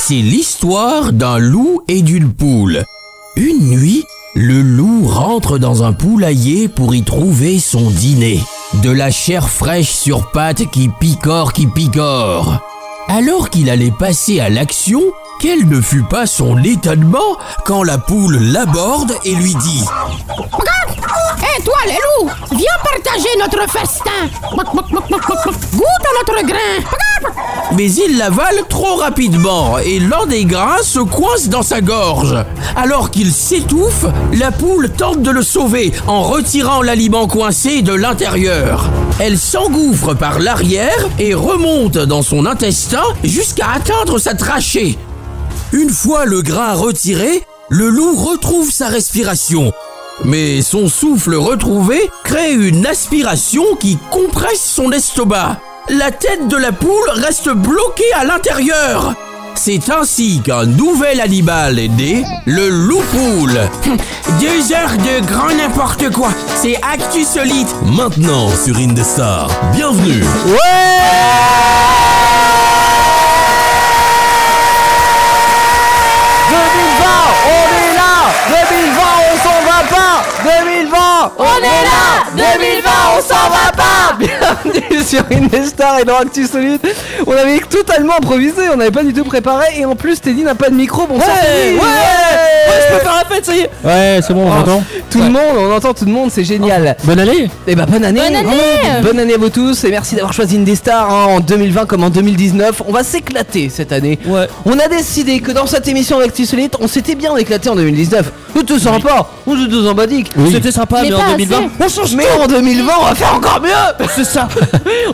c'est l'histoire d'un loup et d'une poule. Une nuit, le loup rentre dans un poulailler pour y trouver son dîner. De la chair fraîche sur pâte qui picore, qui picore. Alors qu'il allait passer à l'action, quel ne fut pas son étonnement quand la poule l'aborde et lui dit Hé, toi, les loups, viens partager notre festin. Goûte à notre grain. Mais il l'avale trop rapidement et l'un des grains se coince dans sa gorge. Alors qu'il s'étouffe, la poule tente de le sauver en retirant l'aliment coincé de l'intérieur. Elle s'engouffre par l'arrière et remonte dans son intestin jusqu'à atteindre sa trachée. Une fois le grain retiré, le loup retrouve sa respiration. Mais son souffle retrouvé crée une aspiration qui compresse son estomac. La tête de la poule reste bloquée à l'intérieur. C'est ainsi qu'un nouvel animal est né, le loup-poule. Deux heures de grand n'importe quoi, c'est Actu Solide. Maintenant sur Indestar, bienvenue. on est là 2020, on s'en va pas 2020, on, est là 2020, on s'en va pas Bienvenue sur Indestar et dans Actu Solide. On avait totalement improvisé, on n'avait pas du tout préparé et en plus Teddy n'a pas de micro, bon sang, Teddy, je peux faire la fête, ça y est Ouais, c'est bon, Oh. on entend. Tout le monde, on entend tout le monde, c'est génial. Bonne année Et bah bonne année Bonne année Bonne année à vous tous et merci d'avoir choisi Indestar hein, en 2020 comme en 2019. On va s'éclater cette année. Ouais. On a décidé que dans cette émission avec Solite, on s'était bien éclaté en 2019. Nous tous en rapport, nous tous en badique. C'était sympa, mais, Mais en pas 2020. assez. On change mais en 2020, on va faire encore mieux C'est ça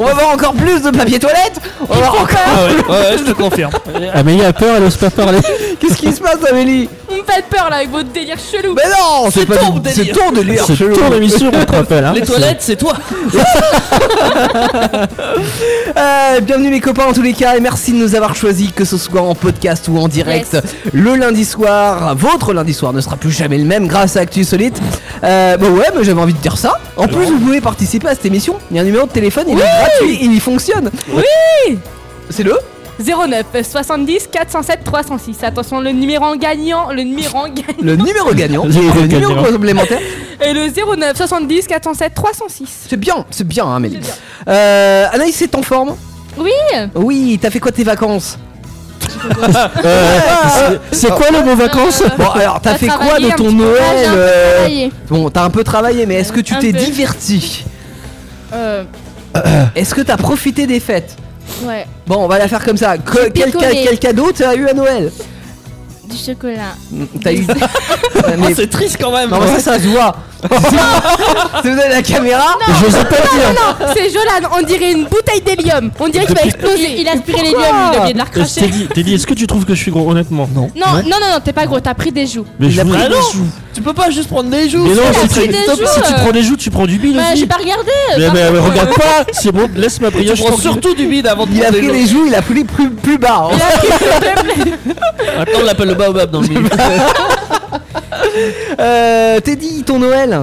On va avoir encore plus de papier toilette On va avoir encore... Ah ouais, ouais, je te confirme. Amélie a peur, elle n'ose pas parler. Qu'est-ce qui se passe, Amélie Vous me faites peur là avec votre délire chelou Mais non, C'est c'est pas ton du- délire C'est ton délire C'est chelou. ton émission, on te rappelle. Hein. Ah, Les toilettes, c'est toi Euh, bienvenue mes copains en tous les cas et merci de nous avoir choisis que ce soit en podcast ou en direct Yes. le lundi soir votre lundi soir ne sera plus jamais le même grâce à Actu Solite euh, bah ouais mais j'avais envie de dire ça en plus vous pouvez participer à cette émission il y a un numéro de téléphone il est gratuit il y fonctionne oui c'est le 09 70 407 306. Attention, le numéro en gagnant, le numéro en gagnant. le numéro gagnant J'ai le été numéro gagnant. complémentaire Et le 09 70 407 306. c'est bien c'est bien hein, Amélie C'est bien. euh, Anaïs c'est en forme Oui oui t'as fait quoi tes vacances Euh, c'est- c'est quoi le mot vacances Ah, bon alors t'as Pas fait quoi travailler de un ton petit peu. Ah, j'ai Noël un peu euh, travaillé. bon t'as un peu travaillé mais est-ce que tu Un t'es peu. diverti Euh, Est-ce que t'as profité des fêtes Ouais, Bon, on va la faire comme ça. Que- quel, picolé. ca- quel cadeau t'as eu à Noël du chocolat. T'as eu. Mais- Oh, c'est triste quand même Non, mais ça, ça se voit. Si vous avez la caméra, Je sais pas dire. Non, c'est Jolan, on dirait une bouteille d'hélium On dirait qu'il va exploser Il, il a aspiré l'hélium, pourquoi il a oublié de la Euh, recracher. Teddy, Teddy, est-ce que tu trouves que je suis gros, honnêtement Non. Non, non, non, non, t'es pas gros, t'as pris des joues. Mais Il je a vous- pris Mais des non, joues. Tu peux pas juste prendre des joues mais non, Il a si, pris tu, des si joues, tu euh. prends des joues, tu prends du bide Bah, aussi. j'ai pas regardé. Mais, par mais- mais contre, regarde pas, c'est bon, laisse ma brioche. tranquille. du bide avant de il a pris les joues, il a pris plus, plus bas. hein. Attends, on l'appelle le baobab dans le milieu. Euh, Teddy, ton Noël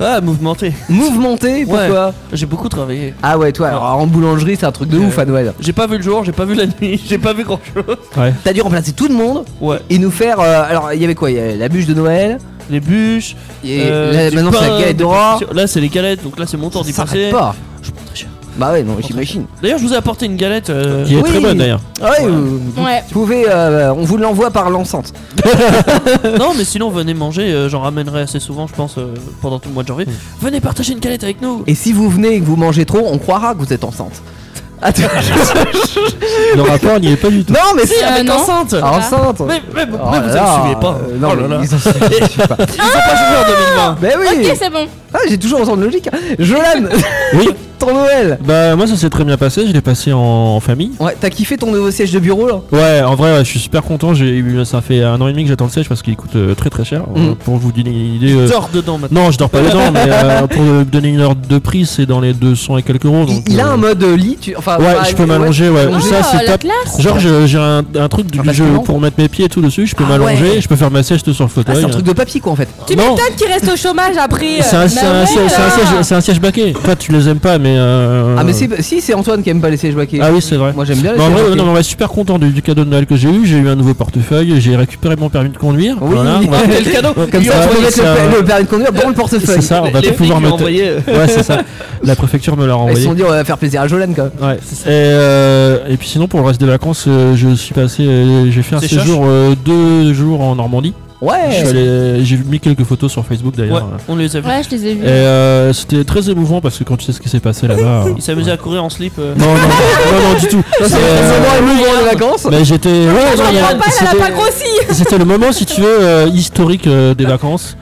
Ah, mouvementé. Mouvementé, pourquoi J'ai beaucoup travaillé. Ah ouais, toi, alors, en boulangerie, c'est un truc de ouf à Noël. J'ai pas vu le jour, j'ai pas vu la nuit, j'ai pas vu grand chose. T'as dû remplacer tout le monde Ouais. et nous faire. euh, alors, il y avait quoi Il y avait la bûche de Noël. Les bûches. Et euh, là, du maintenant, c'est pain, la galette des d'aurore. confitures. Là, c'est les galettes, donc là, c'est mon tour d'y Ça passer. s'arrête pas. Je prends très cher. Bah ouais, non, j'imagine. D'ailleurs, je vous ai apporté une galette. euh, Qui est très Oui. bonne d'ailleurs. Ah ouais, vous- vous Ouais. pouvez. euh, on vous l'envoie par l'enceinte. non, mais sinon, venez manger. euh, J'en ramènerai assez souvent, je pense, euh, pendant tout le mois de janvier. Hmm. Venez partager une galette avec nous. Et si vous venez et que vous mangez trop, on croira que vous êtes enceinte. Ah, Attends, Le rapport n'y est pas du tout. non mais si Euh, avec non. enceinte Ah, enceinte Mais, mais- mais Oh vous là ne là, suivez pas. euh, non, oh là là. mais ils en suivent- ils suivent pas. Ils ont pas changé en 2020. Mais oui Ok, c'est bon. ah, J'ai toujours autant de logique. Jolan, Oui. ton Noël Bah moi ça s'est très bien passé, je l'ai passé en, en famille. Ouais, t'as kiffé ton nouveau siège de bureau là Ouais, en vrai, ouais, je suis super content. J'ai eu, ça fait un an et demi que j'attends le siège parce qu'il coûte euh, très très cher. Euh, Mhm. Pour vous donner une idée, euh, Hmm. Dors dedans maintenant. non, je dors pas dedans, mais euh, pour euh, donner une heure de prix, c'est dans les 200 et quelques euros. il, donc, il a euh, un mode lit, tu... enfin. bah, Ouais, pas- je peux m'allonger, ouais. Oh, Ça, c'est la top. classe. Genre, je- j'ai un, un truc du Un jeu basculant. pour mettre mes pieds et tout dessus. Je peux Ah m'allonger, ouais. je peux faire ma siège tout sur le Ah, fauteuil. c'est un truc de papier quoi en fait. Tu Non. m'étonnes qu'il reste au chômage après euh, C'est un, bah c'est un ouais, siège- c'est un là. siège- c'est un siège baquet. Toi, tu les aimes pas, mais mais. euh, Ah mais c'est- si c'est Antoine qui aime pas les sièges baquets. Ah oui, c'est vrai. Moi j'aime bien les Mais en sièges vrai, baquets. non, mais on est super content du, du cadeau de Noël que j'ai eu. J'ai eu un nouveau portefeuille, j'ai récupéré mon permis de conduire. Oui. Voilà, on va- le cadeau. Comme Comme ça, ça, on peut ouais, mettre le, ça- pa- le permis de conduire dans le portefeuille. C'est ça, on va Les pas pouvoir flics me. lui ont envoyé, euh, Ouais, c'est ça. La préfecture me Ils l'a se renvoyé. sont dit on va faire plaisir à Jolan quand même. Ouais. Et, euh, et puis sinon pour le reste des vacances, euh, je suis passé, euh, j'ai fait un C'est séjour euh, deux jours en Normandie. Je suis Ouais. allé- J'ai mis quelques photos sur Facebook Ouais, d'ailleurs. on les a vus. Ouais, je les ai Et vus. euh, c'était très émouvant parce que quand tu sais ce qui s'est passé là-bas. euh, Il s'amusait à courir en slip. euh. Non, non, non, non, du tout. Ça, C'est Euh, c'est vraiment émouvant les vacances. mais j'étais. Ouais, non, il y a- comprends pas, elle a pas c'était- grossi. C'était le moment, si tu veux, euh, historique euh, des vacances.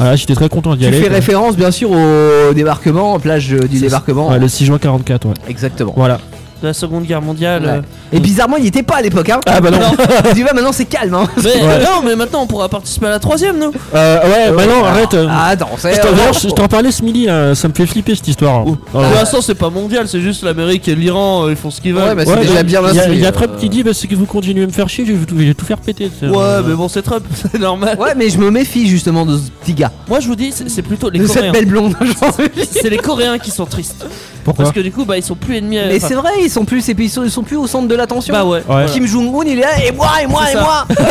Voilà, j'étais très content d'y Tu aller. fais quoi. référence bien sûr au débarquement, plage euh, du C'est- débarquement. Ouais, le 6 juin 44, ouais. Exactement. Voilà. La seconde guerre mondiale. Ouais. euh. Et bizarrement, il n'y était pas à l'époque. Hein. Ah bah non. tu vois, maintenant c'est calme. Hein. euh. Mais Ouais. non, mais maintenant on pourra participer à la troisième, nous. Euh, ouais, bah non, Ah, arrête. euh, Ah, attends, c'est. je t'en- d'ailleurs, je je t'en parlais ce midi, là, ça me fait flipper cette histoire. Ouh. Oh. Pour l'instant, Bah, c'est pas mondial, c'est juste l'Amérique et l'Iran, euh, ils font ce qu'ils Ouais, veulent. bah Ouais, c'est déjà il- bien Il y a- inscrit, il y a euh. Trump qui dit bah, c'est que vous continuez à me faire chier, je vais tout, je vais tout faire péter. tu sais. Ouais, mais bon, c'est Trump, c'est normal. Ouais, mais je me méfie justement de ce petit gars. Moi, je vous dis, c'est c'est plutôt les de Coréens. cette belle blonde. j'en ai envie. C'est les Coréens qui sont tristes. Pourquoi Parce que du coup, bah, ils sont plus ennemis. euh, mais enfin, c'est vrai, ils sont plus, et puis ils sont, ils sont plus au centre de l'attention. Bah ouais. Ouais. Kim Jong-un, il est là, et moi, et moi, C'est et ça.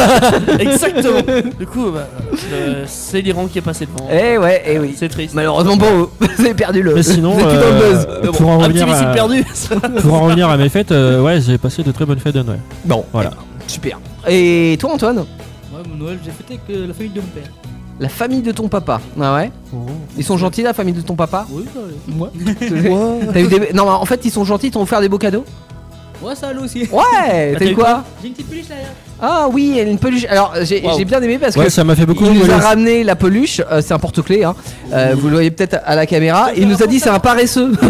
moi. Exactement. Du coup, bah, euh, c'est l'Iran qui est passé devant. Eh ouais, eh oui. C'est triste. Malheureusement pas eux. Vous avez perdu le. Mais sinon, vous êtes plus dans le euh, buzz. Mais bon, pour en un petit revenir missile à- perdu. pour en revenir à mes fêtes, euh, ouais, j'ai passé de très bonnes fêtes de Noël. Bon, Voilà. super. Et toi, Antoine Moi, mon Noël, j'ai fêté avec euh, la famille de mon père. La famille de ton papa. Ah ouais Ils sont gentils, la famille de ton papa Oui, ça allait. Moi T'as eu des... Non, en fait, ils sont gentils, ils t'ont offert des beaux cadeaux Ouais, ça allait aussi. Ouais T'as eu quoi J'ai une petite peluche là. Ah oui, elle a une peluche. Alors, j'ai Waouh. j'ai bien aimé parce que. Ouais, ça m'a fait beaucoup il nous a rigoler. ramené la peluche, euh, c'est un porte-clés, hein. Euh, vous le voyez peut-être à la caméra. Il nous a dit c'est un paresseux.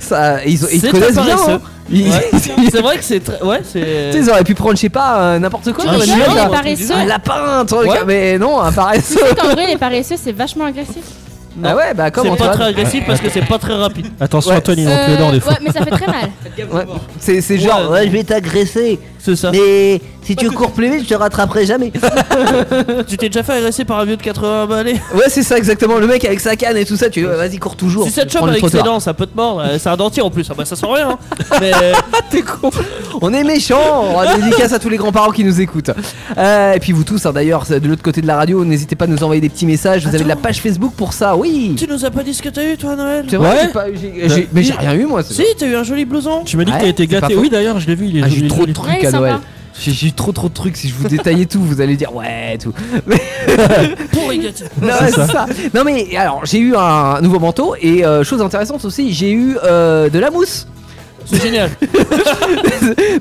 Ça, ils, ils C'est un connaissent bien. paresseux. hein. Ils, Ouais. c'est vrai, je sais très. Ouais, c'est. tu sais, ils auraient pu prendre, je sais pas, euh, n'importe quoi. Un comme chien, animal, les là. paresseux. Ah. un lapin, un truc. Ouais. Mais non, un Tu paresseux. sais qu'en vrai, les paresseux, c'est vachement agressif. Non. ah ouais, bah comme C'est pas Antoine. très agressif parce que c'est pas très rapide. Attention, Ouais. Antoine, il manque Euh, les dents des fois. ouais, mais ça fait très mal. Ouais. C'est c'est genre, Ouais. ouais, je vais t'agresser. C'est ça. Mais si tu cours plus vite, je te rattraperai jamais. Tu t'es déjà fait agresser par un vieux de bah, 80 balais. ouais, c'est ça exactement. Le mec avec sa canne et tout ça, tu ouais, vas-y, cours toujours. Si ça te chope Prends le avec ses trottoir. dents, ça peut te mordre. Euh, C'est un dentier en plus. Ah bah ça sent rien. hein. Mais T'es con. On est méchants. On dédicace à tous les grands-parents qui nous écoutent. Euh, et puis vous tous, hein, d'ailleurs, de l'autre côté de la radio, n'hésitez pas à nous envoyer des petits messages. Vous avez la page Facebook pour ça, oui. Ah, tu nous as pas dit ce que t'as eu, toi, Noël C'est vrai, j'ai pas eu- j'ai- j'ai- mais j'ai rien eu moi. c'est- Si, t'as eu un joli blouson. Tu m'as dit que Ouais, t'as été c'est pas gâté. faux. Oui, d'ailleurs, je l'ai vu, il est Ah, j'ai eu joli. trop de Ouais, trucs il est à Noël. sympa. J'ai j'ai eu trop trop de trucs. Si je vous détaillais tout, vous allez dire ouais tout. Pour gâté. Non, ouais, c'est ça. Non mais alors j'ai eu un nouveau manteau et euh, chose intéressante aussi, j'ai eu euh, de la mousse, C'est génial.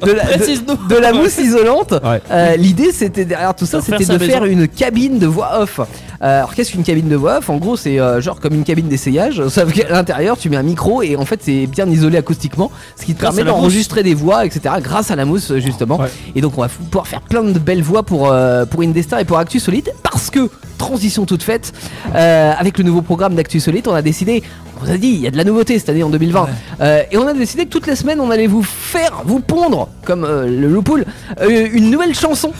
de la, de- Précise-nous. de la mousse isolante. Ouais. Euh, L'idée, c'était derrière tout ça, De faire c'était sa de maison. faire une cabine de voix off. Euh, alors qu'est-ce qu'une cabine de voix off En gros, c'est euh, genre comme une cabine d'essayage, sauf qu'à l'intérieur, tu mets un micro et en fait, c'est bien isolé acoustiquement, ce qui te Grâce permet à la mousse. d'enregistrer des voix, etc. Grâce à la mousse, euh, justement. Ouais. Et donc, on va f- pouvoir faire plein de belles voix pour euh, pour Indestar et pour Actu Solide, parce que transition toute faite euh, avec le nouveau programme d'Actu Solide, on a décidé. On vous a dit, il y a de la nouveauté cette année en 2020. Euh, et on a décidé que toutes les semaines, on allait vous faire, vous pondre, comme euh, le loup poule, euh, une nouvelle chanson.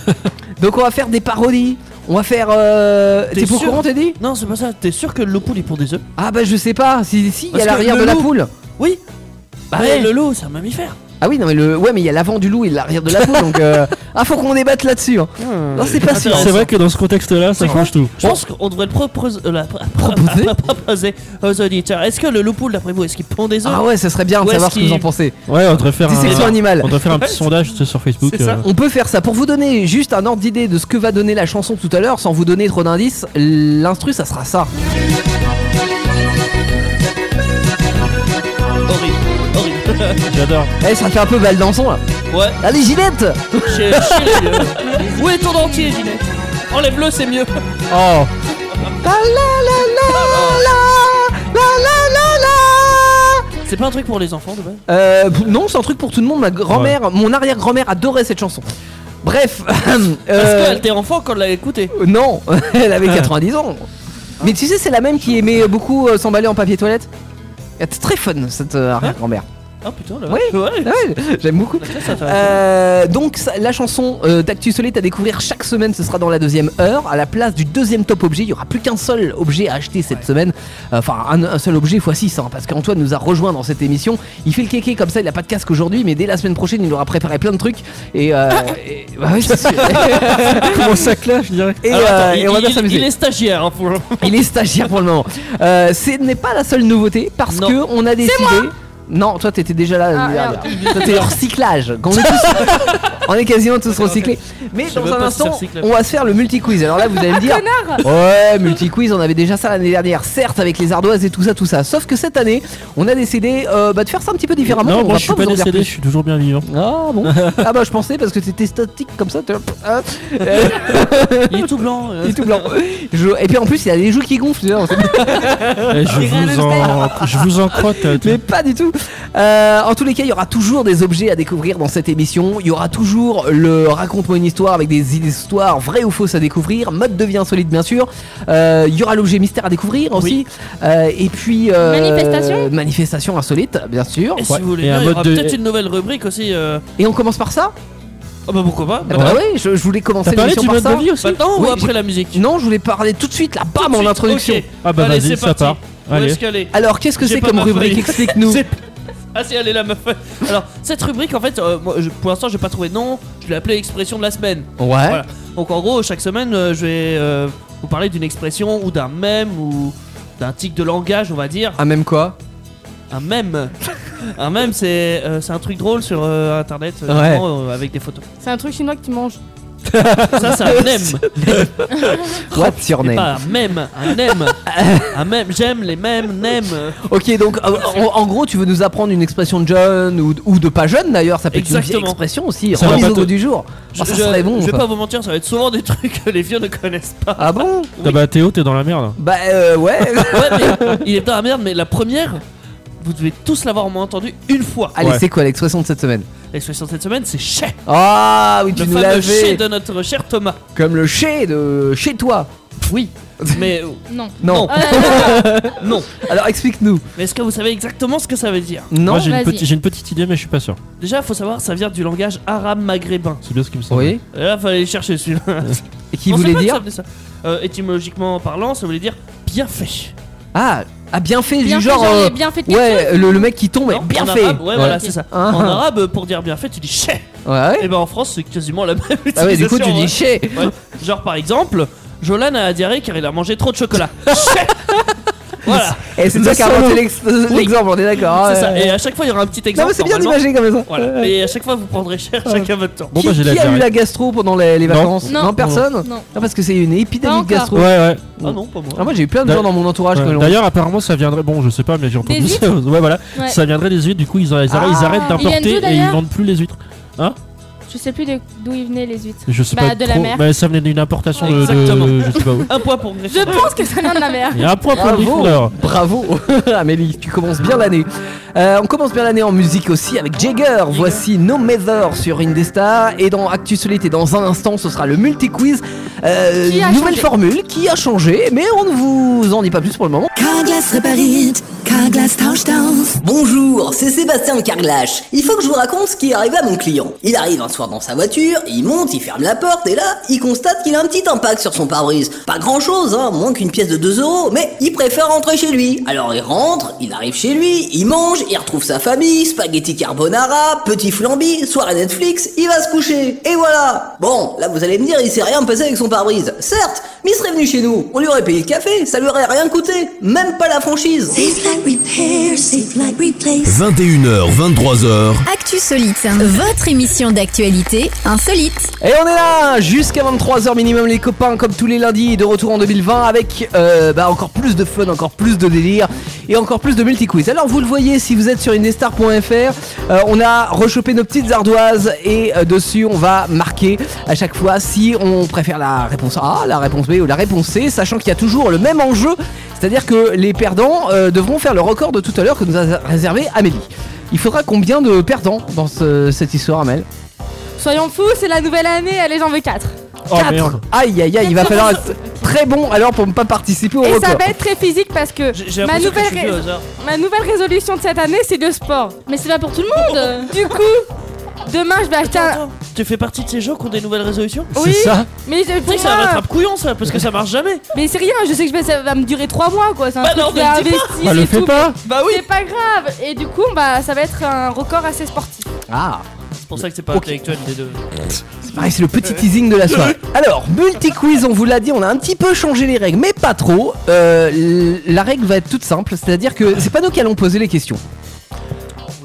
Donc on va faire des parodies. On va faire. Euh... T'es T'es pour sûr courant, t'as dit Non, c'est pas ça. T'es sûr que le poule est pour des œufs Ah bah je sais pas. Si, si, il y Parce a que l'arrière le de la loup- poule. Oui. Bah Mais ouais. le loup, c'est un mammifère. Ah oui, non mais le. Ouais, mais il y a l'avant du loup et l'arrière de la poule. donc. Euh... Ah, faut qu'on débatte là-dessus. hein. Hmm. Non, c'est pas sûr. C'est vrai que dans ce contexte-là, ça C'est change tout. Oh. Je pense qu'on devrait le proposer, euh, la- proposer aux auditeurs. Est-ce que le loup poule, d'après vous, est-ce qu'il pond des œufs Ah ouais, ça serait bien de Où savoir est-ce ce que vous en qu'il- pensez. Ouais, on devrait faire Dissection un. animale. On devrait faire un petit sondage tu sais, sur Facebook. C'est ça. euh, On peut faire ça. Pour vous donner juste un ordre d'idée de ce que va donner la chanson tout à l'heure, sans vous donner trop d'indices, l'instru ça sera ça. Horrible, horrible. J'adore. Eh, ça fait un peu bal dansant là. ouais, Allez, Ginette chez, chez les vieux. euh, Où est ton dentier, Ginette Enlève-le, c'est mieux. Oh La la la la la la la la C'est pas un truc pour les enfants, de base Euh, p- non, c'est un truc pour tout le monde. Ma grand-mère, mon arrière-grand-mère adorait cette chanson. Bref, Parce euh, qu'elle était enfant quand on l'a écouté. non, elle avait 90 ans. Mais tu sais, c'est la même qui aimait beaucoup euh, s'emballer en papier toilette. Elle était très fun cette euh, arrière-grand-mère. Ah putain, là. Oui. ouais. Ah ouais, J'aime beaucoup. Ça, ça fait- Euh, donc ça- la chanson euh, d'Actu Solide à découvrir chaque semaine, ce sera dans la deuxième heure. À la place du deuxième top objet, il y aura plus qu'un seul objet à acheter cette semaine. Euh, Enfin un, un seul objet fois 6 parce qu'Antoine nous a rejoint dans cette émission. Il fait le kéké comme ça, il a pas de casque aujourd'hui, mais dès la semaine prochaine, il aura préparé plein de trucs. Et, euh, et- bah oui, c'est sûr. Comment ça clash direct Et, Alors, euh, attends, et on va bien s'amuser. il est stagiaire hein, pour le moment. Il est stagiaire pour le moment. Euh, ce n'est pas la seule nouveauté parce Non. Ah, que on a décidé. non, toi t'étais déjà là. l'année merde. dernière. Toi, t'es en recyclage. Quand on, est tous- on est quasiment tous recyclés. Mais sais dans même un pas si c'est instant, recyclable. on va se faire le multi quiz. Alors là, vous allez me dire. Ouais, multi quiz, on avait déjà ça l'année dernière. Certes, avec les ardoises et tout ça, tout ça. Sauf que cette année, on a décidé euh, bah, de faire ça un petit peu différemment. Non, on moi va je suis pas pas vous en dire décédé, plus. je suis toujours bien vivant. Ah bon Ah bah je pensais parce que t'étais statique comme ça. t'es- hein. Euh, Il est tout blanc. euh. il est tout blanc. Je- Et puis en plus, il a les joues qui gonflent. tu vois, on sait Eh, je, vous en... je vous en crotte. euh, Mais pas du tout. Euh, en tous les cas, il y aura toujours des objets à découvrir dans cette émission. Il y aura toujours le raconte-moi une histoire avec des histoires vraies ou fausses à découvrir. Mode devient solide, bien sûr. Euh, il y aura l'objet mystère à découvrir aussi. Euh, et puis euh, Manifestation manifestation insolite, bien sûr. Et si Ouais. vous voulez, Et bien, un il y mode aura de- peut-être une nouvelle rubrique aussi. euh. Et on commence par ça. Ah bah pourquoi pas Ah Bah, bah ouais, je, je voulais commencer T'as parlé l'émission du par mode ça. de vie aussi Maintenant Oui, ou après j'ai- la musique Non, je voulais parler tout de suite là, bam, en Tout de suite, introduction. ok. Ah bah Allez, vas-y, c'est ça parti. part. On Allez. laisse caler. Alors, qu'est-ce que J'ai c'est pas comme ma rubrique feuille. Explique-nous. C'est- Ah si, elle est là ma feuille. Alors, cette rubrique en fait, euh, moi, je- pour l'instant j'ai pas trouvé de nom, je l'ai appelée expression de la semaine. Ouais. Voilà. Donc en gros, chaque semaine, euh, je vais euh, vous parler d'une expression ou d'un mème ou d'un tic de langage, on va dire. Ah, même quoi Un mème. un mème, c'est euh, c'est un truc drôle sur euh, internet, euh, Ouais. souvent, euh, avec des photos. C'est un truc chinois que tu manges. Ça, c'est un mème. What's your name Mais pas un mème, un mème. un mème, j'aime les mèmes, n'aime. Ok, donc euh, en, en gros, tu veux nous apprendre une expression de jeune ou, ou de pas jeune d'ailleurs, ça peut être une vieille Exactement. expression aussi, Ça va remise pas au te- goût du jour. Ah, ça serait bon. je vais ça. pas vous mentir, ça va être souvent des trucs que les vieux ne connaissent pas. Ah bon Ah bah Théo, t'es dans la merde. Bah euh, ouais. Ouais, mais il est dans la merde, mais la première, vous devez tous l'avoir au moins entendu une fois. Allez, Ouais. c'est quoi l'expression de cette semaine L'expression de cette semaine, c'est chais. Ah oui, tu Le nous fameux chais l'avais de notre cher Thomas. comme le chez de chez toi. Oui, mais euh, Non. Non. non, non. Alors explique-nous. Mais est-ce que vous savez exactement ce que ça veut dire Non. Moi j'ai une, vas-y. petite- j'ai une petite idée, mais je suis pas sûr. Déjà, faut savoir, ça vient du langage arabe maghrébin. C'est bien ce qui me semble. Oui. Et là, fallait le chercher celui-là. Et qui On sait voulait pas que ça dire venait de ça. Euh, étymologiquement parlant, ça voulait dire bien fait. Ah, ah bien fait Bien du fait, genre. les euh, bien fait de quelque Ouais, le, le mec qui tombe, Non, est bien en fait. arabe, ouais, voilà, c'est ça. Ah, En ah. arabe, pour dire bien fait, tu dis chais. Ouais, ouais. Et ben en France, c'est quasiment la même utilisation. Ah ouais, du coup tu ouais. dis chez. Ouais. Genre par exemple, Jolan a diarrhée car il a mangé trop de chocolat. voilà, Et Eh, c'est toi qui as inventé l'ex- l'exemple, on est d'accord. c'est Ah ouais. ça. Et à chaque fois, il y aura un petit Non exemple. mais c'est bien normalement. d'imaginer comme ça. Voilà. Et à chaque fois, vous prendrez cher chacun votre temps. Bon bah qui, j'ai la qui a eu diarrhée. la gastro pendant les, les Non. vacances Non. personne Non. parce que c'est une épidémie Pas de encore. gastro. Ouais, ouais. Ah non, pas moi. Ah, moi j'ai eu plein de D'a- gens dans mon entourage Ouais. qui l'ont- D'ailleurs, apparemment, ça viendrait. Bon, je sais pas, mais j'ai entendu huîtres ça. Ouais, voilà. Ouais. Ça viendrait des huîtres. Du coup, ils, arrêtent- ils Ah. arrêtent Ils viennent d'où, d'importer et ils d'ailleurs vendent plus les huîtres. chose. Je sais plus de- d'où ils venaient les huîtres. Je sais Bah, pas. de la trop, mer. Mais ça venait d'une importation de- de. Exactement. Je sais pas où. Ah. Un point pour Greg. Je pense que ça vient de la mer. Il y a un point pour le Gryffondor. Bravo, bravo Amélie, tu commences bien l'année. Euh, on commence bien l'année en musique aussi avec Jagger. Voici No Measure sur Indestar et dans Actu Solite et dans un instant ce sera le multi quiz. Qui a nouvelle changé formule qui a changé mais on ne vous en dit pas plus pour le moment. Carglass repariert, Carglass tauscht aus. Bonjour, c'est Sébastien de Carglash. Il faut que je vous raconte ce qui est arrivé à mon client. Il arrive un soir dans sa voiture, il monte, il ferme la porte et là, il constate qu'il a un petit impact sur son pare-brise. Pas grand chose, hein, moins qu'une pièce de 2 euros, mais il préfère rentrer chez lui. Alors il rentre, il arrive chez lui, il mange, il retrouve sa famille, spaghetti carbonara, petit flambi, soirée Netflix, il va se coucher. Et voilà Bon, là vous allez me dire, il s'est rien passé avec son pare-brise. Certes, mais il serait venu chez nous, on lui aurait payé le café, ça lui aurait rien coûté, même pas la franchise. Safe like repair, safe like replace. 21h, 23h, Actu Solite, votre émission d'actualité insolite. Et on est là jusqu'à 23h minimum les copains comme tous les lundis de retour en 2020 avec euh, bah, encore plus de fun, encore plus de délire et encore plus de multi-quiz. Alors vous le voyez si vous êtes sur indestar.fr, euh, on a rechopé nos petites ardoises et euh, dessus on va marquer à chaque fois si on préfère la réponse A, la réponse B ou la réponse C, sachant qu'il y a toujours le même enjeu, c'est-à-dire que les perdants euh, devront faire le record de tout à l'heure que nous a réservé Amélie. Il faudra combien de perdants dans ce- cette histoire Amel Soyons fous, c'est la nouvelle année, allez, j'en veux 4. Oh Quatre. merde. Aïe aïe aïe, il va falloir. très bon alors pour ne pas participer au Et record. ça va être très physique parce que j'ai ma l'impression nouvelle, que Oh, je suis ré- dû au hasard. ma nouvelle résolution de cette année, c'est le sport. Mais c'est pas pour tout le monde. du coup, demain, je vais acheter un. Tu fais partie de ces gens qui ont des nouvelles résolutions Oui, Mais je- Putain, pour c'est un moi- rattrape couillon ça, parce que ça marche jamais. Mais c'est rien, je sais que je vais- ça va me durer 3 mois quoi. C'est un Bah truc non, que mais j'ai le dis pas. investi Bah, le c'est fais tout. pas. Bah oui. C'est pas grave. Et du coup, bah ça va être un record assez sportif. Ah C'est pour ça que c'est pas intellectuel des deux. C'est pareil, Ah, c'est le petit teasing de la soirée. Alors, multi-quiz, on vous l'a dit, on a un petit peu changé les règles, mais pas trop. Euh, l- la règle va être toute simple, c'est-à-dire que c'est pas nous qui allons poser les questions.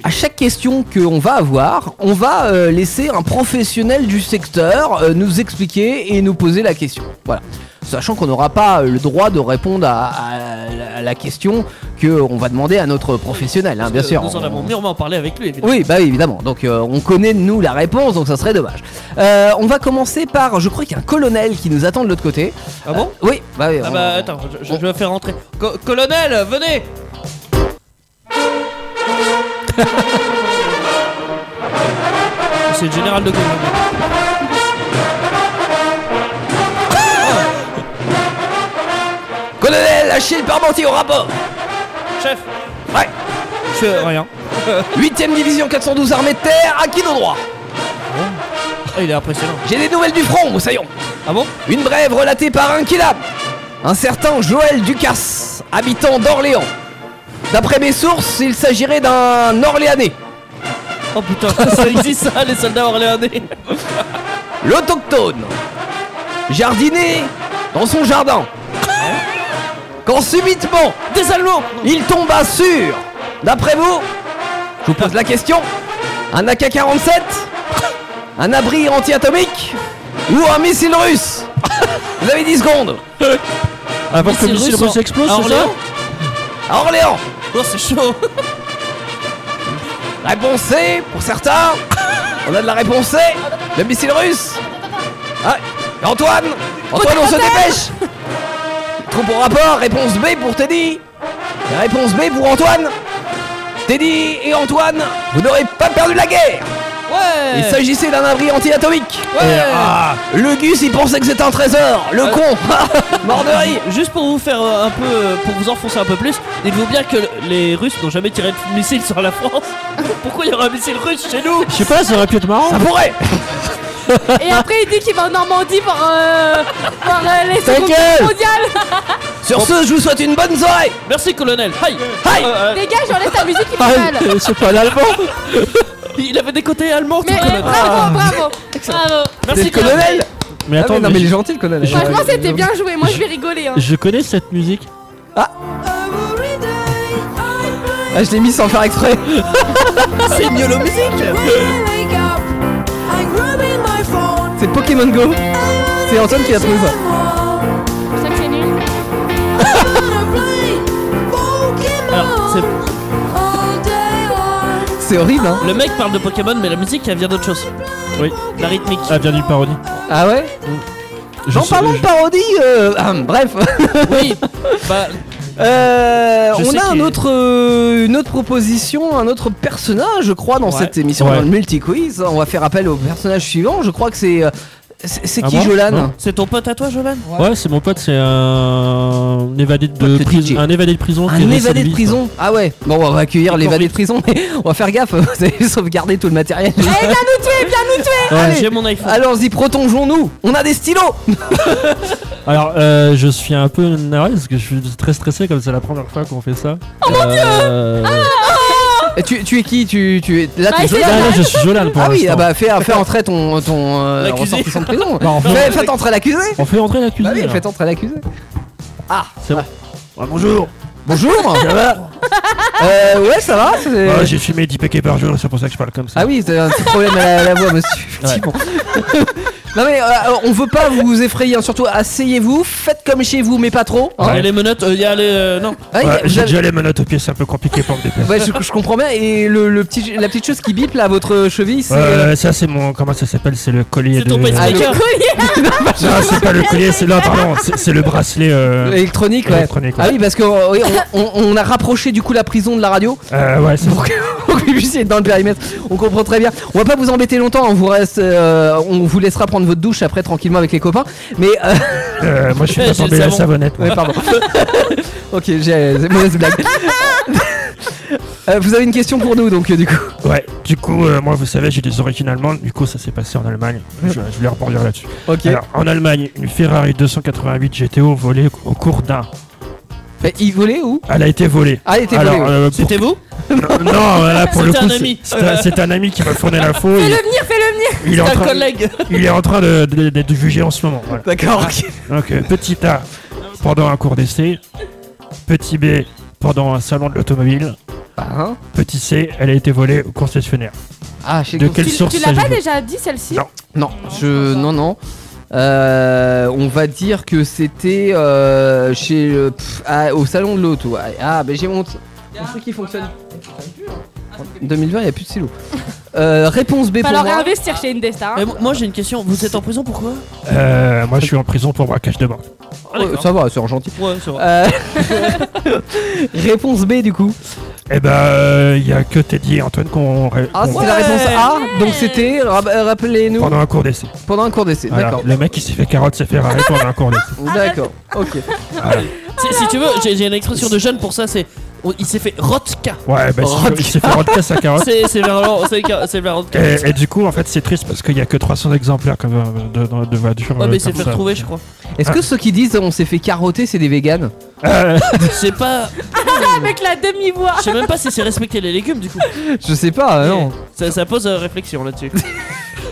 À chaque question qu'on va avoir, on va euh, laisser un professionnel du secteur euh, nous expliquer et nous poser la question. Voilà. Sachant qu'on n'aura pas euh, le droit de répondre à, à la- à la question qu'on va demander à notre professionnel, hein, bien sûr. Nous en avons mûrement parlé avec lui, évidemment. Oui, bah oui, évidemment. Donc euh, on connaît nous la réponse, donc ça serait dommage. Euh, on va commencer par, je crois qu'il y a un colonel qui nous attend de l'autre côté. Ah bon Euh, Oui, bah oui. Ah on- bah attends, je, je- je vais faire rentrer. Co- colonel, venez C'est le général de Gaulle. Colonel, Achille Parmentier au rapport. Chef Ouais. Je rien. 8ème division 412 armée de terre, à qui nos droits Ah, il est impressionnant. J'ai des nouvelles du front, oh, moussaillon. Ah bon Une brève relatée par un kidam. Un certain Joël Ducasse, habitant d'Orléans. D'après mes sources, il s'agirait d'un Orléanais. Oh putain, ça existe ça, les soldats orléanais L'autochtone jardinait dans son jardin. Quand subitement, des Allemands, il tomba sur, d'après vous, je vous pose la question, un AK-47, un abri anti-atomique ou un missile russe Vous avez 10 secondes. Avant Ah, que le missile russe explose, c'est ça À Orléans Oh, c'est chaud Réponse C, pour certains. On a de la réponse C, le missile russe. Ah, et Antoine Antoine, on se dépêche Trop pour rapport, réponse B pour Teddy. Et réponse B pour Antoine. Teddy et Antoine, vous n'aurez pas perdu la guerre Ouais Il s'agissait d'un abri anti-atomique Ouais. Ah, Le Gus, il pensait que c'était un trésor Le Ouais. con Mort de rire Juste pour vous faire euh, un peu. euh, pour vous enfoncer un peu plus, dites-vous bien que le- les Russes n'ont jamais tiré de missile sur la France. Pourquoi il y aurait un missile russe chez nous Je sais pas, ça aurait pu être marrant. Ça pourrait Et après, il dit qu'il va en Normandie par, euh, par euh, les Ta secondes gueule mondiales. Sur ce, je vous souhaite une bonne soirée Merci, colonel Hi Hi euh, Dégage, j'enlève ta musique, il Ah, fait mal. euh, c'est pas l'allemand Il avait des côtés allemands, Mais ton euh, colonel bravo, bravo, bravo. C'est le colonel Mais Ah attends, oui, non, mais il est je- gentil, le colonel. je- Franchement, c'était bien joué. Moi, je vais rigoler. hein. Je connais cette musique. Ah, je l'ai mis sans faire exprès C'est mieux la musique C'est Pokémon Go C'est Antoine qui l'a trouvé ça pour ça que c'est nul. Alors, c'est- C'est horrible hein Le mec parle de Pokémon, mais la musique elle vient d'autre chose. Oui. La rythmique. Ah, vient d'une parodie. Ah ouais Je En sais- parlant de parodie, euh, ah, bref, Oui. Bah, euh, Je on sais a un qu'il- autre, euh, une autre proposition, un autre personnage, je crois, dans Ouais. cette émission, Ouais. dans le multi-quiz. On va faire appel au personnage suivant. Je crois que c'est. euh, C'est c'est Ah qui, bon Jolan Non. c'est ton pote à toi, Jolan Ouais, c'est mon pote, c'est un évadé de Pote prison. DJ. Un évadé de prison. qui est Un évadé de récidiviste. prison Ah ouais Bon, on va accueillir l'évadé de prison, mais on va faire gaffe, vous allez sauvegarder tout le matériel. Eh, viens nous tuer, viens nous tuer. Ouais, Allez. J'ai mon iPhone. Allons-y, protongeons-nous On a des stylos Alors, euh, je suis un peu navré parce que je suis très stressé comme c'est la première fois qu'on fait ça. Oh mon Ah, dieu Et tu, tu es qui tu, tu es... Là, Bah, t'es essaye Jolan Ah non, je suis Jolan pour Ah oui, l'instant. ah bah fais, fais entrer ton, ton euh, L'accusé. ressortissant de prison. Bah, on fait- fais, faites entrer l'accusé. On fait entrer la Bah cuisine. oui, faites entrer l'accusé. Ah, C'est bon. Ah, bonjour bonjour. ça va euh, Ouais, ça va. c'est- Ah, J'ai fumé 10 paquets par jour, c'est pour ça que je parle comme ça. ah oui, c'est un petit problème à la, à la voix, monsieur. effectivement. non mais euh, on veut pas vous effrayer, hein, surtout asseyez-vous, faites comme chez vous, mais pas trop. hein. Il y a les menottes, euh, il y a les. euh, non. Ouais, Ouais, vous J'ai avez- déjà les menottes aux pieds, c'est un peu compliqué pour me déplacer. Ouais, je, je comprends bien. Et le, le petit, la petite chose qui bip là, à votre cheville, c'est. euh, Euh, ça c'est mon comment ça s'appelle c'est le collier C'est de Ah, ton Ah, le- pacemaker. non c'est pas le collier c'est là pardon c'est c'est le bracelet euh... Électronique, ouais. Électronique, ouais. Ah oui, parce que euh, oui, on, on- on a rapproché du coup la prison de la radio. euh, ouais c'est Donc, Bussier est dans le périmètre. On comprend très bien. On va pas vous embêter longtemps. On vous reste, euh, on vous laissera prendre votre douche après tranquillement avec les copains. Mais euh, Euh, moi, je suis attendu à la savonnette. Ouais, pardon. ok, j'ai j'ai- mauvaise blague. Euh, vous avez une question pour nous, donc euh, du coup. Ouais, du coup, euh, moi, vous savez, j'ai des origines allemandes. Du coup, ça s'est passé en Allemagne. Je, je voulais rebondir là-dessus. Ok. Alors, en Allemagne, une Ferrari 288 GTO volée au cours d'un. Mais il volait où Elle a été volée. Ah, elle a été Alors, volée, oui. euh, pour- C'était vous Non, euh, là, pour le C'était coup, un c'est- ami. c'est un- c'est un ami qui m'a fourni l'info. Fais-le Il- venir, fais-le Il est C'est en un train- collègue. Il est en train de- de- d'être jugé en ce moment. voilà. D'accord. Donc, euh, petit A, pendant un cours d'essai. Petit B, pendant un salon de l'automobile. Petit C, elle a été volée au concessionnaire. Ah, je sais De que- quelle venir. Tu- source Tu l'as pas s'agit-il déjà dit celle-ci Non. Non, je. Non, non. Euh, on va dire que c'était euh, chez euh, pff, ah, au salon de l'auto. Ah, Ah, ben j'ai mon, mon truc qui fonctionne. 2020, il n'y a plus de silo. Euh, réponse B pour Falloir moi. réinvestir chez hein. Indestar. Mais moi j'ai une question, vous êtes en prison pourquoi Euh, moi, je suis en prison pour braquage de banque. Ah, Oh, d'accord. ça va, c'est gentil. Ouais, c'est vrai. Euh, réponse B du coup. Eh ben, euh, il y a que Teddy et Antoine qu'on ré- Ah, c'est qu'on- la réponse A. Donc c'était, ra- euh, rappelez-nous, pendant un cours d'essai. pendant un cours d'essai. Voilà. D'accord. Le mec qui s'est fait carotte s'est fait arrêter pendant un cours d'essai. D'accord. Ok. Voilà. Si, si tu veux, j'ai j'ai une expression de jeune pour ça, c'est. on- Il s'est fait Rotka. Ouais, bah, si tu veux, il s'est fait rentrer sa carotte. C'est c'est vraiment- c'est c'est vraiment Rotka. Et, et du coup, en fait, c'est triste parce qu'il y a que 300 exemplaires comme, euh, de, de, de voitures. Ouais, euh, mais il s'est comme fait ça. retrouver, je crois. Est-ce que ceux qui disent on s'est fait carotter, c'est des véganes Euh, C'est pas. Avec la demi-voix. Je sais même pas si c'est respecter les légumes du coup. Je sais pas. euh, non. Ça, ça pose euh, réflexion là-dessus.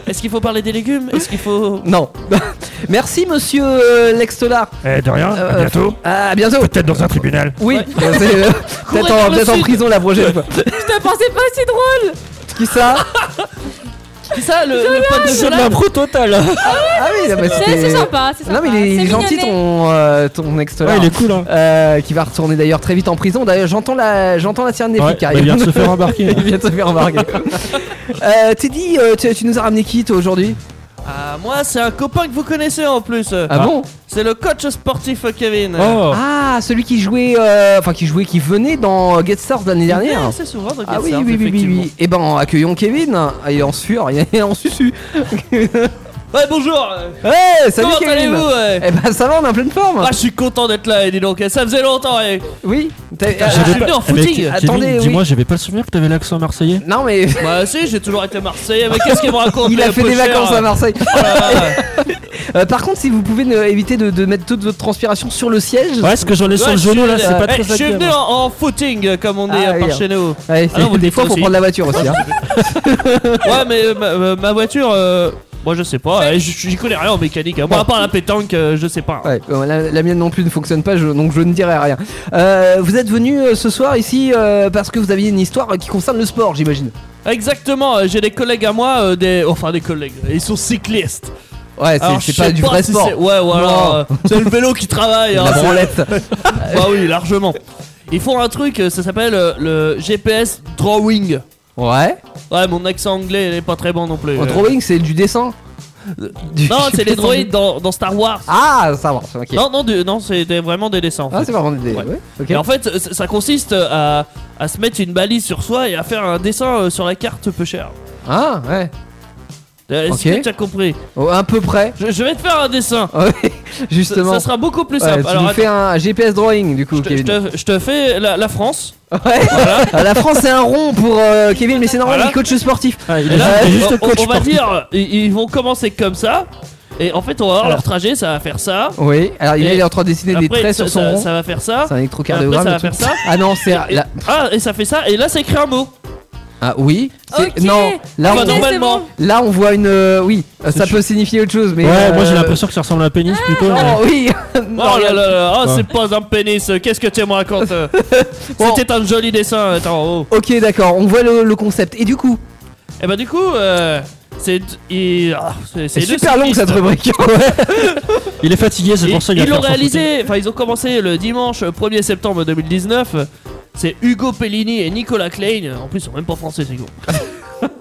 Est-ce qu'il faut parler des légumes Est-ce qu'il faut. Non. Merci monsieur euh, Lex-Tolar. eh, de rien, à Euh, bientôt. À bientôt. Peut-être dans un tribunal. Oui, euh, c'est, euh, peut-être vers en, le peut-être en sud. prison la prochaine fois. Je te pensais pas aussi drôle. Qui ça C'est ça le, le Ah, pote de Solal total. Ah oui, non, mais C'est c'est sympa, c'est sympa. Non mais il est, il est C'est gentil mignonnet. ton, euh, ton ex Ouais, il est cool, hein. qui va retourner d'ailleurs très vite en prison. D'ailleurs, j'entends la, j'entends la sirène des Ouais, flics. bah, car il vient de se faire embarquer. hein. il vient de se faire embarquer. euh, Teddy, euh, tu, tu nous as ramené qui toi aujourd'hui Ah, moi c'est un copain que vous connaissez en plus. ah, bon C'est le coach sportif euh, Kevin. Oh, Ah, celui qui jouait, euh, enfin qui jouait, qui venait dans Get Stars l'année dernière. Eh, C'est souvent dans Ah oui, Getsard, oui, oui, oui, effectivement. oui. Eh ben, accueillons Kevin. Ah, Il est en sueur, il est en susu. Ouais, bonjour euh, Ouais, salut Comment Kevin. allez-vous ouais Eh ben ça va, on est en pleine forme. Ah, je suis content d'être là, et dis donc, ça faisait longtemps, hein. et... oui. T'as- Ah, euh, je suis venu en Eh, mais, footing Ke- Attendez, Kevin, oui. dis-moi, j'avais pas le souvenir que t'avais l'accent marseillais. non mais Bah si, j'ai toujours été Marseillais, mais qu'est-ce qu'il me raconte il a les fait des pochers, vacances à hein Marseille. Ah, Euh, par contre, si vous pouvez ne- éviter de, de mettre toute votre transpiration sur le siège. Ouais, ce que j'en ai sur ouais, le genou là, je suis- c'est pas eh, très Je suis agréable. venu en, en footing, euh, comme on est Ah, euh, par oui, chez nous. Ouais, Ah non, vous des dites fois, faut aussi. prendre la voiture aussi. hein. ouais, mais euh, ma, euh, ma voiture, euh, moi je sais pas, eh, je- j'y connais rien en mécanique. hein. Moi, Bon. à part la pétanque, euh, je sais pas. Ouais, euh, la, la mienne non plus ne fonctionne pas, je- donc je ne dirai rien. Euh, vous êtes venu euh, ce soir ici euh, parce que vous aviez une histoire euh, qui concerne le sport, j'imagine. Exactement, euh, j'ai des collègues à moi, euh, des... enfin des collègues, ils sont cyclistes. Ouais, Alors, c'est- c'est je pas sais du vrai si sport. c'est- Ouais, Non. voilà. euh, C'est le vélo qui travaille. hein, La c'est- branlette. bah oui, largement. Ils font un truc, euh, ça s'appelle euh, le GPS drawing. Ouais. Ouais, mon accent anglais il est pas très bon non Euh. plus. Le Euh, drawing, c'est du dessin. Du- Non, du c'est les dessin. droïdes dans, dans Star Wars. Ah, ça va, ok. Non, non, du- non, c'est des- vraiment des dessins. en Ah, fait. c'est pas vraiment des. Ouais. ouais, ok. Et en fait, c- ça consiste à, à se mettre une balise sur soi et à faire un dessin euh, sur la carte peu cher. Ah, ouais. Euh, Est-ce Ok. que tu as compris Oh, à peu près. je, je vais te faire un dessin. Ouais, Ça, Justement. ça sera beaucoup plus Ouais, simple. tu Alors, nous fais un GPS drawing du coup, attends, je, Kevin. te, je te- je te fais la, la France. Ouais. Ah, La France c'est un rond pour euh, Kevin, mais c'est normal, il Voilà. est coach sportif. Ah, il Et est là, il est juste on, le coach. on va pour- dire, ils, ils vont commencer comme ça. Et en fait, on va voir Alors. leur trajet, ça va faire ça. Oui, alors il Et est en train de dessiner des Après, traits ça, sur son ça- rond. ça va faire ça. C'est un électrocardiogramme. Après, le ça va truc. faire ça. Ah non, c'est Et- là. Ah, et ça fait ça. Et là, ça écrit un mot. Ah oui. c'est- Ok. Non, là Enfin, Ok, on, normal. normalement. bon. là on voit une. euh, oui, euh, ça C'est peut signifier autre chose, mais. Ouais, moi j'ai euh, l'impression que ça ressemble à un pénis plutôt. mais- Non, oui. Non, Oh là là là, oh, Ouais. c'est pas un pénis, euh, qu'est-ce que tu me racontes euh C'était un joli dessin, attends, oh. Ok, d'accord, on voit le, le concept. Et du coup, Et bah du coup, euh, c'est... il- ah, c'est c'est c'est deux super long cyclistes. cette rubrique. Il est fatigué, c'est Ils pour ça qu'il ils a l'ont fait un footing. réalisé, enfin ils ont commencé le dimanche 1er septembre 2019. C'est Hugo Pellini et Nicolas Klein, en plus ils sont même pas français c'est con.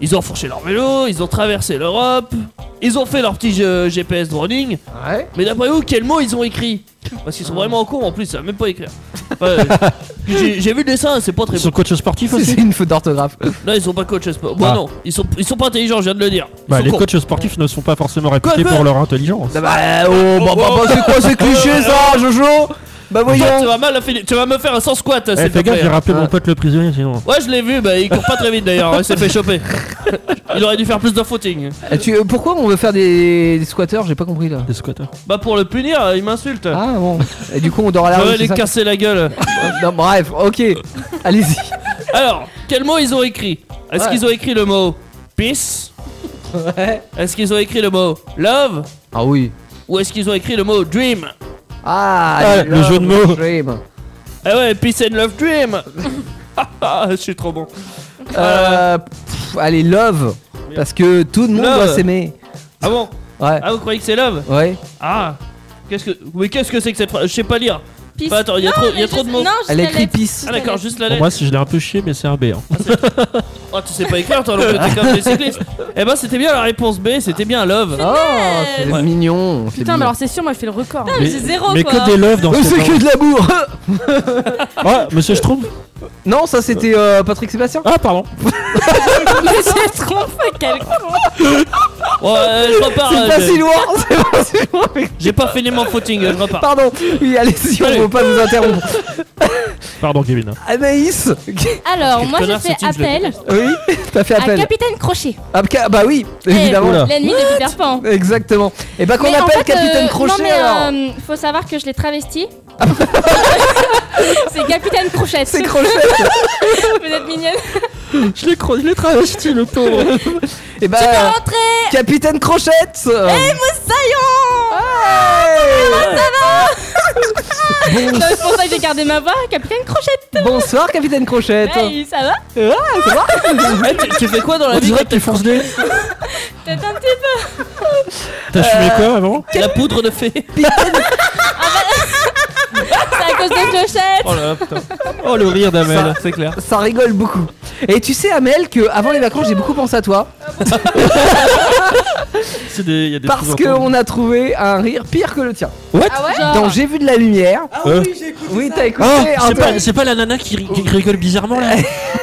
Ils ont fourché leur vélo, ils ont traversé l'Europe, ils ont fait leur petit jeu GPS drawing, Ouais. mais d'après vous quel mot ils ont écrit Parce qu'ils sont vraiment cons en plus, ça savent même pas écrire. Enfin, euh, Puis j'ai- J'ai vu le dessin, c'est pas très Ils sont bon. coachs sportifs aussi C'est une faute d'orthographe. Non, ils sont pas coachs sport. Bon, Ah. non, ils sont, ils sont pas intelligents, je viens de le dire. Ils Bah, sont les cons. coachs sportifs ne sont pas forcément réputés Quoi, pour bah leur intelligence. bah, oh, bah, bah, bah, c'est quoi ces clichés, ça, Jojo Bah, voyons. Attends, Tu vas, mal affiner- tu vas me faire un sans squat, Eh, c'est fais gaffe, j'ai rappelé mon pote le prisonnier sinon. hein. Ouais, je l'ai vu, bah il court pas très vite d'ailleurs, il s'est fait choper. Il aurait dû faire plus de footing. Euh, tu- euh, pourquoi on veut faire des, des squatteurs J'ai pas compris là. Des squatteurs. Bah pour le punir, il m'insulte. Ah bon. Et du coup, on dort à la rue. J'aurais c'est les ça Euh, casser la gueule. non, bref, ok. Allez-y. Alors, quel mot ils ont écrit Est-ce Ouais. qu'ils ont écrit le mot peace Ouais. Est-ce qu'ils ont écrit le mot love Ah oui. Ou est-ce qu'ils ont écrit le mot dream Ah, Ah, le jeu de mots. Dream. Eh ouais, peace and love dream Ah, ah, Je suis trop bon. Euh, pff, allez, love. Parce que tout le monde Love. doit s'aimer. Ah bon Ouais. Ah, vous croyez que c'est love Ouais. Ah Qu'est-ce que. Mais qu'est-ce que c'est que cette phrase Je sais pas lire. Peace. Bah, attends, il y a Non, trop, mais il y a trop juste- de mots. non, juste la lettre. Peace. Ah d'accord, juste la Pour lettre. moi, si je l'ai un peu chié, mais c'est un B. hein. Oh, tu sais pas écrire, toi, l'oncle, t'es comme les cyclistes. Eh ben, c'était bien la réponse B, c'était bien love. Oh, c'est Ouais. mignon. c'est Putain, mais mignon. alors c'est sûr, moi je fais le record. mais c'est zéro, mais quoi. que des loves dans Euh, ce c'est que de l'amour. Ah, monsieur, je trouve. non, ça c'était euh, Patrick Sébastien. Ah, pardon. Mais c'est trop fait, quel con. Ouais, euh, je repars. C'est euh, pas je- si loin. C'est pas si loin. J'ai pas fini mon footing, euh, je repars. Pardon. Oui, allez-y, on Allez. veut pas nous interrompre. Pardon, Kevin. Anaïs. Alors, moi j'ai connard, fait ce type, je appel Oui, t'as fait à appel. Capitaine Crochet. Ah, ca- bah oui, évidemment. Eh, L'ennemi de Peter Pan. Exactement. Et bah qu'on Mais en appelle fait, Capitaine euh, Crochet non, mais, alors. euh, faut savoir que je l'ai travesti. c'est Capitaine Crochette. C'est Euh. Crochet. Vous êtes mignonne. je l'ai cro... je l'ai travesti le pauvre. Et bah T'es rentré Capitaine Crochette. Eh, euh, Moussaillon Ah. bon- C'est pour ça que j'ai gardé ma voix, Capitaine Crochette. Bonsoir Capitaine Crochette. Hey, ça va Ah, ça va Eh, tu, tu fais quoi dans la On vie dirait que tu fonces des. Peut-être un petit peu. T'as fumé quoi avant La poudre de fée. C'est à cause des clochettes. Oh là là, putain. Oh le rire Ça- d'Amel, c'est clair. Ça rigole beaucoup. Et tu sais Amel que avant les vacances j'ai beaucoup pensé à toi C'est des- y a des parce sous-entendus. qu'on a trouvé un rire pire que le tien. Ah ouais Donc j'ai vu de la lumière. Euh. Oui t'as écouté. Oh, un c'est peu. pas, c'est pas la nana qui, ri- qui rigole bizarrement là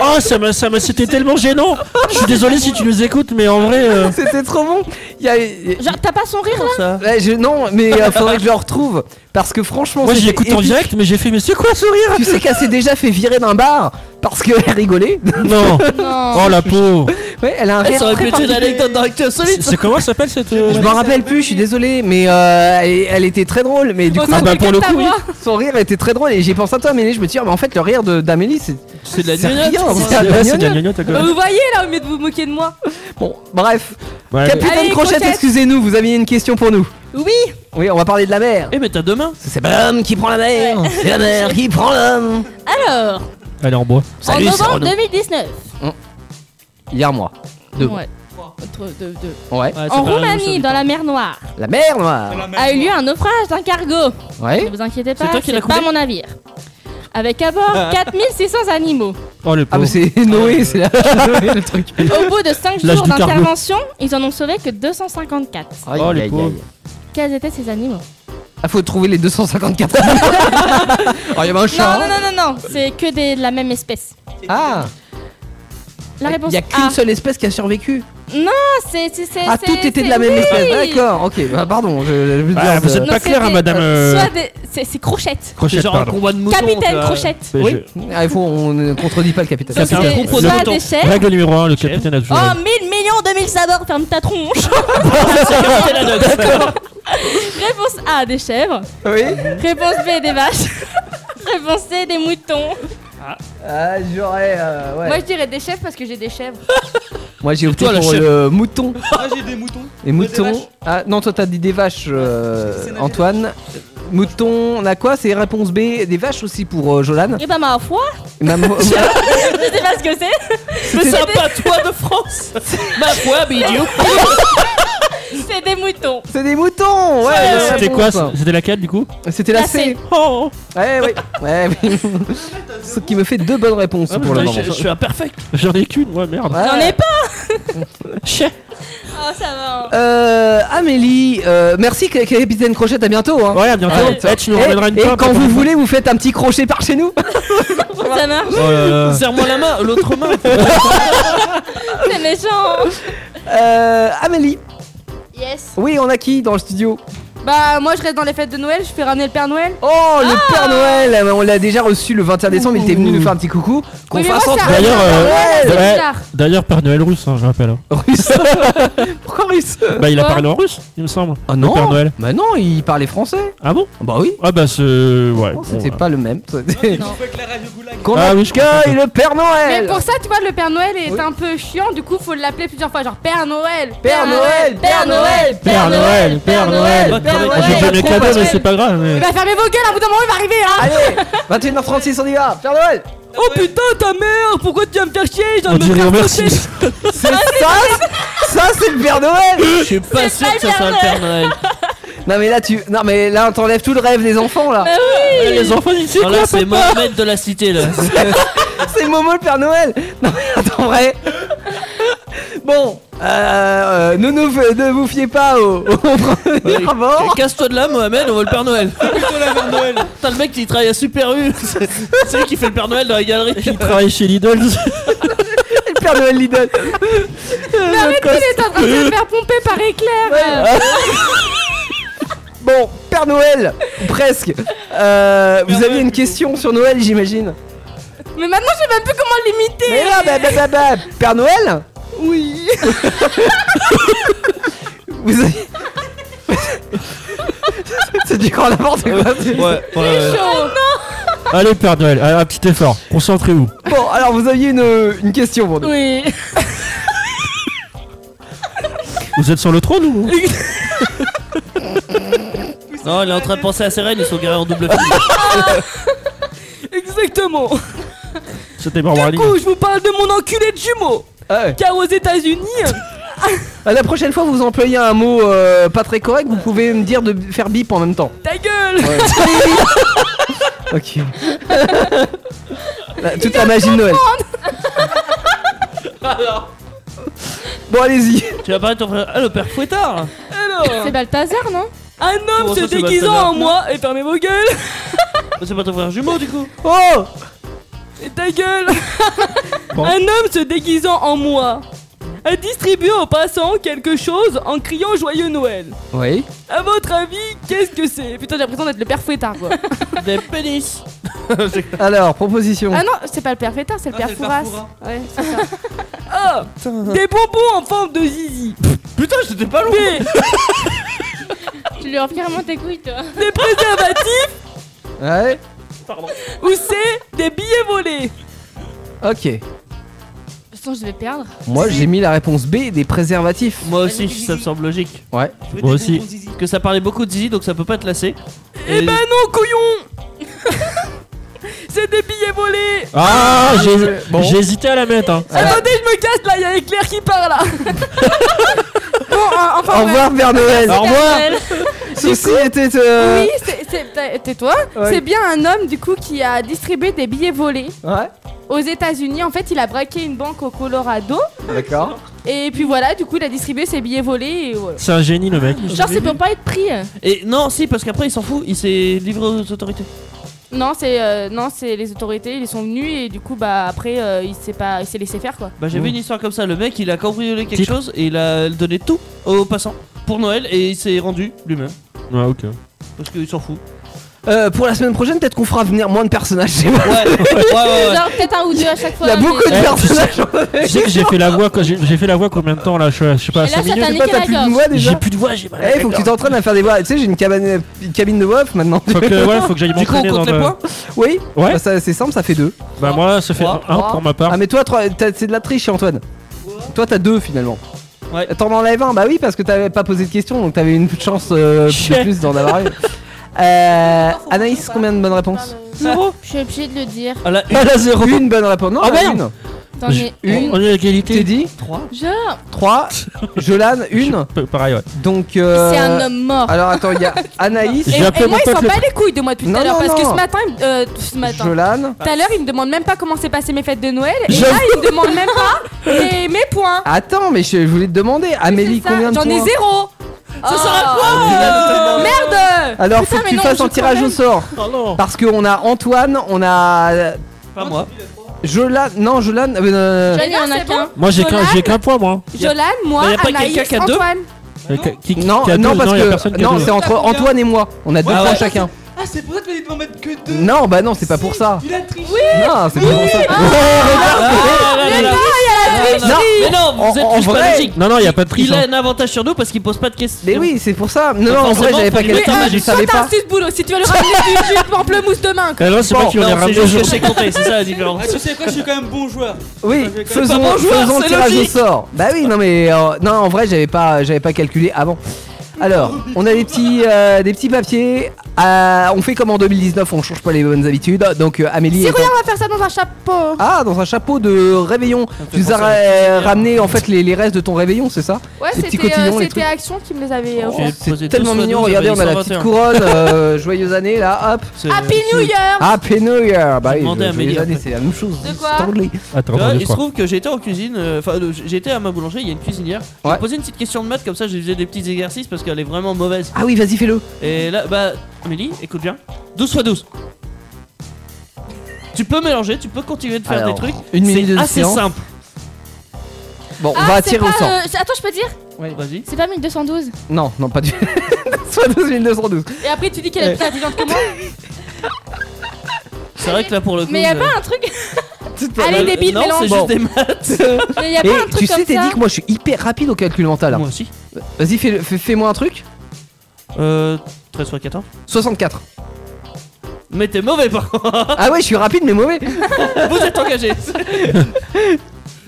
Oh, ça m'a, ça m'a, c'était tellement gênant Je suis désolé si tu nous écoutes, mais en vrai. euh, C'était trop bon. Il y a, Genre, t'as pas son rire hein là Ça. Ouais, je- non, mais euh, faudrait que je le retrouve. Parce que franchement, Moi, c'était j'y écoute en épique. direct, mais j'ai fait, mais c'est quoi ce rire Tu sais qu'elle s'est déjà fait virer d'un bar parce qu'elle rigolait. Non Non. Oh la peau Ouais, elle a un Eh, rire. Ça aurait pu très être une particulier. anecdote dans Actu C'est Solide. c'est comment elle s'appelle cette. Je euh, m'en rappelle plus, je suis désolé, mais euh, elle, elle était très drôle. Mais du coup, Ah bah, pour le Ta coup, oui. voix. son rire était très drôle. Et j'ai pensé à toi, Amélie. Je me suis dit, ah, mais en fait, le rire de- d'Amélie, c'est C'est de la c'est gnognotte. rien. Ouais, c'est un Ah, c'est de la gnognon. gnognotte, à Bah, Ah, côté. Vous voyez là, au lieu de vous moquer de moi. Bon, bref. Ouais, mais- Capitaine Allez, Crochette, Crochette. excusez-nous, vous aviez une question pour nous. Oui. Oui, on va parler de la mer. Eh mais t'as deux mains. C'est pas l'homme qui prend la mer, c'est la mer qui prend l'homme. Alors, Elle est en bois. en novembre 2019. Hier, moi. Deux. Ouais. Entre- deux- deux. Ouais. Ouais, Ah, c'est En pas la même chose. Roumanie, dans la mer Noire, La mer noire. a eu lieu un naufrage d'un cargo. Ouais. Ne vous inquiétez pas, toi qui c'est l'as pas coulé mon navire. Avec à bord 4600 animaux. Oh le Ah pauvre. mais c'est Noé, c'est la... Noé, le truc. Au bout de 5 L'âge jours du cargo. d'intervention, ils en ont sauvé que 254. Aïe, Oh, aïe, les aïe. pauvres. Quels étaient ces animaux Ah faut trouver les 254. oh il y avait un Non, chat. non, non, non, non, c'est que des, de la même espèce. Ah, La réponse il y a qu'une A. seule espèce qui a survécu. C'est, c'est, c'est, Ah c'est- tout était c'est- de la même oui. espèce. D'accord, ok. Bah, pardon, je, je veux Ah, dire, vous euh, êtes Non, pas clair, hein, c'était, madame. euh, Soit des- c'est, c'est Crochette. C'est Crochette, genre un pardon. combat de moutons. Capitaine quoi. Crochette. Mais Oui, ah, il faut, on ne contredit pas le capitaine. Ça, c'est Donc, un c'est complot de soit bouton. des je- chèvres. Règle numéro 1, le capitaine a toujours. Oh, raison. 1000 millions, 2000 sabords, ferme ta tronche. C'est la note. Réponse A, des chèvres. Oui. Réponse B, des vaches. Réponse C, des moutons. Ah j'aurais. euh, ouais. Moi je dirais des chefs parce que j'ai des chèvres. Moi j'ai opté Toi, la pour chef. le mouton. Moi j'ai des moutons. Et Moi, des mouton. vaches. Ah non toi t'as dit des vaches, euh, C'est- c'est la Antoine. Mouton, on a quoi C'est réponse B, des vaches aussi pour euh, Jolan. Et bah, ma foi, Et ma- je sais pas ce que c'est. Mais c'est un patois de France. Ah, Ma foi, mais idiot. C'est des moutons. C'est des moutons ouais, Euh, bonne C'était quoi réponse. c- C'était laquelle du coup C'était la La C. C. Oh Ouais, ouais, ouais. oui. Ce qui me fait deux bonnes réponses Ah, mais pour le j'ai- moment. Je je suis imperfect. J'en ai qu'une, moi merde. Ah Ouais. J'en ai pas. Chien. Oh, ça va. hein. Euh, Amélie, euh, merci ca- capitaine Crochette, à bientôt. Hein. Ouais, à bientôt. Ouais. Eh, tu nous ramèneras une et pinte, quand hein, vous pour- voulez, vous faites un petit crochet par chez nous. de ta main. Oh là Ah. là. Serre-moi la main, l'autre main. C'est hein. méchant. Euh, Amélie. Yes. Oui, on a qui dans le studio Bah, moi je reste dans les fêtes de Noël, je fais ramener le Père Noël. Oh, le Ah Père Noël, euh, on l'a déjà reçu le 21 décembre, il était venu nous faire un petit coucou. Qu'on Oui, mais fasse moi, ça entre- arrive euh, D'ailleurs, euh, Noël, c'est ouais, bizarre. d'ailleurs, Père Noël russe, hein, je rappelle. Pourquoi russe Bah, il a parlé en russe, il me semble. Ah Le non Père Noël. Bah non, il parlait français. Ah bon Bah oui. Ah bah, c'est. Ouais. hein. Non, Oh, C'était pas le même. Qu'on Ah a oui, je comprends. et le Père Noël Mais pour ça, tu vois, le Père Noël est un peu chiant, du coup, faut l'appeler plusieurs fois, genre Père Noël. Père Noël, Père Noël, Père Noël, Père Noël, Père Noël, J'ai Père déjà mes Noël. cadeaux, mais c'est pas grave. mais- Bah, fermez vos gueules, à bout d'un moment, il va arriver, hein. Allez, 21h36, on y va Père Noël Oh putain, ta mère, pourquoi tu viens me faire chier J'ai On envie de me dirait faire merci. sauter. C'est ça Ça, c'est le Père Noël Je suis pas sûr que ça soit le Père Noël. Non mais là, tu... Non mais là, on t'enlève tout le rêve des enfants, là Eh, Les enfants, ils Ah, là, c'est Mohamed de la cité là. C'est Momo le Père Noël Non mais attends, en vrai Bon, euh, euh, ne, nous- ne vous fiez pas au, au premier abord. Casse-toi de là, Mohamed, on voit le Père Noël. T'as le mec qui travaille à Super U. C'est c'est lui qui fait le Père Noël dans la galerie. Il travaille chez Lidl. Le Père Noël Lidl Mais arrête, il est en train de se faire pomper par éclair. euh. Bon, Père Noël Presque Euh, Vous aviez une question sur Noël, j'imagine Mais maintenant, je sais même plus comment l'imiter. Mais là, bah, bah, bah, bah, Père Noël Oui. Vous avez... C'est du grand n'importe quoi Ouais, ouais. Ah Allez, Père Noël, allez, un petit effort. Concentrez-vous. Bon, alors vous aviez une, une question pour nous. Oui. Vous êtes sur le trône ou Non, il est en train de penser à Seren, ils sont garés en double fil. Exactement. C'était Barbara Du Lee. coup, je vous parle de mon enculé de jumeau. Ah ouais. Car aux États-Unis, Bah, La prochaine fois, vous employez un mot euh, pas très correct, vous pouvez me dire de faire bip en même temps. ta gueule. Ok. Là, toute la magie de Noël. Bon, allez-y. Tu vas parler de ton frère. Ah, le Père Fouettard Alors, C'est Balthazar, non un Comment homme se ça, c'est déguisant en Balthazar moi et fermez vos gueules. C'est pas ton frère jumeau du coup Oh Et ta gueule Un homme se déguisant en moi a distribué aux passants quelque chose en criant Joyeux Noël. Oui. À votre avis, qu'est-ce que c'est Putain, j'ai l'impression d'être le père fouettard, quoi. Des pénis Alors, proposition. ah non, c'est pas le père fouettard, c'est le père Fouras. Ouais, c'est ça. A. Oh, Des bonbons en forme de zizi. Putain, j'étais pas loin B. Tu lui offres carrément tes couilles, toi. Des préservatifs. Ouais. Ou C. Des billets volés. Ok. Sinon, je vais perdre. Moi, j'ai mis la réponse B des préservatifs. Moi aussi, ça me semble logique. Ouais. Moi aussi. Que ça parlait beaucoup de Zizi, donc ça peut pas te lasser. Eh ben non, couillon C'est des billets volés Ah, j'ai Bon. j'ai hésité à la mettre. Hein. Attendez, je me casse là, y'a Éclair qui part là Bon, en- enfin, Au bref. revoir, Père Noël. Au Père revoir. Noël. Ceci était. euh, Oui, c'est- c'est- t'as- tais-toi. Ouais. C'est bien un homme du coup qui a distribué des billets volés Ouais. aux États-Unis. En fait, il a braqué une banque au Colorado D'accord. et puis voilà, du coup, il a distribué ses billets volés. Et voilà. C'est un génie le mec. Ah, Genre, c'est pour pas être pris. hein. Et non, si, parce qu'après, il s'en fout, il s'est livré aux autorités. Non, c'est euh, non, c'est les autorités, ils sont venus et du coup, bah après, euh, il s'est pas, il s'est laissé faire quoi. Bah, j'ai Mm. vu une histoire comme ça. Le mec, il a cambriolé quelque Titre. chose et il a donné tout aux passants pour Noël et il s'est rendu lui-même. Ouais, ok. Parce qu'il s'en fout. Euh, pour la semaine prochaine, peut-être qu'on fera venir moins de personnages. je sais pas. Ouais, ouais, ouais. ouais. Genre, peut-être un ou deux à chaque fois. Il y a mais- beaucoup de Eh, personnages. Tu sais que j'ai fait la voix, quand j'ai j'ai fait la voix combien de temps là Je je sais pas. Et là, cinq ça minutes t'a Je sais pas, niqué T'as la plus de gorge. voix déjà. J'ai plus de voix, j'ai mal. à la Eh, faut que tu gorge. t'entraînes à faire des voix. Tu sais, j'ai une cabane, une cabine de voix maintenant. Faut que, euh, ouais, faut que j'aille Du coup, on m'entraîner dans compte les le. points Oui, Ouais. Bah, ça, c'est simple, ça fait deux. Bah moi, ça fait un Trois. un pour ma part. Ah, mais toi, trois- t'as- c'est de la triche, Antoine. Toi, t'as deux finalement. Ouais. T'en enlèves un, bah oui, parce que t'avais pas posé de question, donc t'avais une chance euh, de Chier. plus d'en avoir une. Euh, Anaïs, combien de bonnes réponses Zéro Je suis obligée de le dire. Ah, là, Elle a zéro. Une bonne réponse. Non, bah, Ah, elle a merde. une. T'en es une. On est à égalité. Teddy, Genre, 3. Jolan, une. Peu- Pareil, ouais. Donc. euh, c'est un homme mort. Alors attends, il y a Anaïs, J'ai Et, appelé et moi, mon ils s'en pote le- pas les couilles de moi depuis tout Non, à l'heure non, parce que non. ce matin, ils me- euh, ce matin. Jolan. Tout à l'heure, ils me demandent même pas comment s'est passé mes fêtes de Noël. Et J'avoue. là, ils me demandent même pas mes, mes points. Attends, mais je, je voulais te demander, Amélie, C'est ça, combien de J'en points ai zéro. Ah. Ça sert à quoi Oh. Merde Alors Ah, Putain, faut que mais tu non, fasses je un tirage crois au même. sort. Oh non Parce qu'on a Antoine, on a Pas moi. Jolan, non, Jolan. euh, euh, Jolan, Jolan, on a c'est hein. qu'un. bon. Moi, j'ai qu'un- qu'un, Jolan. j'ai qu'un point, moi. Jolan, moi, Mais y a pas Anaïs, quelqu'un qui a deux Antoine. non, qui a non, deux parce Non, y a personne que qui a non, deux. c'est entre Antoine et moi. On a deux Ah points ouais. chacun. Ah, c'est pour ça que tu m'en mettre que deux. Non, bah non, c'est pas pour ça. Il a triché. Non, c'est pas pour ça. Ah, Ouais, ah, regarde, ah, c'est- ah, ah, Mais Non, mais non, vous êtes en- en triche pas vrai- logique. Il hein. a un avantage sur nous parce qu'il pose pas de questions. Mais oui, c'est pour ça. Non, non, en vrai, j'avais pas calculé, je savais pas. ce boulot, si tu vas le ramener du jus de pamplemousse demain. Eh, quoi. non, c'est Bon, pas qu'il en non, est c'est ramené juste je que sais compter, c'est ça la différence. Ah, tu sais quoi, je suis quand même bon joueur. Oui, Je- je- faisons, pas bon joueur, faisons le c'est tirage logique. au sort. Bah oui, non mais euh, non, en vrai, j'avais pas, j'avais pas calculé avant. Alors, on a des petits, euh, des petits papiers. Euh, on fait comme en 2019, on change pas les bonnes habitudes. Donc euh, Amélie, Si, est en- regarde, on va faire ça dans un chapeau. ah dans un chapeau de réveillon. Tu nous as ra- hein. ramené en fait les, les restes de ton réveillon, c'est ça Ouais, Les petits c'était cotillons, euh, les c'était trucs. Action qui me les avait euh, Oh, offerts. c'est posé tellement 12 fois mignon, 12, regardez, on a la 121. petite couronne, euh, joyeuse année là, hop. Happy New Year Happy New Year Bah oui, demandé à joyeuse Amélie, année, en fait. c'est la même chose. De c'est quoi anglais. Tu vois, il se trouve que j'étais en cuisine, euh, enfin euh, j'étais à ma boulangerie, il y a une cuisinière. J'ai Ouais. posé une petite question de maths comme ça, je lui faisais des petits exercices parce qu'elle est vraiment mauvaise. Ah oui, vas-y, fais-le. Et là, bah, Amélie, écoute bien. 12 x 12. Tu peux mélanger, tu peux continuer de faire Alors, des trucs. une minute C'est de assez silence. simple. Bon, on Ah, va c'est attirer au pas, sort. euh, Attends, je peux dire Vas-y. C'est pas 1212. Non, non, pas du. Soit 2212. Et après, tu dis qu'elle est plus intelligente que moi. C'est vrai que là pour le coup. Mais y a euh, pas un truc. C'est pas mal. euh, Non, c'est juste des maths. Mais y a Et pas un truc tu sais, comme t'es ça. dit que moi je suis hyper rapide au calcul mental. hein. Moi aussi. Vas-y, fais- fais- fais-moi un truc. Euh. 13 x 14. 64. Mais t'es mauvais par contre. Ah ouais, je suis rapide mais mauvais. Vous êtes engagés.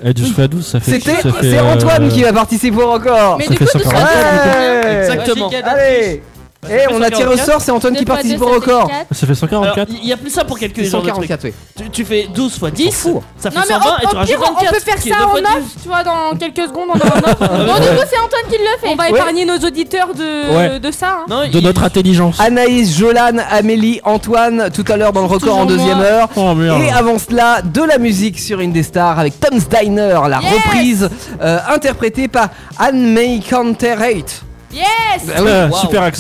Et 12 fois 12, ça fait. C'était ça fait, c'est Antoine euh, qui va participer encore. Mais Ça du fait coup, 140. nous serons Ouais. Exactement. Allez. Et on attire au sort, c'est Antoine qui participe au record. Ça fait 144. Il y a plus ça pour calculer. C'est ce genre de truc. 144, oui. Tu, tu fais 12 x 10, ça fait Non, mais 120 et tu au, au rajoutes pire, on 24. peut faire qui est deux ça en fois 12. off, tu vois, dans quelques secondes, on en aura un off. Bon, du coup, c'est Antoine qui le fait. On va Ouais. épargner nos auditeurs de, Ouais. de ça. hein. De notre intelligence. Anaïs, Jolan, Amélie, Antoine, tout à l'heure dans le record en Toujours deuxième moi. heure. Oh, merde. Et avant cela, de la musique sur Indestar avec Tom's Diner, la reprise euh, interprétée par Anne-May Canterate. Yes Ah oui, wow. Je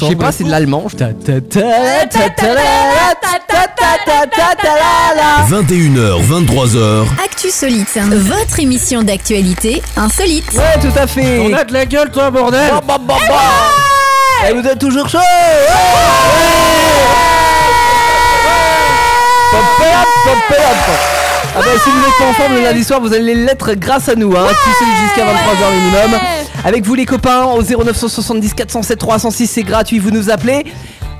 sais pas, c'est de l'allemand. je- 21h, 23h. Actu Solite, votre émission d'actualité insolite. Ouais, tout à fait. On a de la gueule, toi, bordel. Elle vous êtes toujours chaud Pop it up, pop it up. Ah bah si vous n'êtes pas en forme le lundi soir, vous allez l'être grâce à nous, hein, qui se jusqu'à 23h minimum. Avec vous les copains, au 0970 407 306, c'est gratuit, vous nous appelez.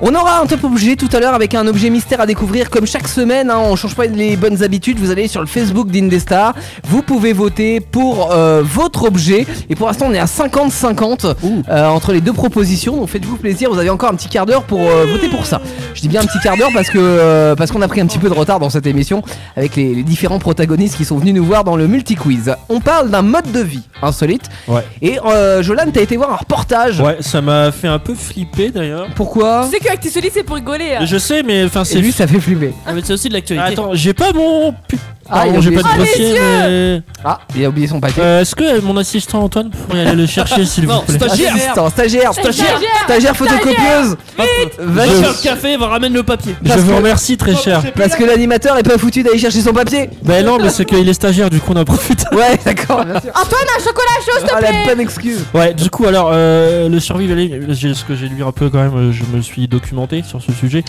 On aura un top objet tout à l'heure avec un objet mystère à découvrir comme chaque semaine, hein, on change pas les bonnes habitudes, vous allez sur le Facebook d'Indestar, vous pouvez voter pour euh, votre objet et pour l'instant on est à 50-50 euh, entre les deux propositions, donc faites-vous plaisir, vous avez encore un petit quart d'heure pour euh, voter pour ça. Je dis bien un petit quart d'heure parce que euh, parce qu'on a pris un petit peu de retard dans cette émission avec les, les différents protagonistes qui sont venus nous voir dans le multi-quiz. On parle d'un mode de vie insolite. Ouais. Et euh, Jolan, t'as été voir un reportage. Ouais, ça m'a fait un peu flipper d'ailleurs. Pourquoi Tu sais que Actu Solide, c'est pour rigoler. hein. Je sais, mais enfin c'est. Ah. lui, ça fait flipper. Ah, mais c'est aussi de l'actualité. Attends, j'ai pas mon. pu- Ah, Pardon, il a j'ai oublié pas de son- Ah, les dossier, yeux mais. Ah, il a oublié son paquet. Euh, Est-ce que mon assistant Antoine pourrait aller le chercher s'il vous Non, plaît stagiaire. Assistant, Euh, Ah, stagiaire, Stagiaire. stagiaire photocopieuse. Hop, Va Vas-y. faire le café, va ramener le papier. Je vous remercie très cher. Parce que l'animateur est pas foutu d'aller chercher son papier. Bah non, mais c'est qu'il est stagiaire, du coup on en profite. Ouais, d'accord, bien sûr. Antoine, un chocolat chaud, s'il te Ah, la plaît bonne excuse. Ouais, du coup, alors, euh, le survival, j'ai- ce que j'ai lu un peu quand même, euh, je me suis documenté sur ce sujet.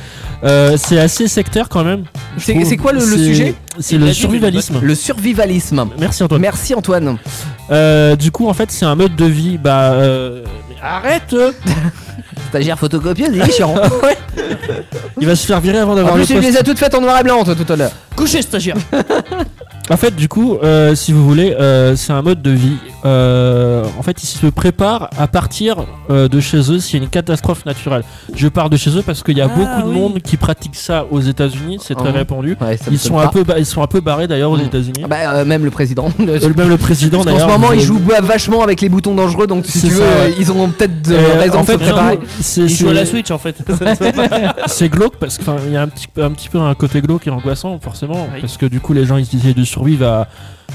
Euh, c'est assez sectaire quand même. je C'est- trouve. c'est quoi le- le C'est- sujet C'est Il a le dit, survivalisme. Le survivalisme. Merci Antoine. Merci Antoine. Euh, du coup, en fait, c'est un mode de vie. Bah, euh, mais arrête euh, Stagiaire photocopieuse, il est chiant. Il va se faire virer avant En d'avoir le plus, tu poste. les as toutes faites en noir et blanc, toi, tout à l'heure. Coucher, stagiaire. En fait, du coup, euh, si vous voulez, euh, c'est un mode de vie. Euh, en fait, ils se préparent à partir euh, de chez eux s'il y a une catastrophe naturelle. Je pars de chez eux parce Ah qu'il y a beaucoup de monde qui pratique ça aux États-Unis. C'est très Ah. répandu. Ouais, ça ils m'étonne sont un pas. peu, ba- ils sont un peu barrés d'ailleurs Mm. aux États-Unis. Ah Bah, euh, même le président. Euh, Même le président Parce qu'en d'ailleurs. ce moment, vous- ils jouent vachement avec les boutons dangereux, donc si C'est tu veux, ça, ouais. ils ont peut-être Euh, euh, raison en de se fait, préparer. j'avoue, Il c'est- joue à la c'est- Switch en fait. c'est glauque parce qu'il y a un petit, un petit peu un côté glauque et angoissant forcément parce que du coup les gens ils essayent de survivre à, à,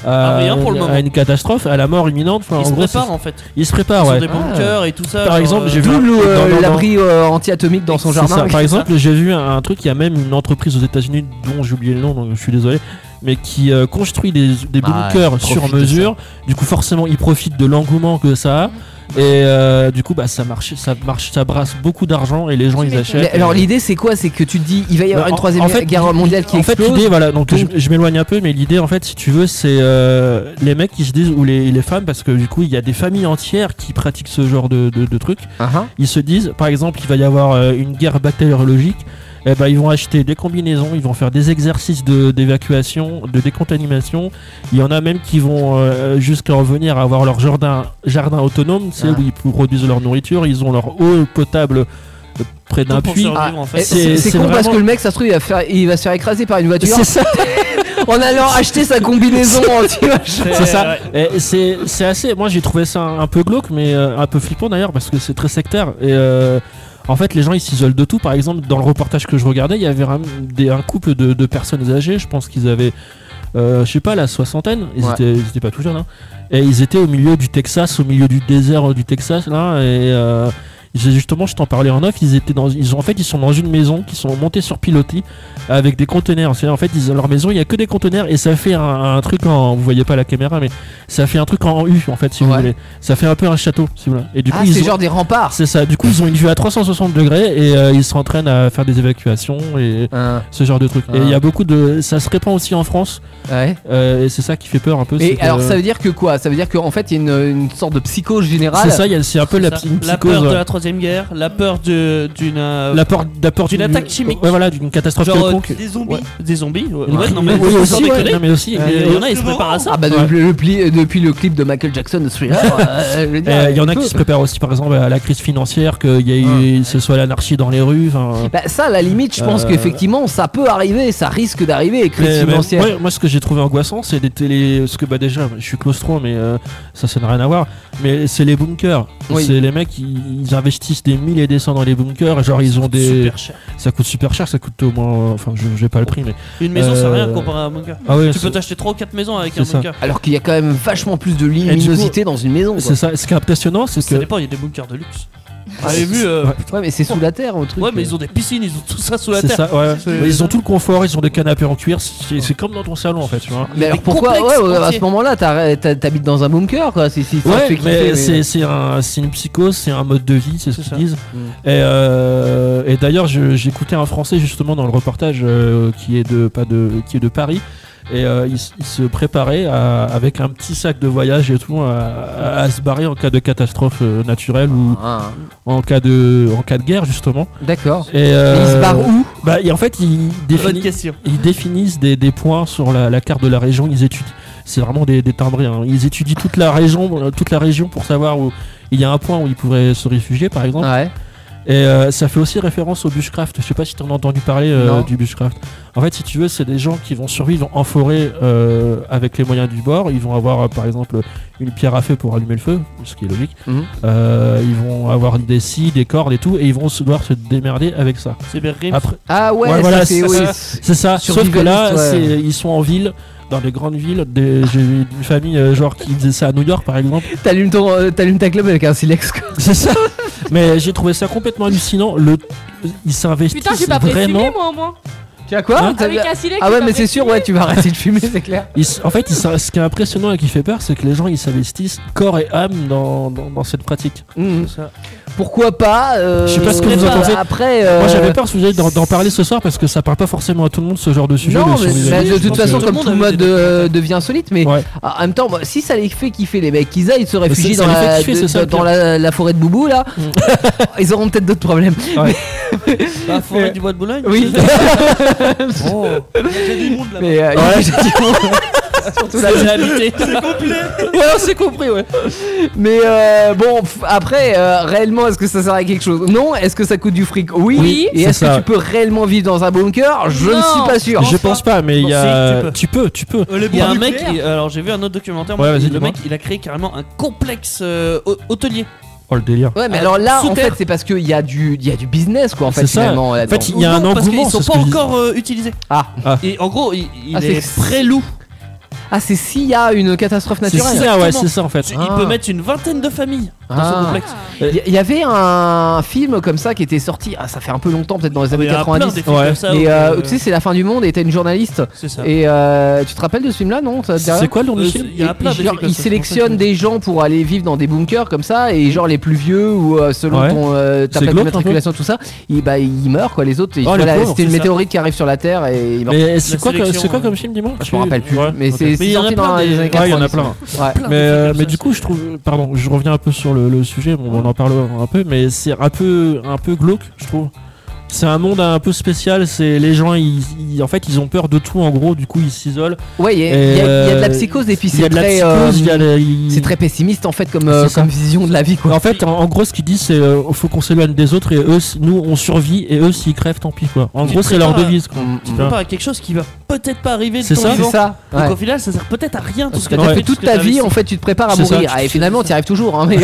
À Ah, rien pour le à moment. une catastrophe, à la mort imminente. Enfin, Ils en se gros, préparent, c'est- en fait. Ils se préparent. Ils ont ouais. Ah. des bunkers et tout ça, Par genre, exemple, euh, j'ai vu D'où le, Non, non, non. l'abri euh, anti-atomique dans son C'est jardin. ça. Par exemple, j'ai vu un, un truc. Il y a même une entreprise aux États-Unis dont j'ai oublié le nom, donc je suis désolé, mais qui euh, construit des, des Ah, bunkers il profite sur de mesure. Du coup, forcément, il profite de l'engouement que ça a. Et euh, du coup, bah, ça marche, ça marche, ça brasse beaucoup d'argent et les gens ils achètent. Mais alors Et- l'idée c'est quoi C'est que tu te dis il va y avoir Bah, une en- troisième en fait, guerre mondiale qui en fait, explose. l'idée, voilà, donc, je, je m'éloigne un peu, mais l'idée, en fait, si tu veux, c'est euh, les mecs qui se disent, ou les, les femmes, parce que du coup, il y a des familles entières qui pratiquent ce genre de, de, de trucs. Ah, Ils se disent, par exemple, il va y avoir euh, une guerre bactériologique. Eh ben, ils vont acheter des combinaisons, ils vont faire des exercices de- d'évacuation, de, décontamination. Il y en a même qui vont euh, jusqu'à en venir à avoir leur jardin, jardin autonome, c'est Ah. où ils produisent leur nourriture, ils ont leur eau potable euh, près d'un puits. Et Ah, C'est c'est con parce vraiment- que le mec, ça se trouve, il va, faire- il va se faire écraser par une voiture. C'est ça. en allant acheter sa combinaison. tu vois, genre. C'est ça. Et C'est c'est assez. Moi, j'ai trouvé ça un, un peu glauque, mais euh, un peu flippant d'ailleurs, parce que c'est très sectaire. Et euh, en fait, les gens ils s'isolent de tout. Par exemple, dans le reportage que je regardais, il y avait un, des- un couple de, de personnes âgées. Je pense qu'ils avaient, euh, je sais pas, la soixantaine. Ils, Ouais. étaient, ils étaient pas tout jeunes. hein. Et ils étaient au milieu du Texas, au milieu du désert euh, du Texas, là. Et euh, j'ai- justement, je t'en parlais en off. Ils étaient dans, ils ont, en fait, ils sont dans une maison qui sont montés sur pilotis avec des conteneurs. C'est en fait, ils, leur maison, il y a que des conteneurs et ça fait un, un truc en, vous voyez pas la caméra, mais ça fait un truc en U en fait, si vous voulez. Ça fait un peu un château, si vous voulez. Et du Ah, coup, ils c'est ont- genre des remparts. C'est ça. Du coup, ils ont une vue à 360 degrés et euh, ils s'entraînent à faire des évacuations et ce genre de trucs. Ah. Et il y a beaucoup de, ça se répand aussi en France. Euh, et c'est ça qui fait peur un peu. c'est Et que- alors, ça veut dire que quoi Ça veut dire qu'en fait, il y a une, une sorte de psychose générale. C'est ça, il y a- c'est un peu la, psy- une La psychose, peur de ouais. la troisième guerre, la peur de- d'une. euh, La peur- la peur d'une d'une- attaque chimique. ouais, voilà, d'une catastrophe Genre, euh, quelconque. Des zombies. Des zombies. Ouais, Une- ouais, non, mais, Oui, sans aussi, ouais, déconner. non, mais aussi, Euh, il y en a, ils se préparent à ça. Ah bah, Ouais. depuis, le pli- depuis le clip de Michael Jackson, Thriller. euh, je veux Il dire, y en a peu. qui se préparent aussi, par exemple, à la crise financière, qu'il y a eu, Ah. ce soit l'anarchie dans les rues. enfin, Bah, ça, à la limite, je pense Euh, qu'effectivement, ça peut arriver, ça risque d'arriver, crise mais- mais- financière. ouais, moi, ce que j'ai trouvé angoissant, c'est des télé. Parce que, bah, déjà, je suis claustro, mais euh, ça, ça n'a rien à voir. Mais c'est les bunkers. Oui. C'est les mecs, ils, ils investissent des milliers et des cents dans les bunkers. Genre, ils ont des. super cher. Ça coûte super cher, ça coûte au moins. Enfin, je j'ai pas le prix, mais. Une maison, c'est Euh, rien comparé à un bunker. Ah ouais, tu peux c'est- t'acheter 3 ou 4 maisons avec C'est un ça. bunker. Alors qu'il y a quand même vachement plus de Et du coup, luminosité dans une maison. quoi. C'est ça. Ce qui est impressionnant, c'est Ça que. dépend, il y a des bunkers de luxe. J'avais vu. euh, Ouais. Ouais, mais c'est sous la terre, au truc. Ouais, mais ils ont des piscines, ils ont tout ça sous la C'est terre. ça, ouais. C'est- Mais Ils ont tout le confort, ils ont des canapés en cuir, c'est c'est comme dans ton salon en fait, tu vois. Mais alors pourquoi ouais, complexes ouais, à ce entiers. moment-là t'as- t'as- t'habites dans un bunker quoi si, si, ça te Ouais, fait kiffer, mais mais- c'est c'est un, c'est une psychose, c'est un mode de vie, c'est ce qu'ils disent. Mm. Et, euh, et d'ailleurs, je- j'écoutais un Français justement dans le reportage euh, qui est de pas de qui est de Paris. Et euh, il, s- il se préparait à- avec un petit sac de voyage et tout à, à- à se barrer en cas de catastrophe euh, naturelle ou Ah. en cas de en cas de guerre justement. D'accord. Et Mais il se barre où bah, et en fait, ils définissent, ils définissent des, des points sur la, la carte de la région. Ils étudient. C'est vraiment des, des timbrés. hein. Ils étudient toute la région, euh, toute la région pour savoir où il y a un point où ils pourraient se réfugier, par exemple. Ah. Et euh, ça fait aussi référence au bushcraft. Je sais pas si tu en as entendu parler euh, Non. du bushcraft. En fait, si tu veux, c'est des gens qui vont survivre en forêt euh, avec les moyens du bord. Ils vont avoir, euh, par exemple, une pierre à feu pour allumer le feu, ce qui est logique. Mhm. Euh, ils vont avoir des scies, des cordes et tout, et ils vont se devoir se démerder avec ça. C'est bien Grimm. Après- Ah ouais, ça, voilà, c'est- c'est oui, ça. c'est- C'est ça. Sauf que là, survivaliste, ouais. c'est- ils sont en ville, dans des grandes villes. Des, j'ai vu une famille euh, genre qui faisait ça à New York, par exemple. T'allumes ton euh, t'allumes ta club avec un silex quoi. C'est ça. Mais j'ai trouvé ça complètement hallucinant. Le, ils s'investissent Putain, j'ai pas pris vraiment. moi au moins. Tu as quoi Hein T'as- Avec un silex, Ah tu ouais vas mais c'est rester sûr ouais tu vas arrêter de fumer c'est clair. Ils s- en fait, ils s'in- ce qui est impressionnant et qui fait peur, c'est que les gens ils s'investissent corps et âme dans, dans, dans cette pratique. Mhm. Pourquoi pas euh, Je sais pas ce que vous en pensez. Après euh, Moi j'avais peur sujet d'en d'en parler ce soir parce que ça parle pas forcément à tout le monde ce genre de sujet. Non, le mais survival. bah, de Je toute pense façon, que- comme tout mode euh, devient solide, mais ah, en même temps, bah, si ça les fait kiffer les mecs, qu'ils aillent se réfugier ça dans, les fait la, kiffer, de- c'est ça, le dans pire. Mm. la, la forêt de Boubou là, ils auront peut-être d'autres problèmes. La forêt du bois de Boulogne Oui. Oh. Mais, euh, Ah, Ouais. j'ai dit- Surtout la- C'est habité. Ouais, on s'est compris, ouais. Mais euh, bon, pff, après, euh, réellement, est-ce que ça sert à quelque chose Non. Est-ce que ça coûte du fric Oui. Oui. Et C'est est-ce que ça. tu peux réellement vivre dans un bunker Je ne Non. suis pas sûr. Je pense pas, mais il y a. tu peux, tu peux. Il y a un mec, il- alors j'ai vu un autre documentaire, Ouais, moi, vas-y, le dis-moi. mec il a créé carrément un complexe euh, hô- hôtelier. Oh le délire. Ouais, mais Ah, alors là, sous en fait, terre. c'est parce qu'il y a du, il y a du business, quoi. En fait, C'est ça. finalement. En là-dedans. fait, il y a un Non, parce engouement, qu'ils sont euh, c'est ce pas que je dis. encore euh, utilisés. Ah. Ah. Et en gros, il, il Ah, c'est est pré-loup. Ah, c'est s'il y a une catastrophe C'est naturelle. ça, ouais, c'est ça en fait. Il peut mettre une vingtaine de familles dans Ah. ce complexe. Il y- il y avait un film comme ça qui était sorti, ah, ça fait un peu longtemps, peut-être dans les années il y en a plein, 90. des films comme ça, Et euh, où, euh, tu sais, c'est la fin du monde et t'as une journaliste. ça. Et euh, tu te rappelles de ce film-là, non Ça te dit C'est rien quoi le nom du Euh, film il y en a Et- plein, des genre, films comme Il ça, Mm. sélectionne des gens pour aller vivre dans des bunkers comme ça, et genre les plus vieux ou euh, selon Ouais. ton, euh, ta C'est plaque de glauque, un peu matriculation, tout ça, ils, bah, ils meurent quoi. Les autres, ils- Oh, les voilà, pauvres, c'était une c'est ça. météorite qui arrive sur la Terre et ils meurent. Mais c'est quoi, que- c'est quoi euh, comme film, dis-moi Ah, Je me rappelle plus, mais c'est il c'est y en a sorti dans plein. les années des- Ouais, Ah, il y en a 90. plein. Ouais. Mais, euh, mais du coup, je trouve. Pardon, je reviens un peu sur le, le sujet. Bon, on en parlera un peu, mais c'est un peu, un peu glauque, je trouve. C'est un monde un peu spécial. C'est les gens, ils, ils- en fait, ils ont peur de tout. En gros, du coup, ils s'isolent. Ouais, il y, a- il y a il y a de la psychose et puis il y c'est a de la très, psychose, il y a euh, les- c'est très pessimiste en fait comme, euh, C'est ça. comme vision de la vie quoi. En fait, en, en gros, ce qu'ils disent, c'est euh, faut qu'on s'éloigne des autres et eux, s- nous, on survie et eux, s'ils crèvent, tant pis quoi. En Tu gros, te c'est leur prépares à- devise. quoi. Tu peux pas à quelque chose qui va peut-être pas arriver de C'est ton ça. vivant. C'est ça, Donc ouais. au final, ça sert peut-être à rien tout ce que Parce que t'as t'as fait, fait toute ta vie, en fait, tu te prépares à C'est ça, mourir. Ah, tu- et finalement, tu arrives toujours. Hein, mais...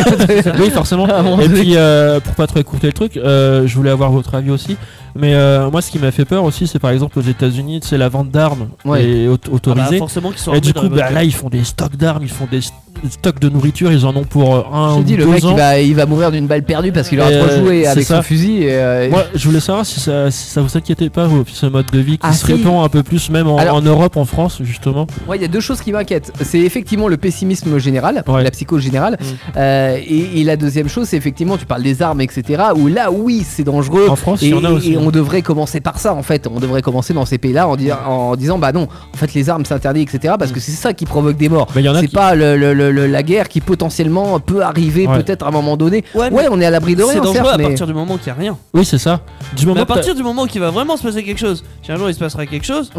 oui, forcément. À un moment Et donné. puis, euh, pour pas trop écouter le truc, euh, je voulais avoir votre avis aussi. Mais euh, moi, ce qui m'a fait peur aussi, c'est par exemple aux États-Unis, c'est la vente d'armes Ouais. et aut- autorisée. Ah bah, forcément qu'ils sont et du armés dans coup, les bah, voitures. là, ils font des stocks d'armes, ils font des st- stocks de nourriture, ils en ont pour euh, un Je ou te dis, deux le mec, ans. il va, il va mourir d'une balle perdue parce qu'il aura Et, trop euh, joué c'est avec ça. son fusil. Et, euh, Moi, je voulais savoir si ça, si ça vous inquiétait pas, vous, ce mode de vie qui Ah, se si. répand un peu plus, même en, Alors- en Europe, en France, justement. Ouais, il y a deux choses qui m'inquiètent. C'est effectivement le pessimisme général, la psychose générale. Mm. Euh, et, et la deuxième chose, c'est effectivement, tu parles des armes, etc. Où là, oui, c'est dangereux. En France, Euh, et, il y en a aussi, et hein. on devrait commencer par ça, en fait. On devrait commencer dans ces pays-là en, di- en disant, bah non, en fait, les armes, c'est interdit, etc. Mm. Parce que c'est ça qui provoque des Bah, morts. c'est pas le- le- le- le- la guerre qui potentiellement peut arriver Ouais. peut-être à un moment donné. Ouais, Ouais, mais on est à l'abri de rien, C'est dangereux certes, à mais- partir du moment qu'il y a rien. Oui, c'est ça. Du Mais moment à que t'as- Hmm. partir du moment qu'il va vraiment se passer quelque chose, si un jour il se passera quelque chose,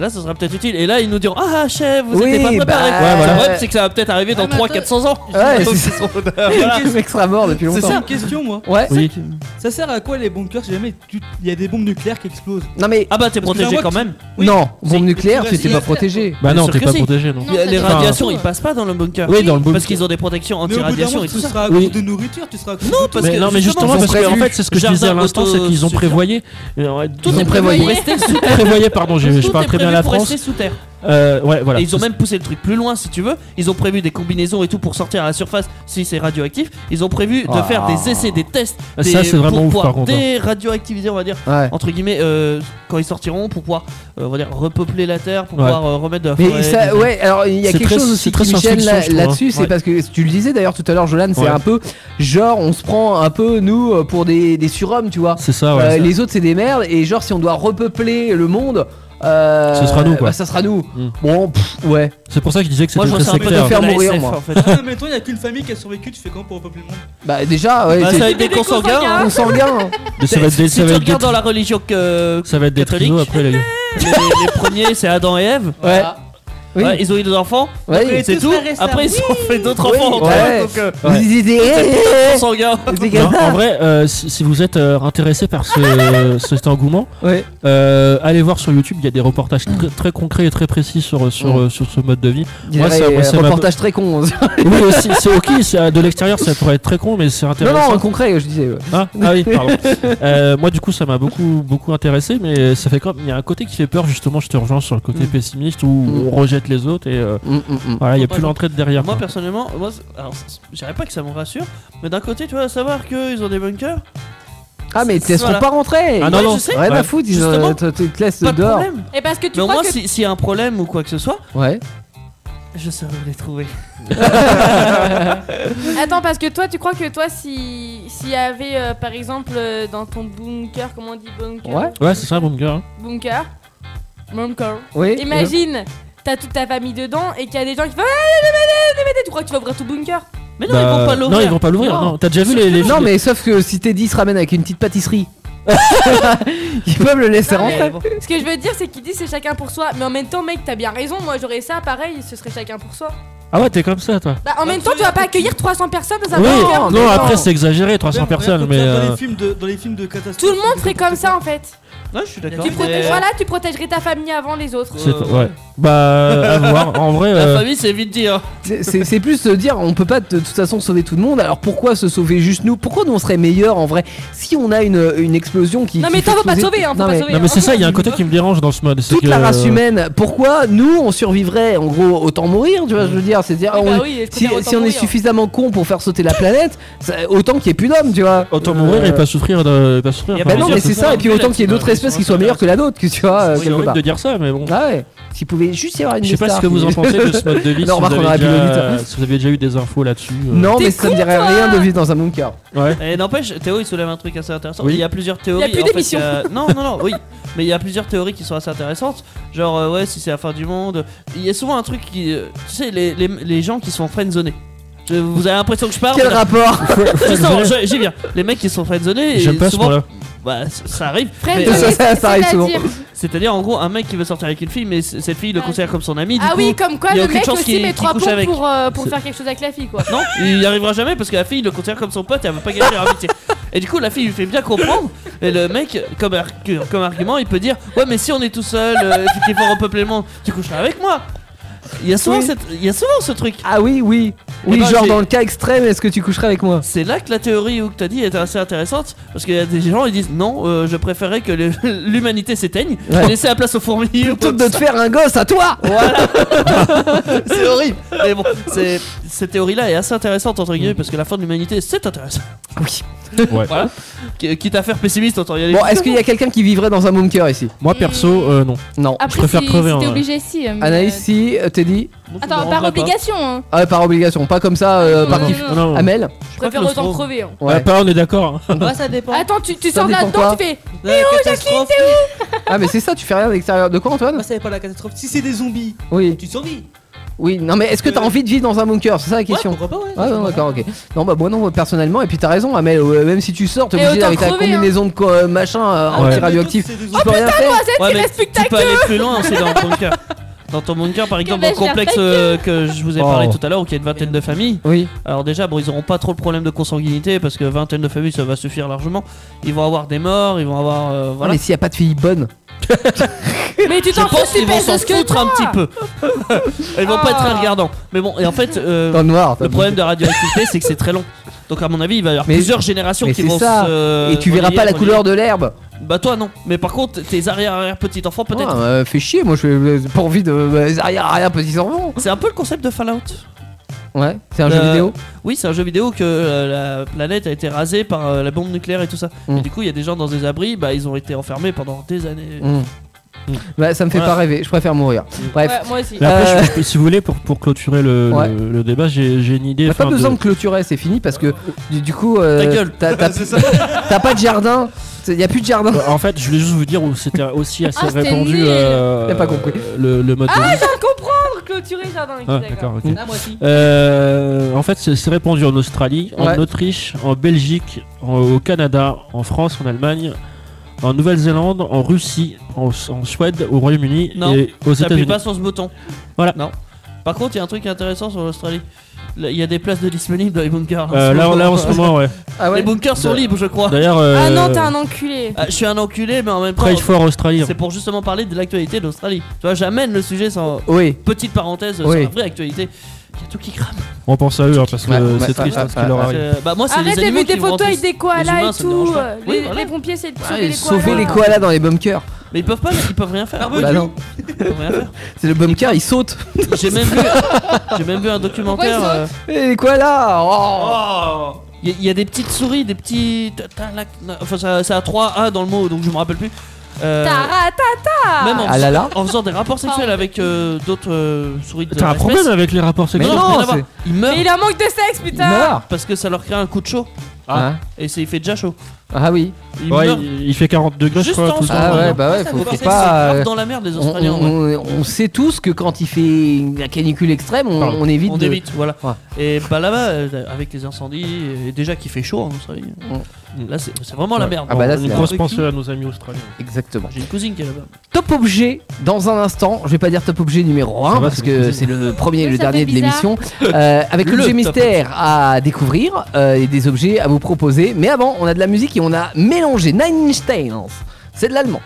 là ça sera peut-être utile. Et là ils nous diront Ah, chef, vous Oui, n'étiez pas préparé. bah, Le ouais, voilà. problème, c'est que ça va peut-être arriver dans 300-400 ans. Ouais, Donc, c'est ils seront- voilà. Le mec sera mort depuis C'est longtemps. ça une question, moi. Ouais. C'est ça qui- Ça sert à quoi les bunkers si jamais tu- il y a des bombes nucléaires qui explosent Non mais Ah bah t'es Parce que protégé moi, quand tu- même. Oui. Non, bombe nucléaire, tu tu t'es restes- pas protégé. Bah non, Bien sûr t'es que pas si. protégé, non. Il y a Non, Les ça dépend. radiations, ils passent pas dans le bunker. Oui, dans le bunker. Parce qu'ils ont des protections Mais au bout d'un anti-radiation moment, et tout tu ça. seras à Oui. cause de nourriture, tu seras à cause Non, de- parce Mais que non, mais justement, justement, ils ont parce que en prévu. fait, c'est ce que je Jardin disais à l'instant, c'est qu'ils ont auto- prévoyé. Euh, Tout ils est ont prévoyé. prévu pour rester sous terre. Prévoyé, pardon, j'ai- je Tout parle est très bien prévu la pour France. rester sous terre. Euh, ouais, voilà. Et ils ont même poussé le truc plus loin, si tu veux. Ils ont prévu des combinaisons et tout pour sortir à la surface si c'est radioactif. Ils ont prévu de Ah. faire des essais, des tests. Ah, des- ça, c'est pour vraiment ouf, pouvoir par contre, hein. Déradioactiviser, on va dire, Ouais. entre guillemets, euh, quand ils sortiront, pour pouvoir, euh, on va dire, repeupler la terre, pour Ouais. pouvoir euh, remettre de la Mais forêt, ça, des- ouais, alors il y a C'est quelque très- chose c'est aussi très qui me gêne science-fiction, là- je trouve, là-dessus, hein. c'est Ouais. parce que tu le disais d'ailleurs tout à l'heure, Jolan, c'est Ouais. un peu genre on se prend un peu nous euh, pour des, des surhommes, tu vois. C'est ça, ouais. Euh, les autres c'est des merdes et genre si on doit repeupler le monde, euh, Ce sera nous, quoi. Mm. bah, ça sera nous. Bon, pff, ouais. C'est pour ça que je disais que Moi, c'était je très ressens un peu de sectaire. faire mourir, moi. Ah, mais toi, il y a qu'une famille qui a survécu, tu fais comment pour repeupler le monde Bah déjà, ouais, Bah, c'est- ça va être des consanguins. hein. Consanguins. Mais ça va être des- Si ça va tu être regardes des- dans la religion que. Ça va être des Catholique. trios après, les gars. les, les premiers, c'est Adam et Ève. Ouais. Oui. Ouais, ils ont eu des enfants, Oui. Après, c'est Tous tout. restés Après, ils ont fait d'autres Oui, enfants. ouais. Donc, euh, Vous disiez, c'est eh, peut-être eh, consanguin. Non, en vrai, euh, si, si vous êtes euh, intéressé par ce, cet engouement, Ouais. euh, allez voir sur YouTube. Il y a des reportages tr- très concrets et très précis sur sur, euh, sur ce mode de vie. Il y a ça- un ça m'a- reportage très hein. con. Oui, aussi, c'est ok. c'est- euh, De l'extérieur, ça pourrait être très con, mais c'est Non, intéressant. non, concret, je disais. ouais. Ah, ah oui, pardon. Euh, moi, du coup, ça m'a beaucoup, beaucoup intéressé, mais ça fait quand même. Il y a un côté qui fait peur, justement. Je te rejoins sur le côté pessimiste où on rejette les autres et euh, Mm, voilà, il n'y a Moi, plus par l'entrée de derrière. Moi quoi. personnellement, moi, c'est- alors, c'est- je dirais pas que ça me rassure, mais d'un côté, tu vois, savoir qu'ils ont des bunkers. Ah, mais C'est- ils seront voilà. pas rentrés. Ah, non, Ils- non. Rien Ouais. à foutre, ils Justement, ont- te- te te laissent Pas de dehors. problème. Et parce que tu mais au crois moins, que- si- s'il y a un problème ou quoi que ce soit, Ouais. je saurais les trouver. Attends, parce que toi, tu crois que toi, si s'il y avait, euh, par exemple, euh, dans ton bunker, comment on dit bunker Ouais, c'est ça, bon gars. hein. Bunker. Bunker. Oui. Imagine, t'as toute ta famille dedans et qu'il y a des gens qui font. Ah, démêlez, démêlez Tu crois que tu vas ouvrir ton bunker Mais non, ils Bah, vont pas l'ouvrir. non, ils vont pas l'ouvrir, non. T'as déjà vu les- les Non, films- mais sauf que si Teddy se ramène avec une petite pâtisserie, ils peuvent le laisser Non, mais rentrer. Ce que je veux dire, c'est qu'ils disent c'est chacun pour soi. Mais en même temps, mec, t'as bien raison. Moi, j'aurais ça, pareil, ce serait chacun pour soi. Ah ouais, t'es comme ça, toi. Bah, en même temps, tu vas pas accueillir 300 personnes dans un Oui, bunker. non, après c'est exagéré, 300 personnes, mais. Dans euh, les films de, dans les films de catastrophe. Tout le monde serait comme ça en fait. Ouais, je suis d'accord. Tu protèges, voilà, tu protégerais ta famille avant les autres. c'est- ouais. Bah, à voir. En vrai. Euh, La euh, famille, c'est vite dit. hein. C'est- C'est c'est plus se dire, on peut pas de toute façon sauver tout le monde, alors pourquoi se sauver juste nous Pourquoi nous on serait meilleurs en vrai Si on a une, une explosion qui. Non, qui mais toi, fait faut pas exploser- sauver, hein, faut Non, pas mais- sauver, Non, mais c'est ça, il y a un côté hein. qui me dérange dans ce mode. c'est Toute la que- race humaine, pourquoi nous on survivrait En gros, autant mourir, tu vois, je veux dire. C'est dire, Oui, on- bah oui, je si, préfère autant si on est mourir. suffisamment con pour faire sauter la planète, ça- autant qu'il n'y ait plus d'hommes, tu vois. euh, Autant mourir et pas souffrir. De... et Pas souffrir Bah non, mais c'est ça, et puis autant qu'il y ait d'autres espèces qui soient meilleures que la nôtre, que tu vois. euh, C'est quelque horrible part. de dire ça, mais bon. Ah ouais, s'il pouvait juste y avoir une Je sais pas star ce que vous en qui- pensez de ce mode de vie. Non, si, vous remarque, on avez aurait pu déjà... le dire. si vous avez déjà eu des infos là-dessus. euh. Non, mais ça me dirait rien de vivre dans un bunker. Ouais. Et n'empêche, Théo il soulève un truc assez intéressant. Oui. Il y a plusieurs théories. Il y a plus en fait, d'émission. il y a- Non, non, non, oui. Mais il y a plusieurs théories qui sont assez intéressantes. Genre, euh, ouais, si c'est la fin du monde. Il y a souvent un truc qui. euh, Tu sais, les, les, les gens qui sont friendzonés. Je- Vous avez l'impression que je parle. Quel mais- rapport Je sens, je- j'y viens. Les mecs qui sont friendzonés. et J'aime pas ce souvent... mot-là. Bah, c- ça arrive. Friendzonés, mais- euh, Ça, ça, ça arrive souvent. c'est-à-dire C'est-à-dire, en gros, un mec qui veut sortir avec une fille, mais c- cette fille le considère comme son ami. du Ah coup, oui, comme quoi il y a le aucune mec chance aussi qu'il- met qu'il 3 couche pompes avec. pour, euh, pour C'est- faire quelque chose avec la fille quoi. Non, il y arrivera jamais parce que la fille il le considère comme son pote et elle veut pas gagner leur amitié. Et du coup, la fille lui fait bien comprendre. Et le mec, comme, arg- comme argument, il peut dire Ouais, mais si on est tout seul, euh, et qu'il faut repeupler le monde, tu coucheras avec moi. Il y a souvent, Oui. cette- il y a souvent ce truc. Ah oui, oui. Oui, Eh ben, genre j'ai- dans le cas extrême, est-ce que tu coucherais avec moi C'est là que la théorie où que t'as dit est assez intéressante parce qu'il y a des gens ils disent non, euh, je préférais que le- l'humanité s'éteigne, Ouais. et laisser la place aux fourmis. Plutôt que de te faire un gosse à toi c'est horrible. Mais bon, c'est- cette théorie-là est assez intéressante entre guillemets parce que la fin de l'humanité c'est intéressant. Oui. Ouais. Voilà. Qu- Quitte à faire pessimiste, autant y aller. Bon, est-ce qu'il y a quelqu'un qui vivrait dans un bunker ici Moi perso, euh, non. Non. Ah, Après, Je préfère si, crever, si en t'es vrai. obligé, si. euh, mais, Anaïs, euh, si, euh, Teddy Attends, par obligation. hein. Ah, par obligation, pas comme ça, euh, par non, kiff. non, non. Amel Je préfère autant crever. hein. Ouais, pas on est d'accord. hein. Moi, ça dépend. Attends, tu, tu Ça sors de dépend là-dedans, quoi tu fais. La catastrophe. Ah, mais c'est ça, tu fais rien à l'extérieur. De quoi, Ah, Antoine Moi, ça n'est pas la catastrophe. Si c'est des zombies, Oui, tu survis. oui. Non, mais est-ce que t'as envie de vivre dans un bunker C'est ça la question. Ouais, pourquoi pas, ouais. Ah non, d'accord, ok. Non, bah moi non, personnellement, et puis t'as raison, Amel, euh, même si tu sors, t'es Et obligé autant avec ta crever, hein. combinaison de co- euh, machin euh, Ah Ouais. anti-radioactif, C'est des tu peux rien Toi, faire. Zed, Ouais, il mais reste plus que ta tu peux queue. aller plus loin, hein, c'est dans ton bunker. Dans ton bunker, par exemple, dans le vais-je faire complexe ta euh, que je vous ai Oh. parlé tout à l'heure, où il y a une vingtaine de familles. Oui, Alors déjà, bon, ils auront pas trop de problèmes de consanguinité parce que vingtaine de familles, ça va suffire largement. Ils vont avoir des morts, ils vont avoir euh, voilà. mais s'il y a pas de fille bonne, Mais tu Je t'en fous, pense tu qu'ils vont pèses s'en de ce que foutre un petit peu. Ils vont pas être très regardants. Mais bon, et en fait, euh, dans le noir. t'as le dit. problème de la radioactivité, c'est que c'est très long. Donc à mon avis, il va y avoir Mais- plusieurs générations mais qui c'est vont ça. se. Et tu verras relayer, pas la relayer. couleur de l'herbe. Bah toi non. Mais par contre, tes arrière-arrière petits enfants peut-être. Ah, euh, fais chier, moi je j'ai pas envie de euh, arrière arrière petits enfants. C'est un peu le concept de Fallout. Ouais, c'est un Euh, jeu vidéo. Oui, c'est un jeu vidéo que euh, la planète a été rasée par euh, la bombe nucléaire et tout ça. Mm. Et du coup, il y a des gens dans des abris, bah ils ont été enfermés pendant des années. Mm. Bah, ça me fait Voilà. Mm. pas rêver, je préfère mourir. Bref, Ouais, moi aussi. Mais après, Euh. je peux- si vous voulez, pour, pour clôturer le, le- Ouais. le débat, j'ai j'ai une idée. t'as pas enfin, de- besoin de clôturer, c'est fini parce que du, du coup, euh, Ta gueule. t'as t'as- t'as pas de jardin, y a plus de jardin. Bah, En fait, je voulais juste vous dire où c'était aussi assez Ah, c'était répandu. nul. euh, T'as pas compris. Le, le mode de vie. Comprendre, clôturer, jardin. ok, Ah, d'accord. d'accord, ok. Ah, moi aussi. Euh, en fait, c'est c'est répandu en Australie, en Ouais. Autriche, en Belgique, en- au Canada, en France, en Allemagne, en Nouvelle-Zélande, en Russie, en, en Suède, au Royaume-Uni Non, et aux T'appuies États-Unis. pas sur ce bouton. Voilà. Non. Par contre, il y a un truc intéressant sur l'Australie. Là, Il y a des places de disponibles dans les bunkers. hein, en Euh, ce là, moment. là, en ce moment, ouais. Ah Les bunkers sont De- libres, je crois. D'ailleurs, Ah euh, non, t'es un enculé. Ah, je suis un enculé, mais en même temps, Pride for Australie. c'est pour justement parler de l'actualité de l'Australie. Tu vois, j'amène le sujet sans Oui. petite parenthèse sur Oui. la vraie actualité. Il y a tout qui crame. On pense à eux hein, parce que Ouais, euh, ouais, c'est triste ouais, hein, ce qui leur ouais, arrive. Euh, bah, moi, c'est Arrête les de animaux mettre qui des me rendent photos avec triste. des koalas humains, et ça me dérange tout. pas. euh, Oui, les- voilà. Les pompiers, c'est de Ah, sauver les koalas. sauver les koalas dans les bunkers. Mais ils peuvent pas, ils peuvent rien faire. Bah non, Ils peuvent rien faire. c'est le bunker, il saute. J'ai même vu, j'ai même vu un documentaire. Pourquoi ils euh, Et les koalas oh. Il y, a- il y a des petites souris, des petits. ta- ta- la- na- Enfin, ça, ça a 3 A dans le mot, donc je me rappelle plus. Euh, Taratata. même en, Ah là là. en faisant des rapports sexuels avec euh, d'autres euh, souris de T'as un l'espèce. problème avec les rapports euh, Mais sexuels Non, non, rien à voir. c'est- Ils meurent Mais il en manque de sexe, putain. Ah, Il meurt. parce que ça leur crée un coup de chaud. Ah. Hein Et c'est- il fait déjà chaud. Ah oui. Il Ouais, meurt. il- il fait 40 degrés, je Juste crois, en tout le temps. Ah ouais, Ouais, bah ouais, ça faut, nous faut fait pas. se euh, faire dans la merde, les on- Australiens, On, on sait tous que quand il fait la canicule extrême, on, Pardon. on évite. On de- évite, voilà. Ouais. Et bah là-bas, euh, avec les incendies, et déjà qu'il fait chaud en Australie. Là, c'est c'est vraiment la Ouais. merde. Ah bah là, c'est Une la- grosse pensée à nos amis australiens. Exactement. J'ai une cousine qui est là-bas. Top objet dans un instant. Je vais pas dire top objet numéro 1 va, parce c'est que difficile. c'est le premier et le Ça fait dernier de bizarre. l'émission. Euh, avec Le l'objet top mystère à découvrir euh, et des objets à vous proposer. Mais avant, on a de la musique et on a mélangé Nine Inch Nails. C'est de l'allemand.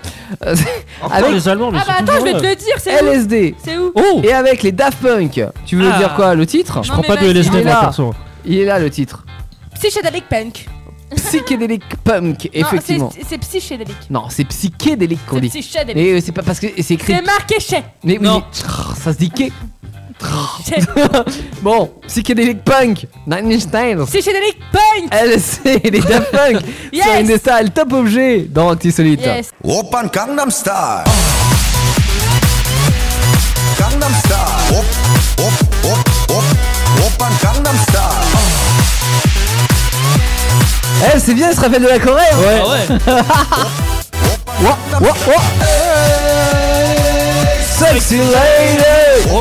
Euh, les Allemands, mais Ah bah c'est attends, je toujours vais te là. le dire, c'est où LSD. C'est où Et avec les Daft Punk. Tu veux Ah. dire quoi Le titre Je Non, prends mais pas de vas-y. LSD, Il est moi, là. perso. Il est là le titre. Psychédélique punk. Psychédélique punk, Non, effectivement. c'est- C'est psychédélique. Non, c'est psychédélique qu'on C'est dit. psychédélique. Mais euh, c'est pas parce que c'est écrit. C'est marqué chez. Mais oui, mais- Trrr, ça se dit quai. bon, psychédélique punk, Nine Inch Nails. Psychédélique Ah, punk. LSD, les Daft Punk. Yes. Sur Indestar, le top objet dans Antisolite. Yes. Open Gangnam Style. Gangnam Style. Op, op, op, op. Open Gangnam Style. Eh, c'est bien, elle se rappelle de la Corée. hein. Oh, Ah ouais. Wah, wah, wah. Sexy lady. Oh. Oh,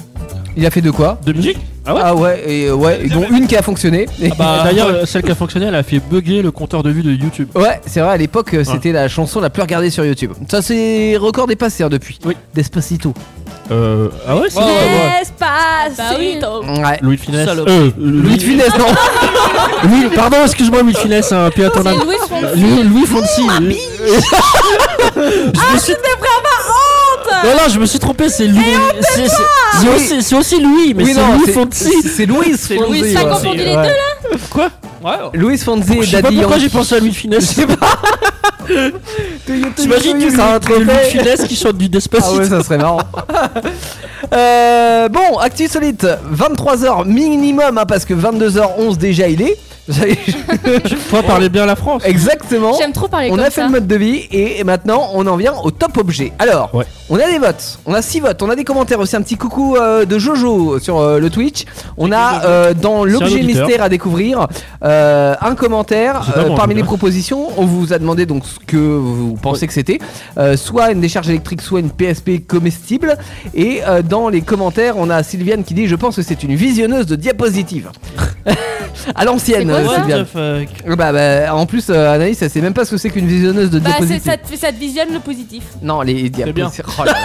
Il a fait de quoi De musique Ah ouais, et euh, ouais, et dont une qui a fonctionné. Et- Bah, D'ailleurs, euh, celle qui a fonctionné, elle a fait bugger le compteur de vue de YouTube. Ouais, c'est vrai, à l'époque, euh, c'était la chanson la plus regardée sur YouTube. Ça, c'est record dépassé hein, depuis. Oui. Despacito. Euh. Ah ouais, c'est Ouais, pas ouais, moi. Espace. Ouais. Louis Ah, de Funès. Salope. Euh, Louis de Funès, non Oui, pardon, excuse-moi, Louis de Funès, un pied à ton C'est âme. Louis Fonsi. Lou- Louis Fonsi. Louis- Ah, je devrais avoir honte. Non, non, je me suis trompé, c'est Louis. c'est- c'est- C'est Oui. aussi, c'est aussi Louis, mais Oui, c'est non, Louis c'est- Fonsi. c'est- C'est Louis C'est Louis Fonsi. Fonsi. ouais. Confondu les Ouais. deux, Quoi Ouais. Louis Fonsi et Je sais pas Daddy pourquoi Yankee. j'ai pensé à Louis de Funès. T'imagines que que ça a un c'est Louis trophée. de Funès qui chante du Ah Despacito. ouais, ça serait marrant. Euh, bon, Actu Solite, 23h minimum, hein, parce que 22h11 déjà il est. Ça y est, je- Toi, parler bien la France. Exactement. J'aime trop parler On comme a fait ça. le mode de vie et maintenant on en vient au top objet. Alors, Ouais. on a des votes, on a 6 votes, on a des commentaires aussi. Un petit coucou euh, de Jojo sur euh, le Twitch. On a euh, dans C'est un l'objet auditeur. mystère à découvrir euh, un commentaire J'ai pas euh, mon parmi jeu, les là. propositions. On vous a demandé donc ce que vous pensez que c'était Euh, soit une décharge électrique, soit une PSP comestible. Et euh, dans les commentaires, on a Sylviane qui dit Je pense que c'est une visionneuse de diapositive. à l'ancienne, C'est quoi, euh, ça What Sylviane. the fuck Euh, Bah, bah, en plus, euh, Anaïs, elle sait même pas ce que c'est qu'une visionneuse de Bah, c'est- diapositive. ça te, ça te visionne le positif. Non, les diapositives. Oh là là.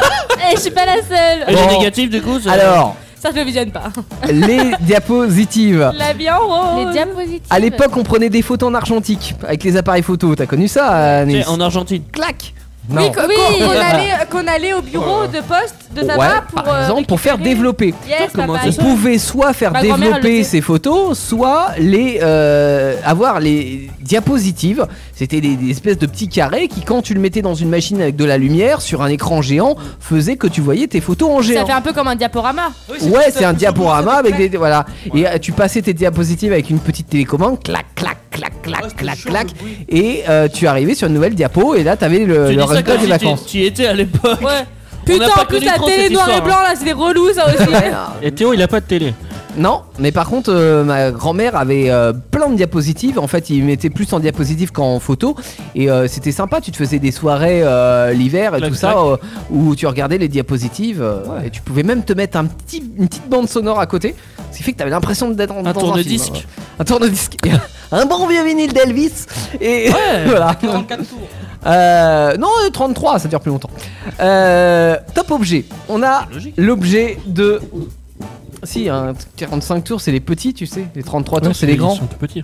Eh, je suis pas la seule. Et les Bon. négatifs du coup c'est- Alors, Ça te le visionne pas. les diapositives. La vie en Les rose. diapositives. À l'époque, on prenait des photos en argentique avec les appareils photo. T'as connu ça, Tu sais, Anaïs en Argentine. Clac Oui, Non. qu'on qu'on- qu'on allait, qu'on allait au bureau de poste de tabac Ouais, pour. par euh, exemple, pour faire récupérer- développer. Yes, Comment papa. ça On se- pouvait soit faire Ma grand-mère, elle le développer faisait. ces photos, soit les euh, avoir les diapositives. C'était des, des espèces de petits carrés qui, quand tu le mettais dans une machine avec de la lumière sur un écran géant, faisait que tu voyais tes photos en géant. Ça fait un peu comme un diaporama. Ouais, c'est un diaporama avec des. Voilà. Et euh, tu passais tes diapositives avec une petite télécommande, clac, clac, clac, clac, clac, clac. Et euh, tu arrivais sur une nouvelle diapo, et là, t'avais Euh, le, Tu le dis résultat ça comme des si vacances. tu- tu y étais à l'époque. Ouais. On Putain, n'a pas en plus connu la trop télé cette noir et histoire, blanc hein. là, c'est des relous ça aussi. Et Théo, il a pas de télé. Non, mais par contre, euh, ma grand-mère avait euh, plein de diapositives. En fait, il mettait plus en diapositive qu'en photo. Et euh, c'était sympa. Tu te faisais des soirées euh, l'hiver et Clac, tout ça, euh, où tu regardais les diapositives. euh, Et tu pouvais même te mettre un petit, une petite bande sonore à côté. Ce qui fait que t'avais l'impression d'être dans dans un tourne-disque. film, ouais. Un tourne-disque. un bon vieux vinyle d'Elvis. Et voilà. Euh, non, euh, 33, ça dure plus longtemps. Euh, top objet. On a logique. l'objet de. Si, un 45 tours, c'est les petits, tu sais. Les 33 tours, c'est les grands. Ils sont tout petits.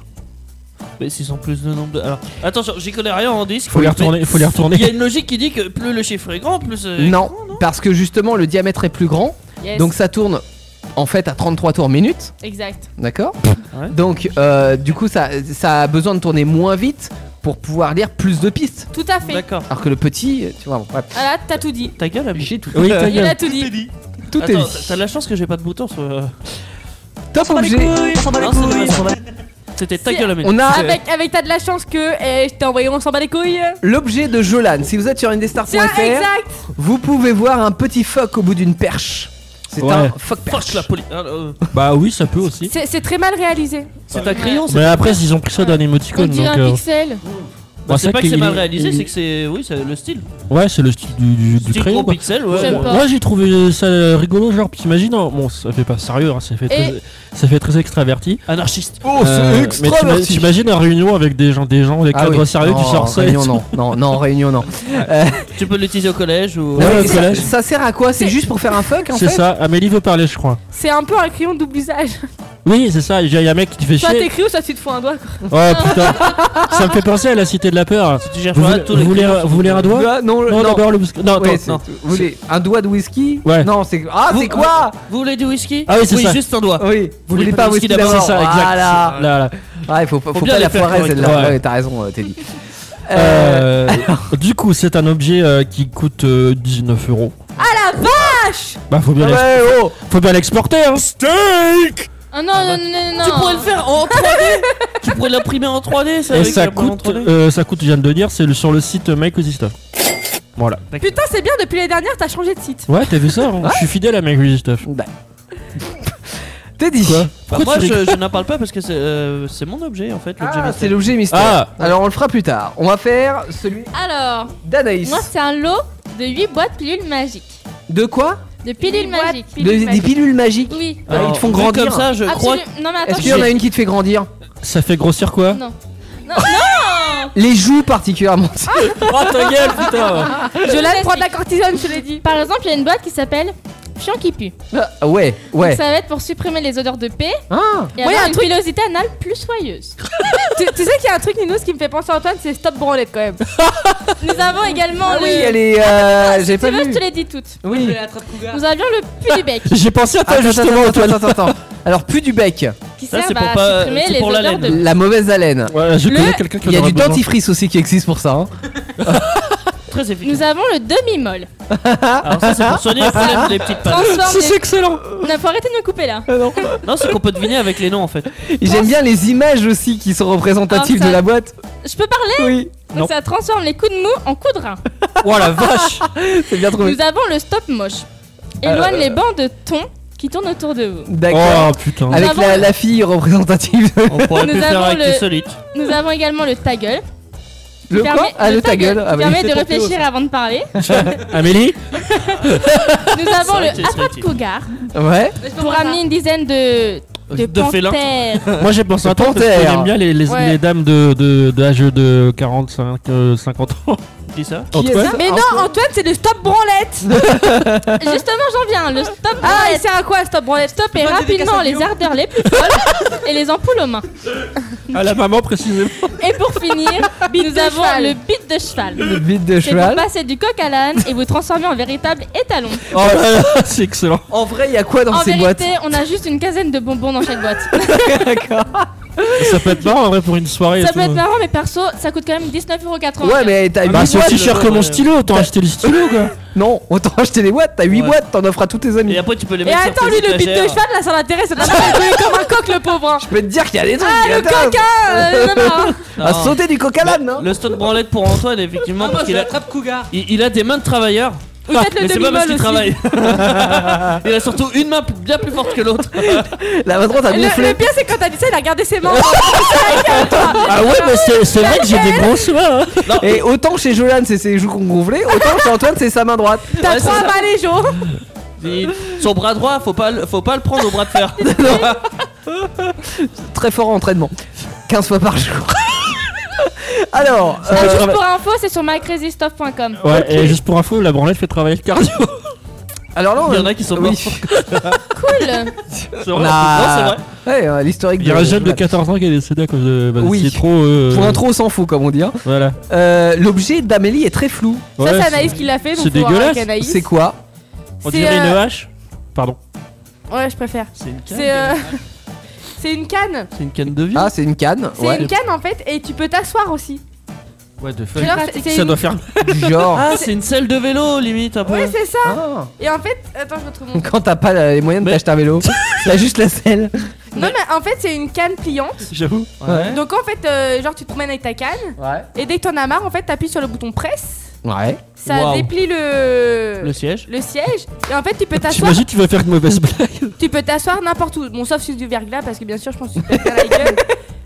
Mais s'ils sont plus de nombre de. Alors, attention, j'y connais rien en disque. Faut les retourner, faut les Il y a retourner. une logique qui dit que plus le chiffre est grand, plus. euh, Non, parce que justement, le diamètre est plus grand. Yes. Donc ça tourne en fait à 33 tours minute. Exact. D'accord Ouais. Donc, euh, du coup, ça, ça a besoin de tourner moins vite pour pouvoir lire plus de pistes. Tout à fait. D'accord. Alors que le petit, tu vois, bon, bref. Voilà, t'as tout dit. Ta gueule, ami. J'ai tout. Oui, ta Il gueule. a tout dit. Tout est Attends, dit. Oh, T'as de la chance que j'ai pas de bouton sur. euh, Top bat les objet. couilles. On s'en bat les Non, c'est couilles. dommage, on s'en bat- C'était ta gueule, mec. On a- Avec, avec t'as de la chance que eh, je t'ai envoyé, on s'en bat les couilles. L'objet de Jolan, si vous êtes sur Tiens, indestar.fr, exact. vous pouvez voir un petit phoque au bout d'une perche. C'est Ouais. un phoque perche. Fuck la police. Ah, euh, Bah oui, ça peut aussi. C'est c'est très mal réalisé. C'est un crayon, c'est Mais après, ils ont pris ça d'un émoticône. donc, euh, pixel. bah, c'est vrai pas que c'est qu'il mal est- réalisé, il- c'est que c'est. Oui, c'est le style. Ouais, c'est le style du, du, du Style crayon. gros quoi. pixel, ouais. J'aime pas. Moi, j'ai trouvé ça rigolo, genre, t'imagines, hein, bon, ça fait pas sérieux, hein, ça, fait eh, Et- très, ça fait très extraverti. Euh, Anarchiste. Oh, c'est mais t'ima- extraverti. T'imagines en réunion avec des gens, des gens, des Ah cadres oui. sérieux, Non, tu sors ça et réunion, tout. non, non, non, en réunion, non. Tu peux l'utiliser au collège ou. Ouais, ça- ça, sert à quoi C'est juste pour faire un fuck en C'est fait ça, Amélie veut parler, je crois. C'est un peu un crayon de double usage. Oui, c'est ça, il y a un mec qui te fait Soit chier. t'écris ou soit tu te fous un doigt. quoi. Oh putain, ça me fait penser à la cité de la peur. cherches Vous pas, voulez- tous les vous voulez- clients sont vous voulez un doigt Ah, Non, non. d'abord le whisky. Non, Ouais, attends, c'est- non. Vous voulez un doigt de whisky Ouais. Non, c'est. Ah, Vous- c'est quoi Vous voulez du whisky Ah oui, c'est oui, ça. juste un doigt. Oui, vous voulez voulez pas pas de whisky whisky d'abord, d'abord ça, exact. Voilà. Là, là. Ouais, faut, faut, faut bien pas les la faire foirer celle-là. correctement. Ouais, t'as raison, euh, Teddy. Euh, du coup, c'est un objet euh, qui coûte euh, 19 euros. Ah la vache Bah, faut bien, Ah l'ex- ouais, oh faut bien l'exporter, hein. Steak Ah non, non, non, non, non. Tu pourrais le faire en 3D Tu pourrais l'imprimer en 3D, ça Et avec la ça bande en coûte, 3D. euh, ça coûte, je viens de le dire, c'est le- sur le site Mike Ozista. Voilà. Putain, c'est bien, depuis les dernières, t'as changé de site. Ouais, t'as vu ça hein Je suis fidèle à Mike Ozista. Bah. Teddy Quoi Bah, Pourquoi moi, tu je, rigoles je n'en parle pas parce que c'est euh, c'est mon objet en fait. L'objet Ah, mystère. c'est l'objet mystère. Ah. Alors on le fera plus tard. On va faire celui Alors, d'Anaïs. moi, c'est un lot de 8 boîtes pilules magiques. De quoi De pilules magiques. De- Des pilules magiques Oui. Bah, Ils te font vu grandir. Euh, Comme ça, je crois. Absolument. Non, mais attends, Est-ce qu'il y en je- a une qui te fait grandir Ça fait grossir quoi Non. Non, non Les joues particulièrement. Oh ta gueule, putain Je l'aime prendre de la cortisone, je l'ai dit. Par exemple, il y a une boîte qui s'appelle Chiant qui pue. Ah, ouais, ouais. Donc, ça va être pour supprimer les odeurs de paix Ah, et Moi, il y a avoir un une truc- pilosité anale plus soyeuse. tu, tu sais qu'il y a un truc, Ninos, qui me fait penser à Antoine, c'est stop branlette quand même. Nous avons également Ah le... oui, elle est. Euh, J'ai Si pas tu veux, vu. Ah, je te l'ai dit toutes. Oui. Nous avions le pu du bec J'ai pensé à toi Attends, justement, attends, Antoine. attends, attends, attends. Alors, plus du bec, qui Ça, sert c'est pour à pas- supprimer c'est les pour la odeurs laine. de... la mauvaise haleine. Ouais, je Le- connais quelqu'un qui en Il y a aura du besoin. dentifrice aussi qui existe pour ça. hein. Très efficace. Nous avons le demi-molle. Alors, ça, c'est pour soigner le problème des petites pattes. Transforme les- excellent Non, faut arrêter de nous couper Euh, là. Non, c'est qu'on peut deviner avec les noms en fait. Et J'aime bien les images aussi qui sont représentatives Ah, ça- de la boîte. Je peux parler Oui, Non. Donc ça transforme les coups de mou en coups de rein. Oh la vache c'est bien trouvé. Nous avons le stop moche. Euh, Éloigne les bancs de thon qui tournent autour de vous. D'accord. Oh putain Avec Nous la, avons- la fille représentative. Oh, On pourrait Nous plus faire avons avec le- les solites. Nous avons également le ta gueule. qui Le quoi permet- Ah, le ta gueule. qui Ah oui. permet de C'est pour Théo, réfléchir avant de parler. Amélie Nous avons le vrai que c'est appât de utile. cougar ça. Ouais. pour amener une dizaine de. De, De félins. panthères. Moi j'ai pensé à Le toi parce que panthère. j'aime bien les, les, Ouais. les dames de de- d'âge de, 45, euh, 50 ans. Dis ça. Qui est Antoine ça Mais non, Antoine, c'est le stop branlette. Justement, j'en viens. Le stop. Ah, breath. il sert à quoi, stop branlette Stop Et et rapidement les ardeurs les plus folles et les ampoules aux mains. À Ah, la maman précisément. Et pour finir, nous de avons cheval. le bit de cheval. Le bite de C'est pour cheval. passer du coq à l'âne et vous transformer en véritable étalon. Oh, bah, c'est excellent. En vrai, il y a quoi dans en ces vérité, boîtes on a juste une quinzaine de bonbons dans chaque boîte. D'accord. Ça peut être marrant en vrai pour une soirée. et ça tout. peut être marrant, mais perso, ça coûte quand même 19,80€. Ouais, mais t'as 8 Bah c'est aussi boîtes. cher que mon stylo, autant acheter le stylo quoi. Non, autant acheter les boîtes. T'as 8 Ouais. boîtes, t'en offres à tous tes amis. Et après, tu peux les Et mettre sur attends, tes lui, le bit de étagères. cheval, là, ça l'intéresse. Ça l'a joué comme un coq, le pauvre. hein. Je peux te dire qu'il y a des trucs. Ah, qui le attendent coq, hein, euh, non, non, hein. À Non. Bah, sauter du hein. coq à l'âne, Ah, non Le stone branlette pour Antoine, effectivement, parce qu'il a, cougar. il, il a des mains de travailleurs. Ou peut-être le mais c'est pas parce demi-molle qu'il aussi. travaille. il a surtout une main p- bien plus forte que l'autre. La main droite a Le, le gonflé. pire, c'est quand t'as dit ça, il a regardé ses mains. Ah ouais, mais c'est- c'est vrai que j'ai des grosses mains. hein. Et autant chez Jolan, c'est ses joues qu'on gonflé, autant chez Antoine, c'est sa main droite. T'as trois balais, Jo. Il- son bras droit, faut pas, le- faut pas le prendre au bras de fer. Très fort en entraînement. 15 fois par jour. Alors, Ah, euh, juste pour info, c'est sur mycrazystuff.com. Ouais, et juste pour info, la branlette fait travailler le cardio. alors là, on Il y en a qui sont oui. morts. Cool. C'est On vrai. Non, c'est a- vrai. Ah, Ouais, euh, l'historique Il y a un jeune de Jolan. 14 ans qui est décédé à cause de. Bah, Oui. C'est trop. euh, Pour intro, on s'en fout, comme on dit. hein. Voilà. Euh, L'objet d'Amélie est très flou. Ouais, ça, c'est Anaïs qui l'a fait. donc c'est faut voir avec dégueulasse. Anaïs. C'est quoi On c'est, dirait euh, une hache. Pardon. Ouais, je préfère. C'est une canne. C'est euh, c'est une canne. C'est une canne de vie. Ah, c'est une canne. C'est Ouais. une canne en fait, et tu peux t'asseoir aussi. Ouais, de C'est leur- c'est Ça une- doit faire. Du genre. Ah, c'est une selle de vélo, limite, un peu. Ouais, c'est ça. Ah. Et en fait, attends, je retrouve mon. Quand t'as pas la- les moyens de Mais- t'acheter un vélo, t'as juste la selle. Non, mais en fait, c'est une canne pliante. J'avoue. Ouais. Donc, en fait, euh, genre, tu te promènes avec ta canne. Ouais. Et dès que t'en as marre, en fait, t'appuies sur le bouton presse. Ouais. Ça déplie le... Le siège. le siège. Et en fait, tu peux Bah, t'asseoir. J'imagine tu vas faire une mauvaise blague. Tu peux t'asseoir n'importe où. Bon, sauf si c'est du verglas, parce que bien sûr, je pense que tu peux te faire la gueule.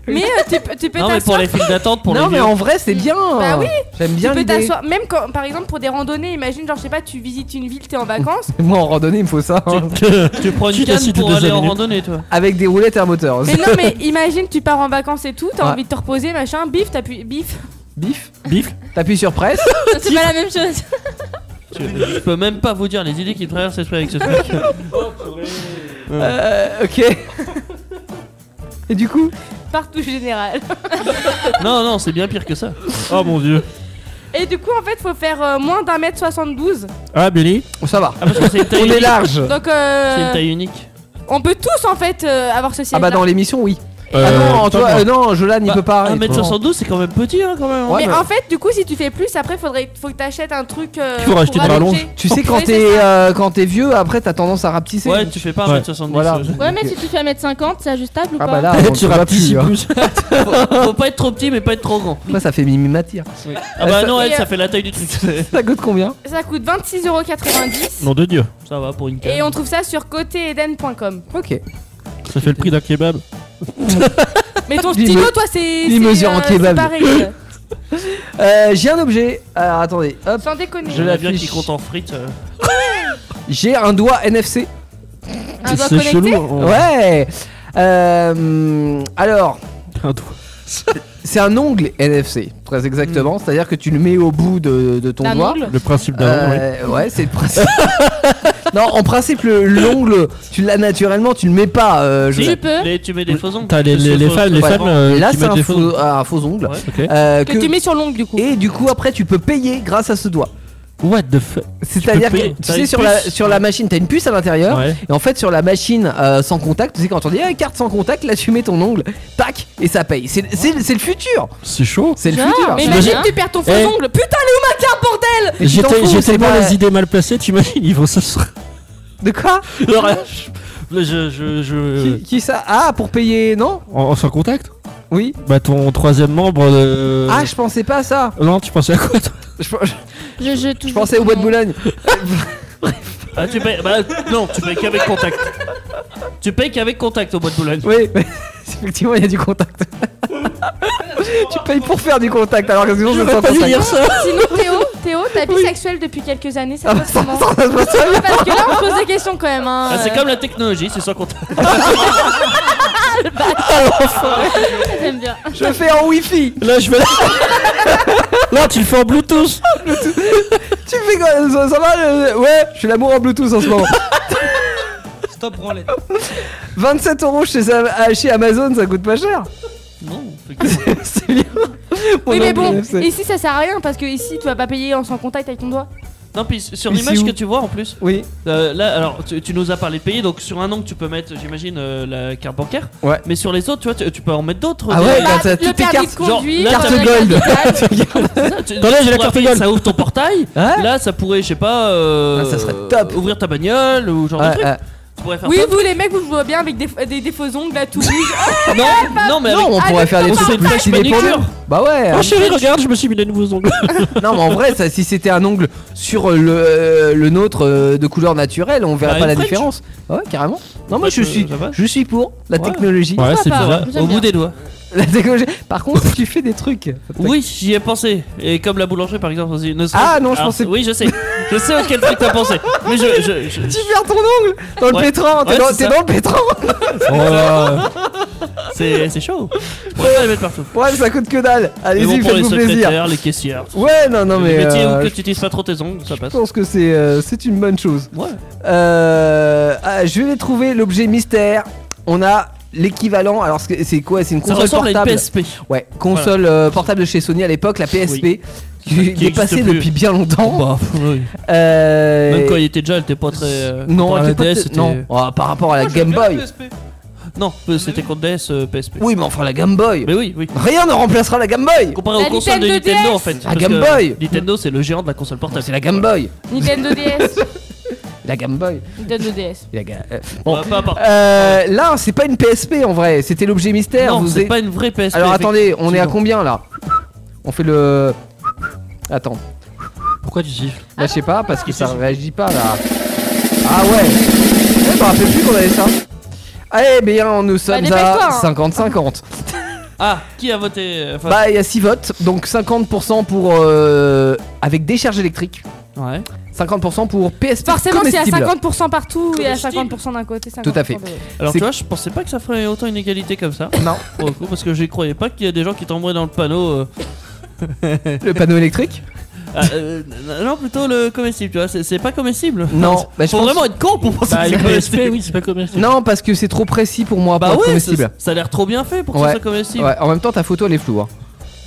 Mais euh, tu, peux- tu peux Non, mais pour t'asseoir. les files d'attente, pour les. Non, mais vieux. en vrai, c'est bien. Bah oui. J'aime bien Tu peux l'idée. t'asseoir. Même quand, par exemple, pour des randonnées, imagine, genre, je sais pas, tu visites une ville, t'es en vacances. Moi, en randonnée, il me faut ça. hein. Tu prends une Tu canne t'assieds pour toutes les aller cinq en minutes. randonnée, toi. Avec des roulettes et un moteur. Mais non, mais imagine, tu pars en vacances et tout, t'as Ouais. envie de te reposer, machin, bif, t'appuies. Bif. Bif Bif T'appuies sur presse. C'est pas la même chose. Je je peux même pas vous dire les idées qui me traversent l'esprit avec ce truc. Euh, ok. Et du coup Partout général. Non, non, c'est bien pire que ça. Oh mon dieu. Et du coup, en fait, faut faire euh, moins d'un mètre 72. Ah, Billy Ça va. parce que c'est une taille On est unique. large. Donc, euh, C'est une taille unique. on peut tous, en fait, euh, avoir ce Ah siège. bah dans l'émission, oui. ah non, toi, euh, non, Jolan, Bah, il peut pas. 1m72, c'est quand même petit, hein, quand même. hein. Ouais, mais mais- en fait, du coup, si tu fais plus, après, faudrait, faut que t'achètes un truc. euh, Il faut racheter pour des allonger. rallonges. Tu sais, quand Oui, c'est t'es euh, quand t'es vieux, après, t'as tendance à rapetisser. Ouais, tu fais pas Ouais. 1m70. Voilà. Ouais, mais si tu fais 1m50, c'est ajustable ou Ah pas bah là, on tu peut pas rapetisses plus, hein. plus. Faut pas être trop petit, mais pas être trop grand. Moi, ça fait mimi matière. Ah bah ça- non, elle, Et, euh, ça fait la taille du truc. Ça coûte combien Ça coûte 26,90€. Nom de dieu. Ça va pour une canne. Et on trouve ça sur côtéeden.com. Ok. Ça fait le prix d'un kebab. Mais ton Il stylo, me- toi, c'est. il c'est, mesure en euh, c'est kebab. pareil. Euh, J'ai un objet. Alors attendez, hop. Sans déconner. Je Je la bien l'affiche. qui compte en frites. euh. J'ai un doigt NFC. C'est Un doigt Ah, bah, connecté. chelou. hein, hein. on- Ouais. Euh, alors, Un doigt. c'est un ongle NFC, très exactement. Mm. C'est-à-dire que tu le mets au bout de, de ton D'un doigt. ongle. Le principe d'un nom, ouais. Euh, ouais, c'est le principe. non, en principe, le- l'ongle, tu l'as naturellement, tu le mets pas. euh, je- Les- peux. les- Tu mets des faux ongles. T'as les, Parce les, que les faut- femmes, les faut femmes vraiment- euh, là, qui c'est mettent un, des faux. faux- un faux ongle. Ouais. Ok. Euh, Que tu mets sur l'ongle, du coup. Et du coup, après, tu peux payer grâce à ce doigt. What the fuck C'est-à-dire peux que payer. tu T'as sais une sur la, puce. sur la machine, t'as une puce à l'intérieur. Ouais. Et en fait, sur la machine euh, sans contact, tu sais, quand on dit ah, carte sans contact, là tu mets ton ongle, tac, et ça paye. C'est c'est- c'est le futur! C'est chaud. C'est le Genre, futur! Mais C'est imagine, bien. tu perds ton faux Eh. ongle. Putain, elle est où ma carte, bordel Mais tu t'en J'étais fous, j'ai c'est tellement pas- les idées mal placées, t'imagines Ils vont s'asseoir. De quoi? Alors, là, je. je, je, je- Qui, qui ça? Ah, pour payer, non? En, en sans contact Oui? Bah, ton troisième membre. euh, Ah, je pensais pas à ça! Non, tu pensais à quoi toi Je, Je, je, je pensais au bois de Boulogne! Ah, tu payes. Bah non, tu payes qu'avec contact. Tu payes qu'avec contact au bois de Boulogne. Oui, mais effectivement, il y a du contact. tu payes pour faire du contact alors que sinon c'est sans contact. ça Sinon, Théo, Théo, ta vie sexuelle depuis quelques années, ça Ah, passe ça- comment ça- ça se passe très bien. Parce que là, on se pose des questions quand même. Hein, Ah, c'est euh. comme la technologie, c'est sans contact. J'aime bien. Je fais en wifi. Là, je vais. Là, tu le fais en Bluetooth Tu fais quoi ça, ça va euh, Ouais, je suis l'amour en Bluetooth en ce moment. Stop branlette. 27 euros chez, Am- chez Amazon, ça coûte pas cher. Non, c'est bien. Oui, Mon mais ongle bon, NFC. ici, ça sert à rien parce que ici, tu vas pas payer en sans contact avec ton doigt. non puis sur Mais c'est l'image où que tu vois en plus, Oui, Euh, là, alors, tu, tu nous as parlé de payer, donc sur un ongle, tu peux mettre, j'imagine, euh, la carte bancaire. Ouais. Mais sur les autres, tu vois, tu, tu peux en mettre d'autres. euh, Ah des- Eh ouais, des- Bah, t'as toutes le tes permis de cartes, genre, conduire, là, euh, carte la gold. capitale. tu- Attendez, tu j'ai la pourrais carte payer, gueule. Hein Ça ouvre ton portail. Ouais. Là, ça pourrait, je sais pas. euh, Ah, ça serait top. Ouvrir ta bagnole ou genre de Ouais, truc. ouais. Tu pourrais faire Oui, ça. vous les mecs, vous jouez bien avec des, des, des faux ongles là, tout rouge. Non, non, mais Non, avec- on avec pourrait faire des ton trucs plus portail, stylés pour manucure. nous. Bah ouais. Oh chérie, regarde, je me suis mis les nouveaux ongles. non, mais en vrai, ça, si c'était un ongle sur le, euh, le nôtre euh, de couleur naturelle, on verrait pas Bah, une la French. différence. Ah Ouais, carrément. Non, moi je Euh, suis, ça va je suis pour la Ouais. technologie. Ouais, c'est pas. bizarre. J'aime au bout bien. des doigts. La technologie. Par contre, tu fais des trucs. Oui, j'y ai pensé. Et comme la boulangerie, par exemple, aussi. Ne serait- Ah, non, je Alors, pensais- Oui, je sais. Je sais auquel truc t'as pensé. Mais je. je, je- Tu perds ton ongle dans le Ouais. pétrin. T'es Ouais, dans, c'est t'es ça. dans le pétrin. Oh là C'est c'est chaud. Je pourrais pas les mettre partout. Ouais, ça coûte que dalle. Mais bon, Allez-y, pour les faites-vous plaisir. secrétaires, les caissières. Ouais, non, non, Le mais. métier euh, où que je tu utilises pas trop tes ongles, ça passe. pense que c'est euh, c'est une bonne chose. Ouais. Euh, ah, je vais trouver l'objet mystère. On a l'équivalent. Alors, c'est c'est quoi C'est une Ça console ressemble à portable. une PSP. Ouais, console euh, portable de chez Sony à l'époque, la PSP. Oui. Qui, Qui est passée existe plus. depuis bien longtemps. Bah, oui. Euh, Même quand il était déjà, elle était pas très. euh, non, par elle la était pas DS, t- c'était- non. Oh, par rapport à la Game Boy. Non, euh, c'était contre DS, euh, PSP. Oui, mais enfin la Game Boy. Mais oui, oui. Rien ne remplacera la Game Boy. Comparé La aux consoles de Nintendo Nintendo DS. en fait. La parce Game que Boy. Nintendo c'est le géant de la console portable. C'est la Game Boy. Nintendo DS. La Game Boy. De 2DS. La ga- euh, On bon. va Bah, pas par- Euh, là, c'est pas une PSP en vrai, c'était l'objet mystère. Non, vous c'est êtes- pas une vraie PSP, Alors attendez, on est à effectivement. combien là On fait le. Attends. Pourquoi tu gifles Bah, je sais pas, parce que ça réagit pas là. Ah ouais Je me rappelle plus qu'on avait ça. Eh bien, Bah, nous sommes dépêche-toi, à hein. 50-50. Ah, qui a voté enfin, Bah, il y a 6 votes, donc 50% pour. euh, avec décharge électrique. Ouais. 50% pour PSP. Forcément, c'est à comestible. 50% partout et à 50% d'un côté. 50% Tout à fait. de l'autre. Alors C'est- tu vois, je pensais pas que ça ferait autant une égalité comme ça. Non. Pour le coup, parce que je croyais pas qu'il y a des gens qui tomberaient dans le panneau. euh. Le panneau électrique Ah, euh, n- non, plutôt le comestible, tu vois. C'est, c'est pas comestible. Non, bah, je Faut pense- vraiment être con pour penser Bah, que le c'est PSP, comestible. oui, c'est pas comestible. Non, parce que c'est trop précis pour moi, Bah pour être ouais, ça, comestible. ça a l'air trop bien fait pour que Ouais, ce soit comestible. ouais, en même temps, ta photo elle est floue. hein.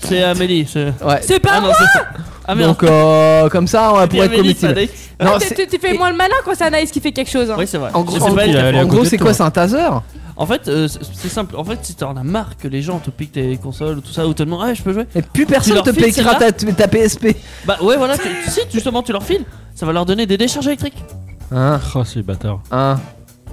C'est Amélie. C'est, Ouais. C'est Eh pas moi Ah merde. Donc, euh, comme ça, on va pouvoir être Amélie, comestible. Fadek. Non, Ah, t'es- c'est- t'es- t'es fait moins le malin quand c'est Anaïs qui fait quelque chose. hein. Oui, c'est vrai. En Je gros, sais en pas gros- euh, lequel. en gros, c'est quoi C'est un taser En fait, euh, c'est c'est simple. En fait, si t'en as marre que les gens te piquent tes consoles ou tout ça, ou te demandent, ah, je peux jouer. Et plus tu personne leur te files piquera celle-là. ta, ta PSP. Bah ouais, voilà. tu- tu- Si justement tu leur files, ça va leur donner des décharges électriques. Hein Oh, c'est bâtard. Hein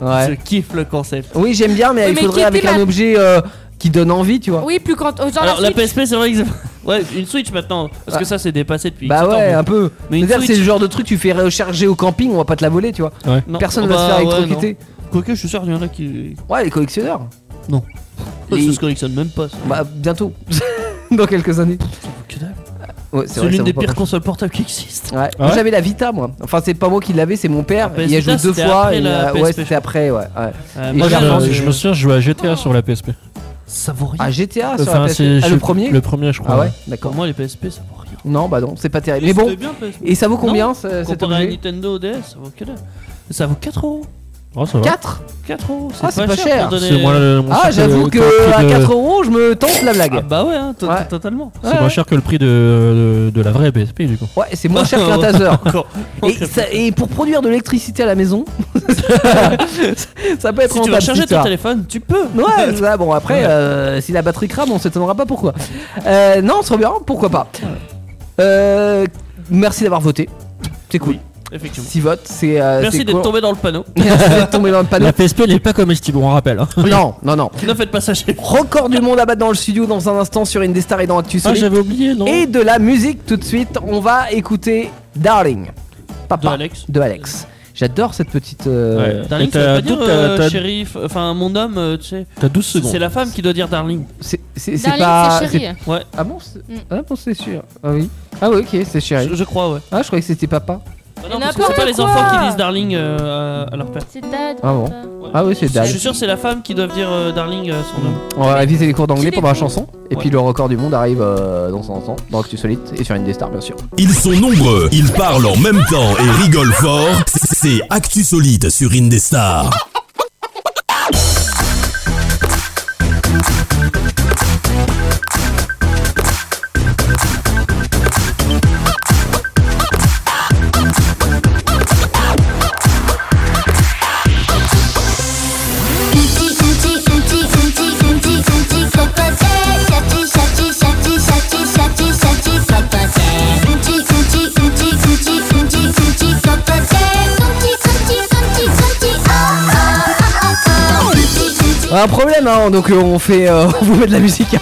Ouais. Je kiffe le concept. Oui, j'aime bien, mais Oui, il mais faudrait qui- avec qui un l'a- objet euh, qui donne envie, tu vois. Oui, plus quand. Genre Alors la la Switch. PSP, c'est vrai que c'est- Ouais, une Switch maintenant. Parce que ça, c'est dépassé depuis. Bah 17 ans, ouais, mais- un peu. Mais une C'est-à-dire, Switch- c'est le genre de truc tu fais recharger au camping, on va pas te la voler, tu vois. Ouais. Non. Personne Oh va se bah faire ouais, électrocuter. non. Quoique, je suis sûr qu'il y en a qui. Ouais, les collectionneurs. Non. Les- Ça se collectionne même pas. ça. Bah bientôt. Dans quelques années. Que dalle. Ouais, C'est vrai, ça l'une vaut des pas pires grand-chose. consoles portables qui existent. Ouais. Ah Moi, ouais J'avais la Vita moi. Enfin c'est pas moi qui l'avais, c'est mon père. Ah, il a PS joué Vita, deux c'était fois. après et, la euh, ouais PSP, c'était après ouais. ouais. Euh, Et Moi, j'ai je, vendu- me- je me souviens, je jouais à GTA sur la PSP. Ça vaut rien. Ah GTA sur Enfin, la c'est- PSP. Ah, je- le premier le premier, je crois, Ah ouais. ouais, d'accord. Pour moi, les PSP, ça vaut rien. Non bah non, c'est pas terrible. Mais Mais bon. c'était bien, PSP. Et ça vaut combien Non, ce- Euh, cet Comparé à objet Nintendo DS, ça vaut que dalle. Ça vaut 4 euros. Oh, ça va. 4 4 euros, c'est Ah c'est pas cher. pour donner- C'est moins le- moins Ah cher j'avoue le que à prix de- 4 euros je me tente la blague. Ah bah ouais, hein, to- Ouais. totalement. C'est moins cher que le prix de, de, de la vraie PSP du Ah. coup. Ouais, c'est moins cher qu'un taser. Et, ça- et pour produire de l'électricité à la maison, ça peut être Si tu rentable, vas cette charger ton histoire. téléphone, tu peux. Ouais, ça, bon après, euh, si la batterie crame, on s'étonnera pas pourquoi. Euh, non, trop bien, pourquoi pas. Euh, merci d'avoir voté, c'est cool. Effectivement. 6 votes, c'est. euh, Merci c'est d'être cool. tombé dans le panneau. Merci d'être tombé dans le panneau. La PSP n'est pas comestible, on rappelle. hein. Non, non, non. Ne faites pas ça chez Ah, vous. Record du monde à battre dans le studio dans un instant sur Indestar et dans Actu Ah, Solide. j'avais oublié, non Et de la musique tout de suite, on va écouter Darling. Papa. De Alex. De Alex. J'adore cette petite. euh, Ouais. Ah. Darling, Et ça veut t'as- pas dire donc, t'as- euh, t'as- shérif, enfin mon homme, euh, tu sais. T'as 12 secondes. C'est la femme qui doit dire Darling. C'est c'est- c'est Darling, pas. c'est chéri. Mm. Ouais, Ah bon c'est- Ah bon, c'est sûr. Ah oui. Ah oui, ok, c'est chéri. je, je crois, ouais. Ah, je croyais que c'était papa. Bah non, Mais parce que c'est n'importe pas les quoi. enfants qui disent Darling euh, à à leur père. C'est dad. Ah bon. Ah oui, c'est Je dalle. suis sûr, que c'est la femme qui doit dire euh, Darling euh, son homme. On va réviser les cours d'anglais Qui pendant la les cours chanson. Et Ouais. puis le record du monde arrive euh, dans un temps, dans Actu Solide et sur Indestar, bien sûr. Ils sont nombreux, ils parlent en même temps et rigolent fort. C'est Actu Solide sur Indestar. Un problème, hein, donc euh, on fait. euh, on vous met de la musique.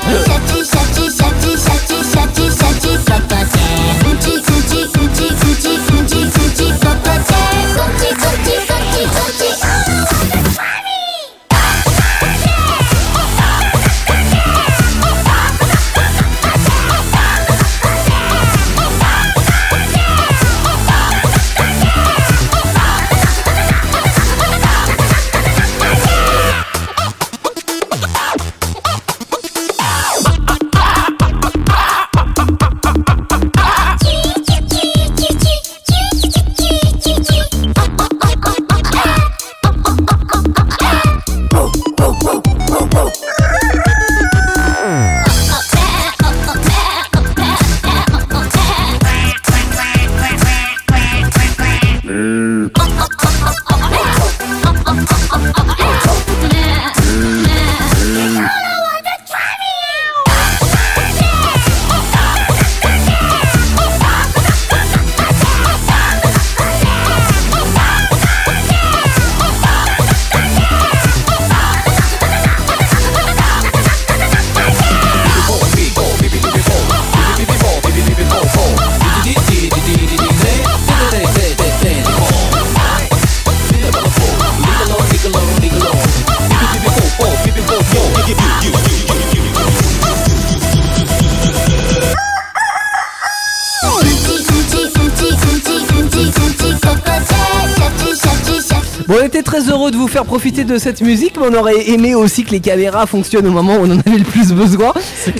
Bon, on était très heureux de vous faire profiter de cette musique, mais on aurait aimé aussi que les caméras fonctionnent au moment où on en avait le plus besoin.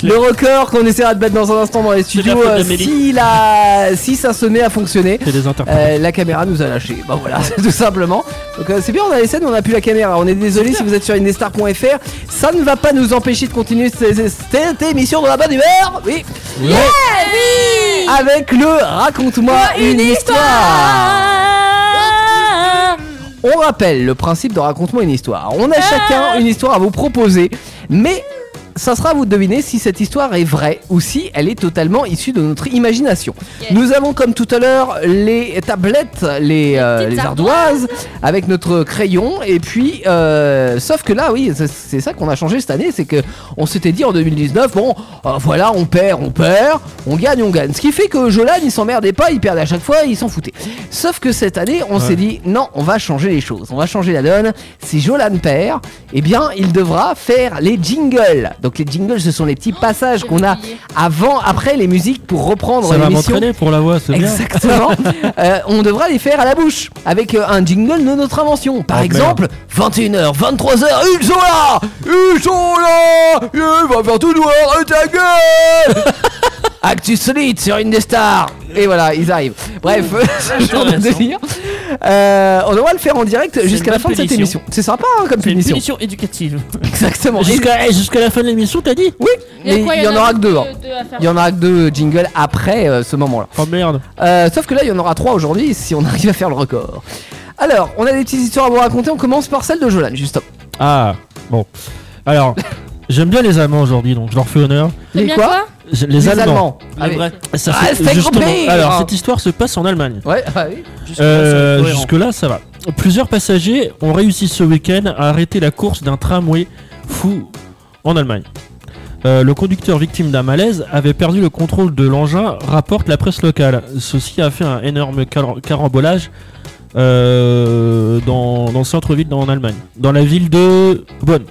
Le record qu'on essaiera de battre dans un instant dans les studios, faute euh, d'Amélie. si, la... si ça se met à fonctionner, C'est des interprètes. euh, la caméra nous a lâchés. Bah voilà, tout simplement. Donc euh, c'est bien, on a les scènes, on a plus la caméra. On est désolé si vous êtes sur indestar.fr. Ça ne va pas nous empêcher de continuer c- c- cette émission dans la bonne humeur. Oui. Yeah, Eh oui. Avec le raconte-moi Ah, une, histoire. On rappelle le principe de raconte-moi une histoire. On a chacun une histoire à vous proposer, mais ça sera à vous de deviner si cette histoire est vraie ou si elle est totalement issue de notre imagination. Nous avons comme tout à l'heure les tablettes, les, euh, les ardoises avec notre crayon et puis euh, sauf que là oui c'est- c'est ça qu'on a changé cette année c'est que on s'était dit en 2019 bon euh, voilà on perd on perd on gagne on gagne ce qui fait que Jolan il s'emmerdait pas il perdait à chaque fois il s'en foutait sauf que cette année on s'est dit non on va changer les choses on va changer la donne si Jolan perd eh bien il devra faire les jingles donc les jingles ce sont les petits passages qu'on a avant après les musiques pour reprendre Ça va l'émission m'entraîner pour la voix, c'est bien. Exactement. Euh, on devra les faire à la bouche avec euh, un jingle de notre invention. Par Ah, exemple, 21h, 23h, ils sont là Ils sont là Il va faire tout noir et ta gueule Actu solide sur une des stars Et voilà, ils arrivent. Bref, ce genre de délire. Euh, on devra le faire en direct jusqu'à la bonne fin de cette punition. émission. C'est sympa hein, comme C'est une punition. punition éducative. Exactement. Jusqu'à jusqu'à eh, la fin de l'émission, t'as dit Oui Il y a mais quoi, il y en aura que deux. hein. deux à faire Il y en aura que deux jingles après euh, ce moment-là. Oh merde. Euh, sauf que là, il y en aura trois aujourd'hui si on arrive à faire le record. Alors, on a des petites histoires à vous raconter. On commence par celle de Jolan, juste. Ah, bon. Alors, j'aime bien les Allemands aujourd'hui, donc je leur fais honneur. Les T'aimes bien quoi quoi Je- Les, Les Allemands. Allemands. Ah oui. Ça Ah, fait- c'est justement, groupé. alors, cette histoire se passe en Allemagne. Ouais, bah oui. Euh, Jusque-là, ça va. Plusieurs passagers ont réussi ce week-end à arrêter la course d'un tramway fou en Allemagne. Euh, le conducteur victime d'un malaise avait perdu le contrôle de l'engin, rapporte la presse locale. Ceci a fait un énorme car- carambolage euh, dans, dans le centre-ville en Allemagne, dans la ville de Bonn.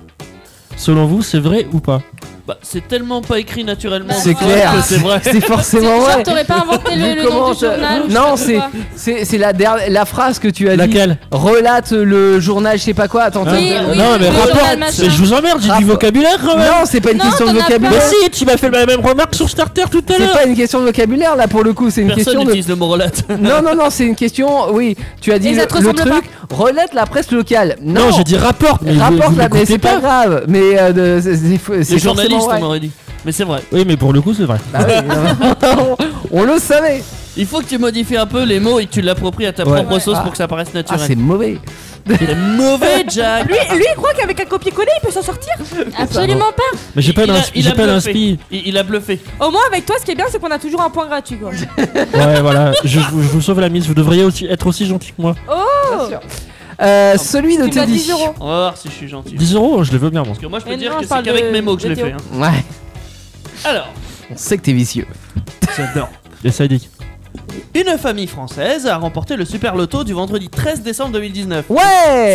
Selon vous, c'est vrai ou pas Bah, c'est tellement pas écrit naturellement. C'est clair. que c'est vrai. C'est forcément Genre, vrai. t'aurais pas inventé le- Vu le nom comment du ça- journal ou je sais Non, pas c'est quoi. c'est c'est la dernière la phrase que tu as Laquelle dit. Relate le journal, je sais pas quoi. Attends. Hein attends, attends. non mais rapporte, je vous emmerde, j'ai du vocabulaire quand même. Non, c'est pas une Non, question de t'en as vocabulaire. pas. Mais si, tu m'as fait la même remarque sur Starter tout à C'est l'heure. pas une question de vocabulaire là pour le coup, c'est une Personne question de. n'utilise le mot relate. Non, non, non, c'est une question. Oui, tu as dit Et le, ça te le ressemble truc. Relate la presse locale. Non, Non, j'ai dit rapporte, mais vous- rapporte vous la l'écoutez mais c'est pas pas. grave. Mais euh, de- c'est- c'est Les c'est forcément journalistes, vrai. on aurait dit. Mais c'est vrai. Oui, mais pour le coup, c'est vrai. Bah, on, le savait. Il faut que tu modifies un peu les mots et que tu l'appropries à ta Ouais. propre sauce Ah. pour que ça paraisse naturel. c'est mauvais. C'est mauvais, Jack. Lui, lui, il croit qu'avec un copier-coller, il peut s'en sortir Absolument pas Mais j'ai pas Il a- d'inspi, il a j'ai pas bluffé. d'inspi. Il, il a bluffé. Au moins, avec toi, ce qui est bien, c'est qu'on a toujours un point gratuit, quoi. Ouais, voilà, je, vous- je vous sauve la mise, vous devriez aussi être aussi gentil que moi. Oh Euh, celui de Tu m'as Teddy. 10 euros. On va voir si je suis gentil. 10 euros, je les veux bien, moi. Parce que moi, je peux Mais dire non, que on c'est parle qu'avec de- mes mots que je de l'ai Théo. fait. hein. Ouais, Alors, on sait que t'es vicieux. J'adore. Et ça dit. une famille française a remporté le super loto du vendredi 13 décembre 2019. Ouais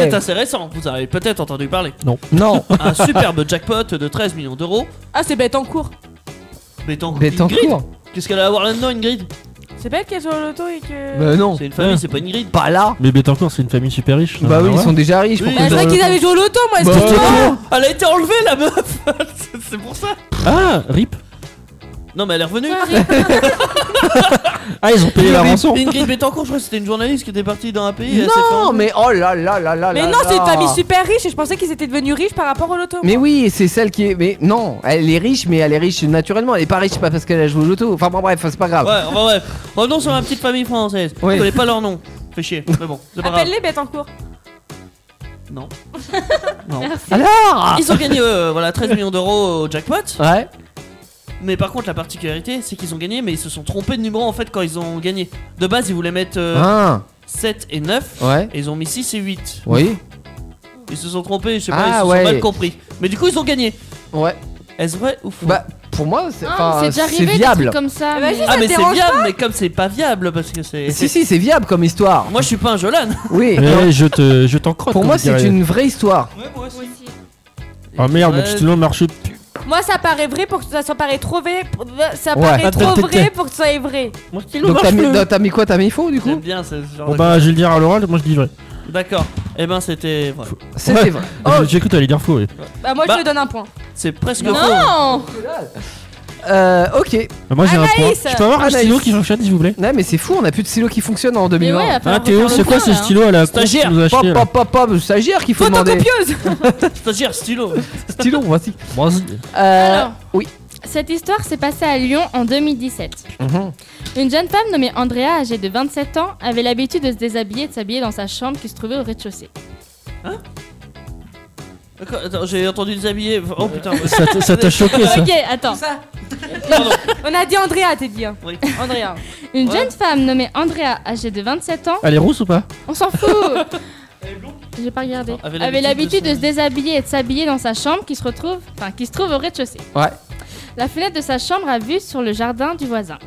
C'est assez récent, vous en avez peut-être entendu parler. Non. Non. Un superbe jackpot de 13 millions d'euros. Ah, c'est bête en cours. Bétancourt. Bettencourt. Ingrid Qu'est-ce qu'elle a à voir là-dedans, Ingrid C'est bête qu'elle soit au loto et que. Bah non. C'est une famille, Ouais. c'est pas une grille. Pas là. Mais Bettencourt, c'est une famille super Bah riche. non, oui, Ah, ouais. ils sont déjà riches. Bah, je crois qu'ils avaient joué au loto, moi, Bah, excuse-moi. Elle a été enlevée, la meuf C'est- C'est pour ça Ah, RIP. Non, mais elle est revenue Ah, ils ont payé la rançon. Ingrid Betancourt, je crois que c'était une journaliste qui était partie dans un pays. elle s'est fait Non, enlever. mais oh là là là là Mais Ah là non, c'est une là. famille super riche et je pensais qu'ils étaient devenus riches par rapport au loto. Mais oui, c'est celle qui est. Mais non, elle est riche, mais elle est riche naturellement. Elle est pas riche pas parce qu'elle a joué au loto. Enfin bon, bref, c'est pas grave. Ouais, enfin bref. Revenons sur la petite famille française. Ouais. Je connais pas leur nom. Fait chier. Mais bon, c'est pas grave. Appelle-les bêtes en cours. Non. Non. Alors Ils ont gagné euh, voilà, 13 millions d'euros au jackpot. Ouais. Mais par contre, la particularité, c'est qu'ils ont gagné, mais ils se sont trompés de numéro en fait quand ils ont gagné. De base, ils voulaient mettre euh, Ah. 7 et 9. Ouais. Et ils ont mis 6 et 8. Oui. Ils se sont trompés, je sais Ah, pas, ils se ouais. sont mal compris. Mais du coup, ils ont gagné. Ouais. Est-ce vrai ou faux Bah, pour moi, c'est enfin, Ah, c'est déjà c'est arrivé des viable. trucs comme ça. mais- Ah, mais ben, te c'est dérange viable, mais comme c'est pas viable, parce que c'est. Si, si, c'est viable comme histoire. Moi, je suis pas un Jolan. Oui. Mais Eh, je te, je t'en crotte. Pour comme moi, vous direz. c'est une vraie histoire. Ah merde, donc Ouais. sinon le marché. pu- Moi, ça paraît vrai pour que ça soit paraît trop vrai. pour- Ça Ouais. paraît Ah, trop t'es- t'es- vrai t'es- pour que ça soit vrai. Moi, Donc, t'as mis, t'as mis quoi T'as mis faux du coup Bien, c'est ce genre Bon de- bah, je vais le dire à l'oral, moi je dis vrai. D'accord. Eh ben, c'était vrai. Ouais, Oh. j'ai- J'ai cru que t'allais dire faux. oui. Bah, moi, Bah, je te donne un point. C'est presque Non Euh, ok. Bah, Moi, j'ai un Anaïs point. Je peux avoir un Anaïs. stylo qui fonctionne, s'il vous plaît Non, mais c'est fou, on a plus de stylo qui fonctionne en 2020. ouais, il va falloir Ah, Théo, refaire c'est le quoi point, ce là. stylo à la con que tu Stagiaire nous as acheté, Pop, là pop, pop, pop, stagiaire qu'il faut demander. C'est-à-dire stylo. stylo, voici. Alors, oui. Cette histoire s'est passée à Lyon en 2017. Mhm. Une jeune femme nommée Andrea, âgée de 27 ans, avait l'habitude de se déshabiller et de s'habiller dans sa chambre qui se trouvait au rez-de-chaussée. D'accord, attends, j'ai entendu déshabiller. Oh putain. Ça t'a- ça t'a choqué, ça. Ok, attends. On a dit Andrea, t'es dit. hein. Andrea. Une jeune femme nommée Andrea, âgée de 27 ans, Elle est rousse ou pas on s'en fout J'ai pas regardé. avait l'habitude Avait de l'habitude de, se déshabiller et de s'habiller dans sa chambre qui se retrouve, enfin qui se trouve au rez-de-chaussée. Ouais. La fenêtre de sa chambre a vue sur le jardin du voisin.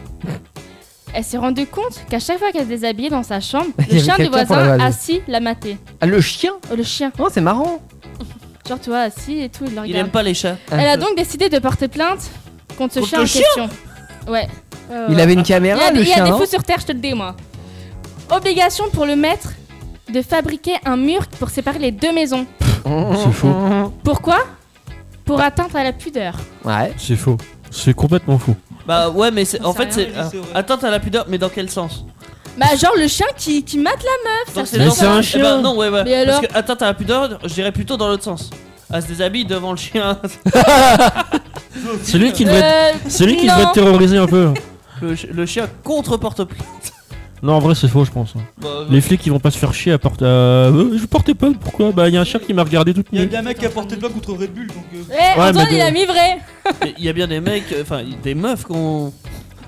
Elle s'est rendue compte qu'à chaque fois qu'elle se déshabillait dans sa chambre, Il y le avait chien du quelqu'un pour la voisin balader. assis la matait. Ah, le chien Le chien. Oh, c'est marrant. Genre, tu vois, assis et tout, il le regarde. Il aime pas les chats. Elle a donc décidé de porter plainte contre ce Contre chien le en chien question. Ouais. Ouais, ouais, Il ouais. avait une caméra, Euh, Il y a, le il y a chien, des non fous sur terre, je te Ah, le dis, moi. Obligation pour le maître de fabriquer un mur pour séparer les deux maisons. C'est faux. Pourquoi Pour atteindre à la pudeur. Ouais. C'est faux. C'est complètement faux. Bah ouais, mais c'est- en sait fait, rien, c'est. euh, Attente à la pudeur, mais dans quel sens Bah, genre le chien qui, qui mate la meuf. Donc ça se dans- fait pas. Eh ben, non, ouais, ouais. Mais alors Parce que atteinte à la pudeur, je dirais plutôt dans l'autre sens. Ah, Elle se déshabille devant le chien. Celui qui devrait, Euh, celui qui devrait non. te terroriser un peu. Le, ch- le chien contre porte plainte. Non, en vrai, c'est faux, je pense. hein. Bah, Les flics, ils vont pas se faire chier à porter. à- Euh, je portais pas, pourquoi Bah, y a un chien qui m'a regardé toute Il y a nuit. bien un mec qui a porté de contre Red Bull donc. Eh, Antoine, il a mis vrai. Mais Il y a bien des mecs, euh, enfin des meufs qui ont,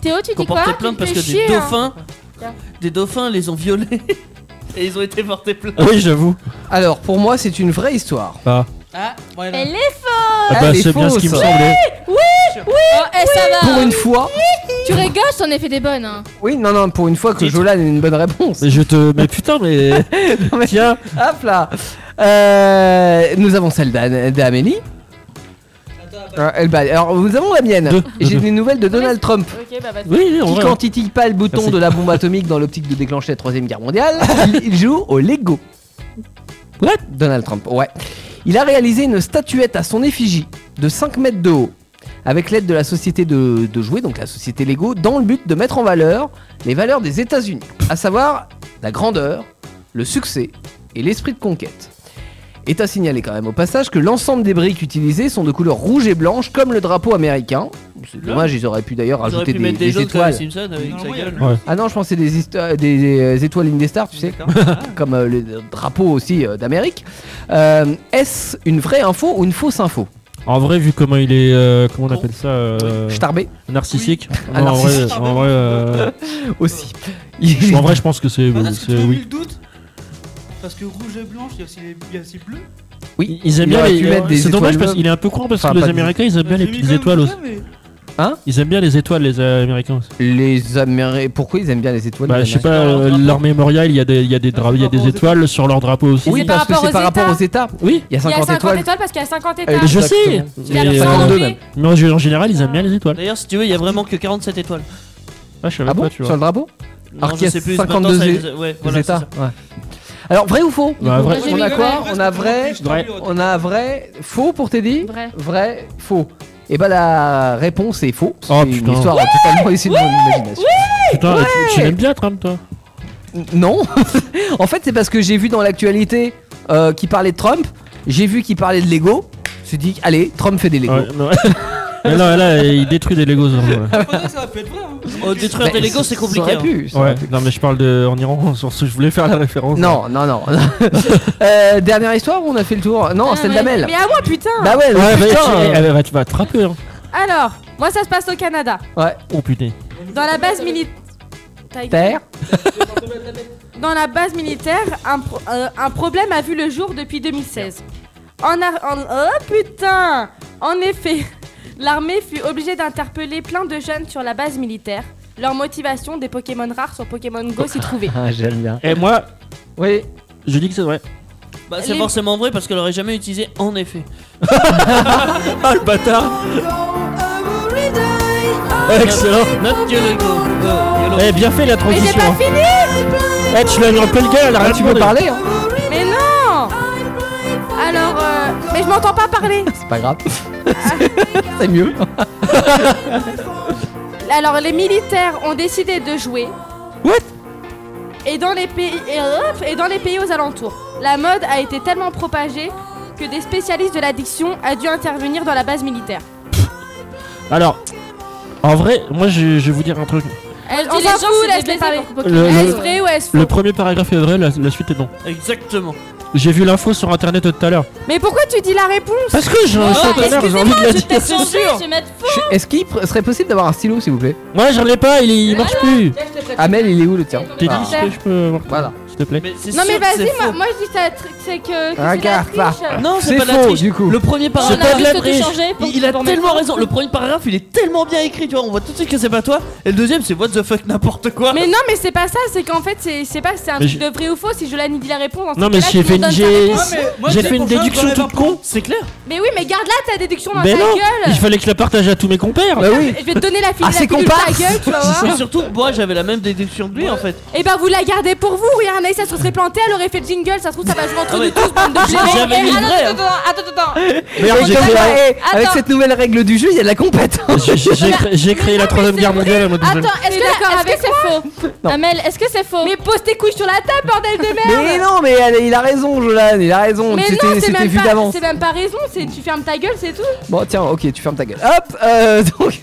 Théo, tu qui ont dis porté quoi plainte Tu parce me que fais des chier, hein. dauphins, Tiens. des dauphins les ont violés et ils ont été portés plainte. Ah Oui, j'avoue. Alors, pour moi, c'est une vraie histoire. Ah. Elle est fausse Ah bah, c'est bien ce qui me semblait. Oui Oui Oh, eh, ça va Pour hein. une fois. Tu rigoles, t'en as fait des bonnes. Hein. Oui, non, non, pour une fois que Jolan a une bonne réponse. Mais je te. Mais putain, mais. Tiens. Hop là. Euh, nous avons celle d'An- d'Amélie. Euh, elle bat- Alors, nous avons la mienne. Et J'ai des nouvelles de Donald Trump. Ok, bah vas-y. Oui, en qui, vrai. hein. quand il titille pas le bouton Merci. de la bombe atomique dans l'optique de déclencher la troisième guerre mondiale, il, il joue au Lego. What Donald Trump, ouais. Il a réalisé une statuette à son effigie de 5 mètres de haut, avec l'aide de la société de, de jouets, donc la société Lego, dans le but de mettre en valeur les valeurs des États-Unis, à savoir la grandeur, le succès et l'esprit de conquête. Est à signaler quand même au passage que l'ensemble des briques utilisées sont de couleur rouge et blanche comme le drapeau américain. C'est dommage, ils auraient pu d'ailleurs Ils auraient rajouter pu des, mettre des, des jaunes comme les étoiles. Simpsons avec sa gueule. Ah non, je pensais des, histo- des euh, étoiles lignes des stars, tu sais, comme euh, le drapeau aussi euh, d'Amérique. Euh, Est-ce une vraie info ou une fausse info En vrai, vu comment il est. euh, comment on appelle ça euh, Starbé. Narcissique. Ah, Non, en vrai. narcissique. En vrai, euh, Aussi. en vrai, je pense que Ah, c'est. euh, Parce que c'est- tu as eu oui. le doute Parce que rouge et blanche, il y a aussi les- il y a aussi bleu. Oui, Ils aiment il bien aurait les. pu mettre des C'est dommage étoiles parce qu'il est un peu con parce que les pas des- Américains, ils aiment bien les petites étoiles aussi. Hein Ils aiment bien les étoiles, les euh, Américains aussi. Les Américains. Pourquoi ils aiment bien les étoiles Bah, les je sais pas, Américains euh, leur mémorial, il y a des, il y a des, dra- il y a des étoiles sur leur drapeau aussi. Oui, parce que c'est par rapport aux États. Oui. Il y a Il y a 50 étoiles. Euh, étoiles parce qu'il y a 50 Mais étoiles. je sais Il y a mais, plein euh, de- mais en, en général, ils aiment bien les étoiles. D'ailleurs, si tu veux, il y a vraiment que 47 étoiles. Ah, je savais Ah bon pas, tu vois. Sur le drapeau Non, Alors je qu'il y a sais plus, 52 maintenant, ça, é- ils- ouais, voilà, États. c'est Ouais. Alors, vrai ou faux Bah, vrai. On a quoi On a vrai, Vrai. on a vrai, faux pour Teddy Vrai. Vrai, faux. Et bah la réponse est faux. C'est Oh, une putain. histoire totalement issue de mon imagination. Putain, Ouais. tu, tu l'aimes bien, Trump, toi N- Non. en fait, c'est parce que j'ai vu dans l'actualité euh, qu'il parlait de Trump. J'ai vu qu'il parlait de Lego. Je me suis dit, allez, Trump fait des Lego. Ouais, non. Mais non, là, il détruit des Legos. hein, en vrai. Ah Oh, détruire des Mais Legos, c'est ça compliqué. aurait hein. pu, ça Ouais, non, mais je parle de. En Iran, sur ce, je voulais faire la référence. Non, non, non. Euh, dernière histoire ou on a fait le tour Non, celle ouais. Ah, d'Amel. Ah, Mais à moi, putain Bah ouais, Ouais, bah, putain. tu- eh, elle va- tu vas te frapper, hein. Alors, moi, ça se passe au Canada. Ouais. Oh putain. Dans la base militaire. Terre. Dans la base militaire, un, pro- euh, un problème a vu le jour depuis 2016. En, ar- en- oh putain En effet, l'armée fut obligée d'interpeller plein de jeunes sur la base militaire. Leur motivation des Pokémon rares sur Pokémon Go s'y trouvait. Ah, j'aime bien. Et moi, Oui. je dis que c'est vrai. Bah, c'est Les- forcément vrai parce qu'elle aurait jamais utilisé en effet. Ah, le bâtard Excellent Not your Lego. Euh, Eh, bien fait la Mais transition. j'ai pas hein. fini Eh, tu l'as mis en pleine gueule, elle a rien tu peux demandé. parler hein Mais euh, je m'entends pas parler. C'est pas grave. C'est mieux. Alors, les militaires ont décidé de jouer. What et dans, les pays, et, hop, et dans les pays aux alentours. La mode a été tellement propagée que des spécialistes de l'addiction a dû intervenir dans la base militaire. Alors, en vrai, moi je, je vais vous dire un truc. Elle, dis on les gens, s'en c'est fout, des laisse-les baisers parler. pour Le- Est-ce le- vrai ou est-ce faux Le premier paragraphe est vrai, la, la suite est non. Eh. Exactement. J'ai vu l'info sur internet tout à l'heure. Mais pourquoi tu dis la réponse Parce que j'ai Ah, un Oh, certain air, j'ai envie de la excusez-moi, je dire. t'ai C'est censuré, sûr. je vais mettre faux. Je- Est-ce qu'il pr- serait possible d'avoir un stylo, s'il vous plaît Moi j'en ai pas, il, il marche plus. Amel, il est où le tien T'es Ah. dit ce que je peux avoir Voilà. S'il te plaît. Non mais vas-y, moi, moi je dis que c'est la tri- c'est que, que c'est de la Regarde, triche. va. Non, c'est C'est pas de la faux, triche. du coup. Le premier paragraphe, on a juste tout changé pour- Il, il a pour mettre tellement ça. raison. Le premier paragraphe, il est tellement bien écrit, tu vois. On voit tout de suite que c'est pas toi. Et le deuxième, c'est what the fuck, n'importe quoi. Mais non mais c'est pas ça, c'est qu'en fait c'est c'est pas c'est un Mais truc je- de vrai ou faux si Jolani dit la réponse. Non, dans ces mais cas-là, j'ai tout le fait, monde donne sa j'ai- réponse. j'ai fait une déduction toute con. C'est clair. Mais oui mais garde là ta déduction dans Ben ta non, il gueule. fallait que je la partage à tous mes compères. Bah oui. Je vais te donner la fille Ah, la c'est pilule de ta comparse. gueule, tu vas Ah. voir. Mais surtout, moi, j'avais la même déduction que lui, en fait. Et bah vous la gardez pour vous, regarde Anaïs, ça se serait plantée, elle aurait fait le jingle, ça se trouve ça va jouer Ah entre nous tous, bande de blaireaux. J'avais Eh, mis attends, vrai, attends, attends, attends, attends. Mais Merde, j'ai fait- avec cette nouvelle règle du jeu, il y a de la compète. hein. J'ai- J'ai créé- j'ai créé la troisième guerre mondiale à moi tout seul. Attends, est-ce que d'accord avec c'est faux Non. Amel, est-ce que c'est faux Mais pose tes couilles sur la table, bordel de merde Mais non, mais elle- il a raison, Jolan, il a raison. Mais C'était non, c'est c'était même, vu pas, d'avance. c'est même pas raison, c'est tu fermes ta gueule, c'est tout. Bon, tiens, ok, tu fermes ta gueule. Hop, euh, donc.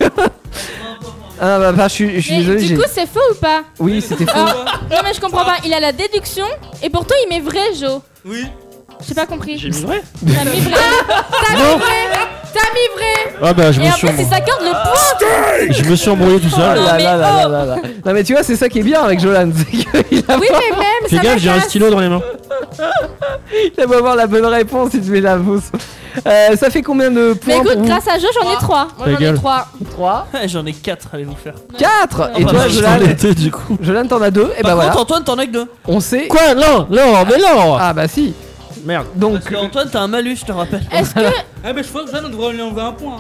ah bah, bah, je suis je suis Mais désolé. Du j'ai- coup, c'est faux ou pas Oui, c'était faux. Oh. Alors, Ah. Non, mais je comprends pas. Il a la déduction et pourtant il met vrai, Jo. Oui. J'ai pas compris. J'ai mis vrai T'as mis vrai. Ah, T'as mis vrai T'as mis vrai Ah bah je Et me suis après, c'est embrouillé. ça qu'orde le point. Je me suis embrouillé tout Ah seul. là là là là là là. Non, mais tu vois, c'est ça qui est bien avec Jolan. C'est qu'il a Oui, mais même, Fais ça gaffe, j'ai un m'agace. stylo dans les mains. Il a beau avoir la bonne réponse, il te met la fausse. Euh, ça fait combien de Mais points écoute, grâce à Jo, j'en ai trois. Moi j'en ai gueule. trois. 3, Eh, J'en ai 4, allez vous faire. Eh 4 Et bah, toi, je Jolan T'es Ah, du coup. Jolan, t'en as 2, et Par bah voilà. contre, Antoine, t'en as que deux. On sait. Quoi Non, non, mais non Ah bah si. Merde. Donc, Parce que Antoine, t'as un malus, je te rappelle. Est-ce que. Ah bah euh, je crois que Jeanne, on devrait lui enlever un point.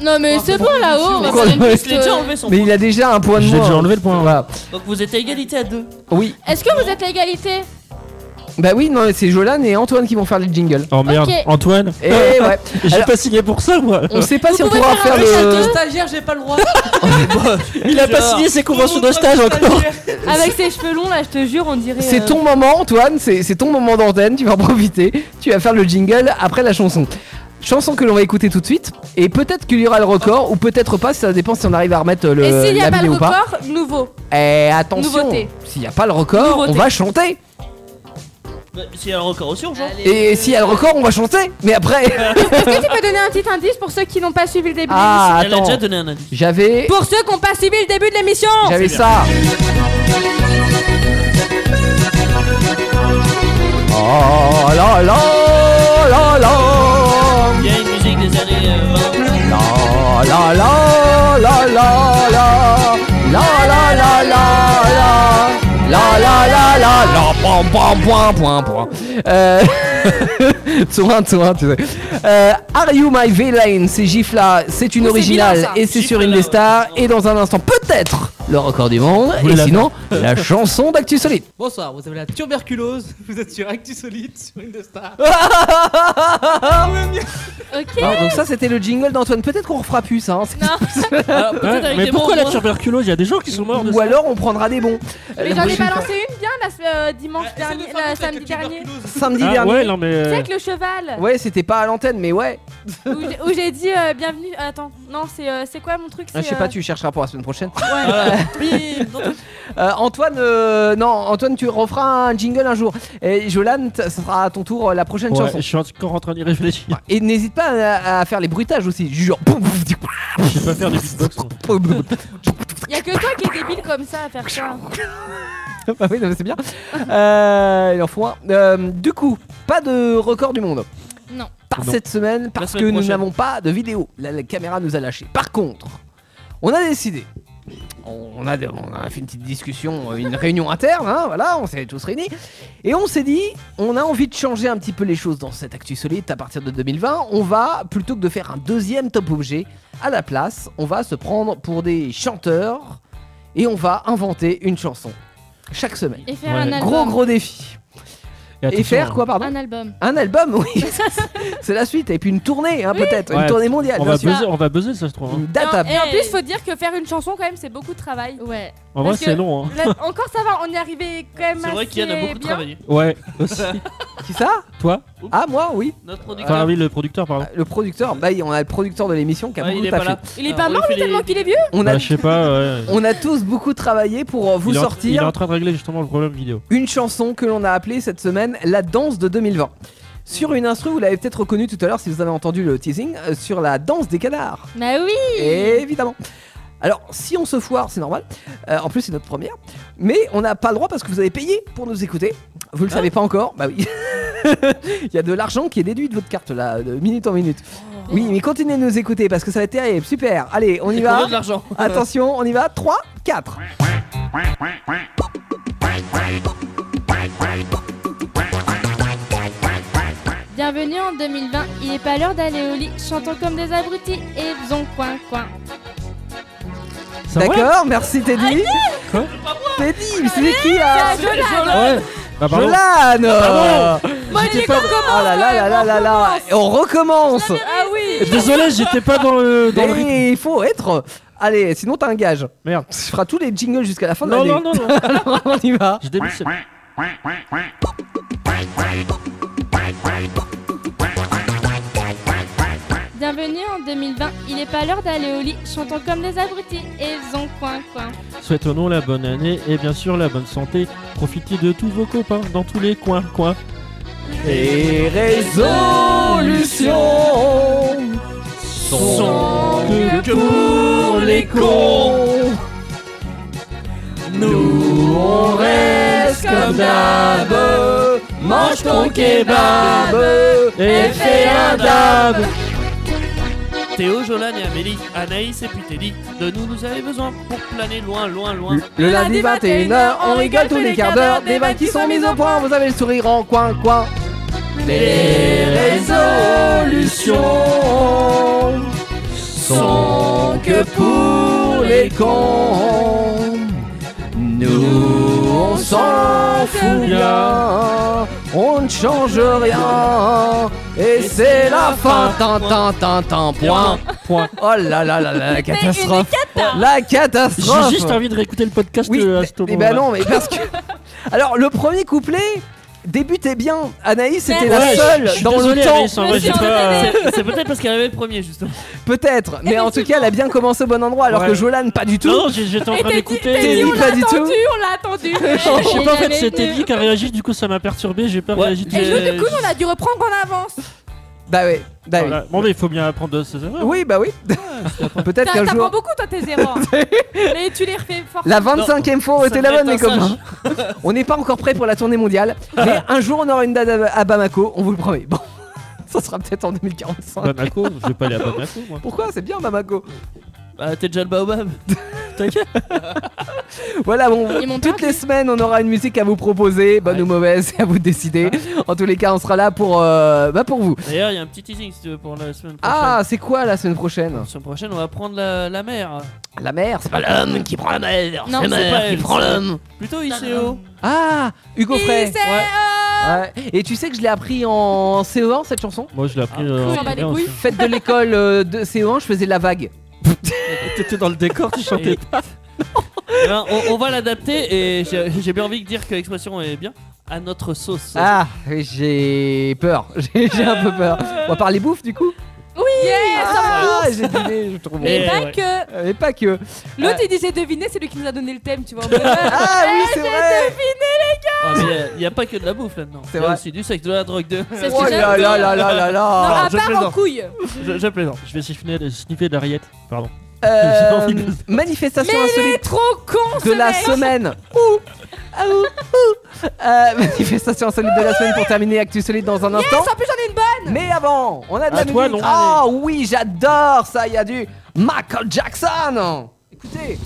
Non, mais c'est bon là-haut. on va Pourquoi faire une on petite, Il a déjà euh, enlevé son mais point. il a déjà un point de J'ai moins. Ah, déjà enlevé le point. Voilà. Donc vous êtes à égalité à deux. Oui. Est-ce que vous êtes à égalité Bah oui, non, mais c'est Jolan et Antoine qui vont faire les jingles. Oh merde, Ok. Antoine Et Eh, ouais. J'ai Alors- pas signé pour ça moi On sait pas si on pouvez pourra faire faire un le. Stagiaire, j'ai pas le droit. Il a pas signé ses conventions de stage encore Avec ses cheveux longs là, je te jure, on dirait. C'est euh, ton moment, Antoine, c'est c'est ton moment d'antenne, tu vas en profiter. Tu vas faire le jingle après la chanson. Chanson que l'on va écouter tout de suite, et peut-être qu'il y aura le record, ou peut-être pas, ça dépend si on arrive à remettre euh, le, Et s'il n'y la a pas vidéo le ou pas. record, nouveau. Et attention, Nouveauté. s'il n'y a pas le record, Nouveauté. on va chanter. S'il y a un record aussi, on joue. Et s'il y a le record, on va chanter. Mais après, Est-ce que tu peux donner un petit indice pour ceux qui n'ont pas suivi le début ah Elle a attends, déjà donné un indice. j'avais, de l'émission Pour ceux qui n'ont pas suivi le début de l'émission j'avais ça. Oh là là là là. Il y a une musique des années euh, 20. La la la la la la la la la la la la la la la la point point point point point euh... Tsoin, tsoin, tu sais. Euh, Are You My Villain C'est Gifla, c'est une Oh, c'est originale vilain, ça. et c'est sur Gifla, Indestar et dans un instant peut-être le record du monde Vous et l'avez. sinon la chanson d'Actu Solide. Bonsoir, vous avez la tuberculose, vous êtes sur Actu Solide, sur Indestar. Ok. Alors, Ah, donc ça c'était le jingle d'Antoine, peut-être qu'on refera plus ça. hein. C'est- Mais pourquoi la tuberculose Il y a des gens qui sont morts de Ou alors on prendra des bons. Mais Euh, j'en ai prochaine balancé une bien la, euh, Ah, Bah, dimanche dernier, la samedi dernier. Tu fois. samedi Ah dernier. ouais, non sais, mais. avec le cheval, Ouais, c'était pas à l'antenne, mais ouais. où j'ai- où j'ai dit euh, bienvenue. Attends, non, c'est euh, c'est quoi mon truc Ah, C'est je sais euh, pas, tu chercheras pour la semaine prochaine. Bim, dans ton- Euh, Antoine, euh, non, Antoine, tu referas un jingle un jour. Et Jolan, t- ce sera à ton tour euh, la prochaine Ouais, chanson. je suis encore en train d'y réfléchir. Et n'hésite pas à, à faire les bruitages aussi. Du genre. Je vais pas faire des beatbox. moi. Y a que toi qui es débile comme ça à faire ça. bah oui, non, mais c'est bien. Euh, il en faut un. Euh, du coup, pas de record du monde. Non. Par Non. cette semaine, parce semaine que nous prochaine. n'avons pas de vidéo. La, la caméra nous a lâchés. Par contre, on a décidé. On a, on a fait une petite discussion, euh, une réunion interne, hein, voilà, on s'est tous réunis. Et on s'est dit, on a envie de changer un petit peu les choses dans cette Actu Solide à partir de 2020. On va, plutôt que de faire un deuxième top objet, à la place, on va se prendre pour des chanteurs et on va inventer une chanson. Chaque semaine. Et faire Ouais. un album. Gros gros défi. attention, hein. Et faire quoi, pardon Un album. Un album, oui. C'est la suite. Et puis une tournée, hein, peut-être. Une Ouais. tournée mondiale. On bien va, sûr. buzzer, on va buzzer, ça se trouve. hein. Une date Et en- à- Et en plus, faut dire que faire une chanson, quand même, c'est beaucoup de travail. Ouais. En vrai, c'est long. hein. encore ça va, on y est arrivé quand même C'est vrai assez qu'Yann a beaucoup bien. travaillé. Ouais, aussi. Qui ça Toi Ah, moi, oui. Notre Enfin, oui, le producteur, pardon. Le producteur. Bah, on a le producteur de l'émission qui a Ouais, beaucoup il est pas taffé. là. Il est pas mort, lui, tellement qu'il est vieux On a, Bah, je sais pas. ouais. on a tous beaucoup travaillé pour euh, vous Il est en- Il est sortir en train de régler justement le problème vidéo. une chanson que l'on a appelée cette semaine La danse de 2020. Sur une instru, vous l'avez peut-être reconnue tout à l'heure si vous avez entendu le teasing, euh, sur la danse des canards. Bah oui Évidemment. Alors, si on se foire, c'est normal. Euh, en plus, c'est notre première. Mais on n'a pas le droit parce que vous avez payé pour nous écouter. Vous le savez pas encore Bah oui. Il y a de l'argent qui est déduit de votre carte là, de minute en minute. Oui, mais continuez de nous écouter parce que ça va être terrible. Super. Allez, on y Et qu'on va. veut de l'argent. Ah, Attention, on y va. 3, 4. Bienvenue en 2020, il est pas l'heure d'aller au lit, chantons comme des abrutis et faisons coin coin. D'accord, merci Teddy. Quoi Teddy, mais c'est qui là C'est Jolan. Ouais. Bah, pardon. Jolan Ah Bon, allez, Oh là là là là là là Et On recommence Ah oui Désolé, j'étais pas dans le, dans le rythme. Et il faut être Allez, sinon t'as un gage. Merde. Tu feras tous les jingles jusqu'à la fin de Non, l'année. non, non, non. Alors, on y va. Je débute. Bienvenue en 2020, il est pas l'heure d'aller au lit, chantons comme des abrutis et faisons coin coin. Souhaitons-nous la bonne année et bien sûr la bonne santé. Profitez de tous vos copains dans tous les coins, coins. Les résolutions Sont que pour les cons. Nous on reste comme d'hab. Mange ton kebab Et fais un dab. Théo, Jolan et Amélie, Anaïs et puis Teddy, de nous, nous avez besoin pour planer loin, loin, loin. Le lundi 21h, on rigole tous les quarts d'heure. Des vannes qui sont mises au point, vous avez le sourire en coin coin. Les résolutions sont que pour les cons. Nous, on s'en fout bien, on ne change rien. Et c'est la fin, tin, tin, tin, tin, point. Point. Oh là là là là, la catastrophe. La catastrophe. J'ai juste envie de réécouter le podcast Oui, euh, à mais- ce mais, moment-là. bah non, mais parce que. Alors, le premier couplet débutait bien. Anaïs c'était Mais- la Ouais, seule je- je suis dans désolé, le temps. Anaïs, en vrai, j'ai Monsieur, pas. euh, C'est c'est peut-être parce qu'il avait le premier, justement. Peut-être, mais en tout cas, elle a bien commencé au bon endroit, alors Ouais. que Jolan, pas du tout. Non, j'ai- j'étais en train Teddy, d'écouter. On l'a pas du attendu, tout. on l'a attendu Je sais pas, en fait, J'ai c'est jamais Teddy qui a réagi, du coup, ça m'a perturbé, j'ai pas Ouais. réagi. Et nous, Euh, du coup, nous, on a dû reprendre en avance Bah oui, bah oui. Voilà. Ah, Bon, mais il faut bien apprendre de ses erreurs. Oui, bah oui. Peut-être T'as- qu'un T'apprends jour. beaucoup, toi, tes erreurs Mais tu les refais fort La 25ème fois était la devrait bonne, les être un copains. hein, on n'est pas encore prêt pour la tournée mondiale, mais un jour on aura une date à à Bamako, on vous le promet. Bon, ça sera peut-être en 2045. Bamako, je vais pas aller à Bamako, moi. Pourquoi C'est bien Bamako. Bah, t'es déjà le baobab. Voilà, bon, Ils m'ont toutes perdu. les semaines, on aura une musique à vous proposer, bonne Ouais. ou mauvaise, c'est à vous de décider. En tous les cas, on sera là pour, euh, bah, pour vous. D'ailleurs, il y a un petit teasing si tu veux, pour la semaine prochaine. Ah, c'est quoi la semaine prochaine La semaine prochaine, on va prendre la, la mer. La mer, c'est pas l'homme qui prend la mer, Non, c'est la c'est mer pas qui elle, prend c'est- l'homme. Plutôt ICO. Ah, Hugo Frey. c'est Ouais. Ah. Et tu sais que je l'ai appris en CE1 cette chanson Moi, je l'ai appris. euh, cool. en On s'en bat les primaire couilles. aussi. Fête de l'école euh, de CE1, je faisais la vague. T'étais dans le décor, tu chantais. Et- Eh ben, on, on va l'adapter et j'ai j'ai bien envie de dire que l'expression est bien à notre sauce. Ah, j'ai peur, j'ai j'ai un peu peur. On va parler bouffe du coup Ah, j'ai deviné, je trouve. Mais Eh, pas ouais. que Euh, Mais pas que. Eh, L'autre, il disait deviner, c'est lui qui nous a donné le thème, tu vois. Euh, Ouais. Ah oui, c'est vrai Ah, mais il n'y a, pas que de la bouffe là-dedans. C'est Il y a vrai. aussi du sexe, de la drogue, de. C'est ce Oh que là j'aime. là là là là Non, là à je part en plaisante. couille Je, je plaisante. Je vais siphonner- sniffer de la rillette. Pardon. Euh, J'ai envie de- Manifestation Mais il est insolite trop con, ce de la mec. semaine. Ouh. Ah, ouh, ouh. Euh, manifestation insolite de la semaine pour terminer Actu Solide dans un instant. En plus, j'en ai une bonne Mais avant, on a de À la toi, musique. non. Ah oui, j'adore ça. Il y a du Michael Jackson. Écoutez.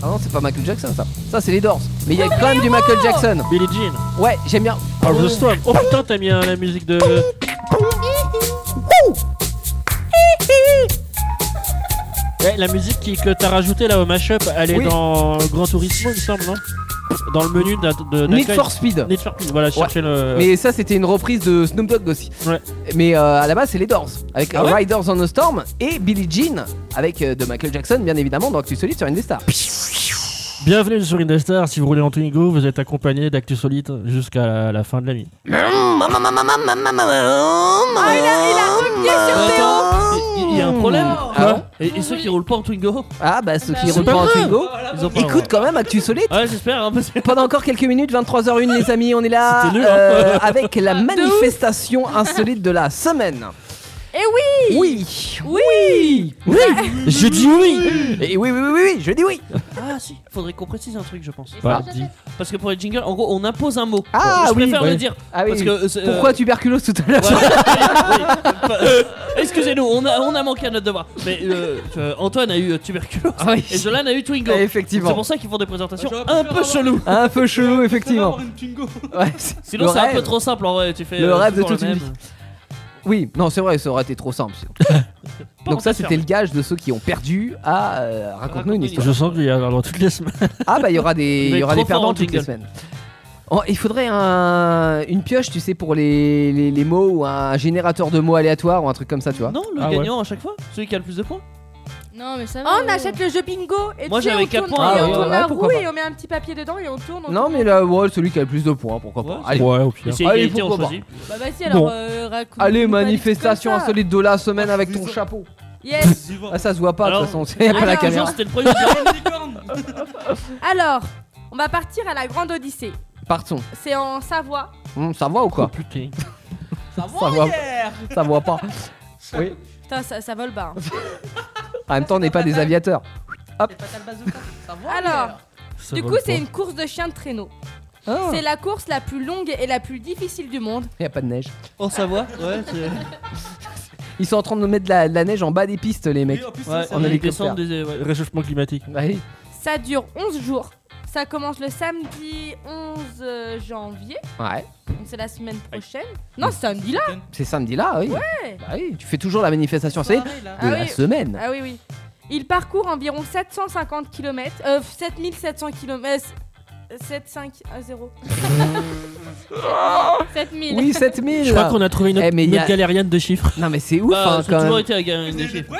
Ah non, c'est pas Michael Jackson ça. Ça, c'est les Doors. Mais il y a quand même du Michael Jackson. Billie Jean. Ouais, j'aime bien. Out of the Storm. Oh putain, t'as mis euh, la musique de. Ouais, la musique qui- que t'as rajoutée là au mashup, elle est Oui. dans Grand Turismo, il me semble, non dans le menu d'un- de. d'un Need Clyde. for Speed. Need for Speed, voilà, je Ouais. cherchais le. Mais ça, c'était une reprise de Snoop Dogg aussi. Mais euh, à la base, c'est les Doors avec Ah ouais Riders on a Storm et Billie Jean avec euh, de Michael Jackson, bien évidemment, dans Actu Solide sur Indestar. Bienvenue sur Indestar, si vous roulez en Twingo, vous êtes accompagné d'Actu Solide jusqu'à la, la fin de la nuit. Ah, il a, il a deux pieds sur Théo Il y a un problème Ah et, et ceux qui roulent pas en Twingo Ah bah ceux qui C'est roulent pas pas en grave. Twingo, Ils ont pas- écoute quand même Actu Solide. Ouais, j'espère. hein, parce que- Pendant encore quelques minutes, 23h01 les amis, on est là C'était nul, hein. euh, avec la manifestation insolite de la semaine. Eh oui Oui Oui Oui Je dis oui Et oui, oui, oui, oui, je dis oui Ah si, faudrait qu'on précise un truc, je pense. Bah, dis. Parce que pour les jingles, en gros, on impose un mot. Ah je oui, préfère ouais. le dire. Ah oui. Parce que, euh, c'est, euh, Pourquoi tuberculose tout à l'heure Pas- euh, Excusez-nous, on a, on a manqué à notre devoir. Mais euh, euh, Antoine a eu euh, tuberculose Ah oui. et Jolan a eu Twingo. Ah, effectivement. C'est pour ça qu'ils font des présentations Ah, un peu hein. cheloues. Un peu chelou, effectivement. Ouais, c'est- Sinon, le c'est un peu rêve. trop simple en vrai. Tu fais Le euh, rêve de toujours le toute une même. vie. Oui, non, c'est vrai, ça aurait été trop simple. sinon. Donc, ça, c'était le gage de ceux qui ont perdu à euh, raconte-nous une histoire. Je sens qu'il y a dans toutes les semaines. Ah, bah, il y aura des, Il va il y être aura trop des perdants fort en toutes les jingle. semaines. Oh, il faudrait un- une pioche, tu sais, pour les, les- les mots ou un générateur de mots aléatoires ou un truc comme ça, tu vois. Non, le gagnant à chaque fois Celui qui a le plus de points Non, mais ça Oh, on achète le jeu bingo et Moi, tu sais, j'avais on quatre tourne, points, et ah on ouais, tourne ouais, la pourquoi roue pas. et on met un petit papier dedans et on tourne. on Non, tourne, mais là, ouais, celui qui a le plus de points, pourquoi pas. Allez, Ouais, au pire. Et c'est égalité, on pourquoi pas. choisit. on- Bah vas-y alors Bon. euh, raconte. Allez, nous pas des manifestation trucs comme ça. insolite de la semaine avec ton chapeau. Yes. Ah, ça se voit pas, de toute Alors- façon, c'est pas la Alors, caméra. Genre, c'était le premier. Alors, on va partir à la Grande Odyssée. Partons. C'est en Savoie. Hum, ça voit ou quoi Putain. Ça voit, ça voit pas. Oui. Putain, ça, ça vole bas. hein. En même temps, on n'est pas des aviateurs. Alors, Ça du vole coup, pas. c'est une course de chiens de traîneau. Ah. C'est la course la plus longue et la plus difficile du monde. Il y a pas de neige. En Savoie Ouais, c'est. Ils sont en train de mettre de la, de la neige en bas des pistes, les mecs. Bah Ouais, en on est hélicoptère. descendre des. ouais. Réchauffement climatique. Ouais. Ça dure 11 jours. Ça commence le samedi 11 janvier. Ouais. Donc c'est la semaine prochaine. Non, c'est samedi là. C'est samedi là, oui. Ouais. Bah oui, tu fais toujours la manifestation c'est de Ah la oui. semaine. Ah oui, oui. Il parcourt environ 750 km. Euh, 7700 km. euh, 750. 7000. Oui, 7000. Je crois qu'on a trouvé une autre, Eh, mais il y une autre a- galérienne de chiffres. Non, mais c'est ouf, Bah, hein, c'est quand toujours même. été à gagner des chiffres.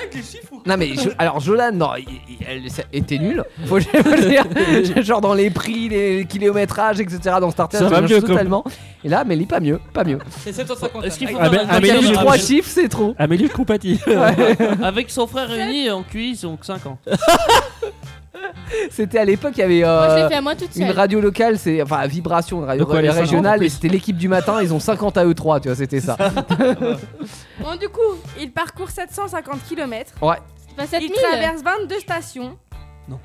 Non, mais je- alors, Jolan, non, il- il- elle ça- était nulle. Faut que je le dire. Genre dans les prix, les kilométrages, etc. dans Star Trek, Ça je va lâche mieux, comme- totalement. Et là, Amélie, pas mieux. Pas mieux. C'est 750. Est-ce qu'il faut Ah, faire ben, un- ah, Il mais y là, a j'ai- trois j'ai- chiffres, c'est trop. Amélie compatit. Avec son frère réuni en QI, ils ont 5 ans. C'était à l'époque, il y avait. Moi, je l'ai euh, fait à moi toute seule. Une radio locale, c'est enfin vibration, une radio De quoi, les régionale, 50, et c'était l'équipe du matin, ils ont 50 à eux 3, tu vois, c'était ça. Bon, du coup, il parcourt 750 km. Ouais. C'est pas Il 7000. traverse 22 stations. Non.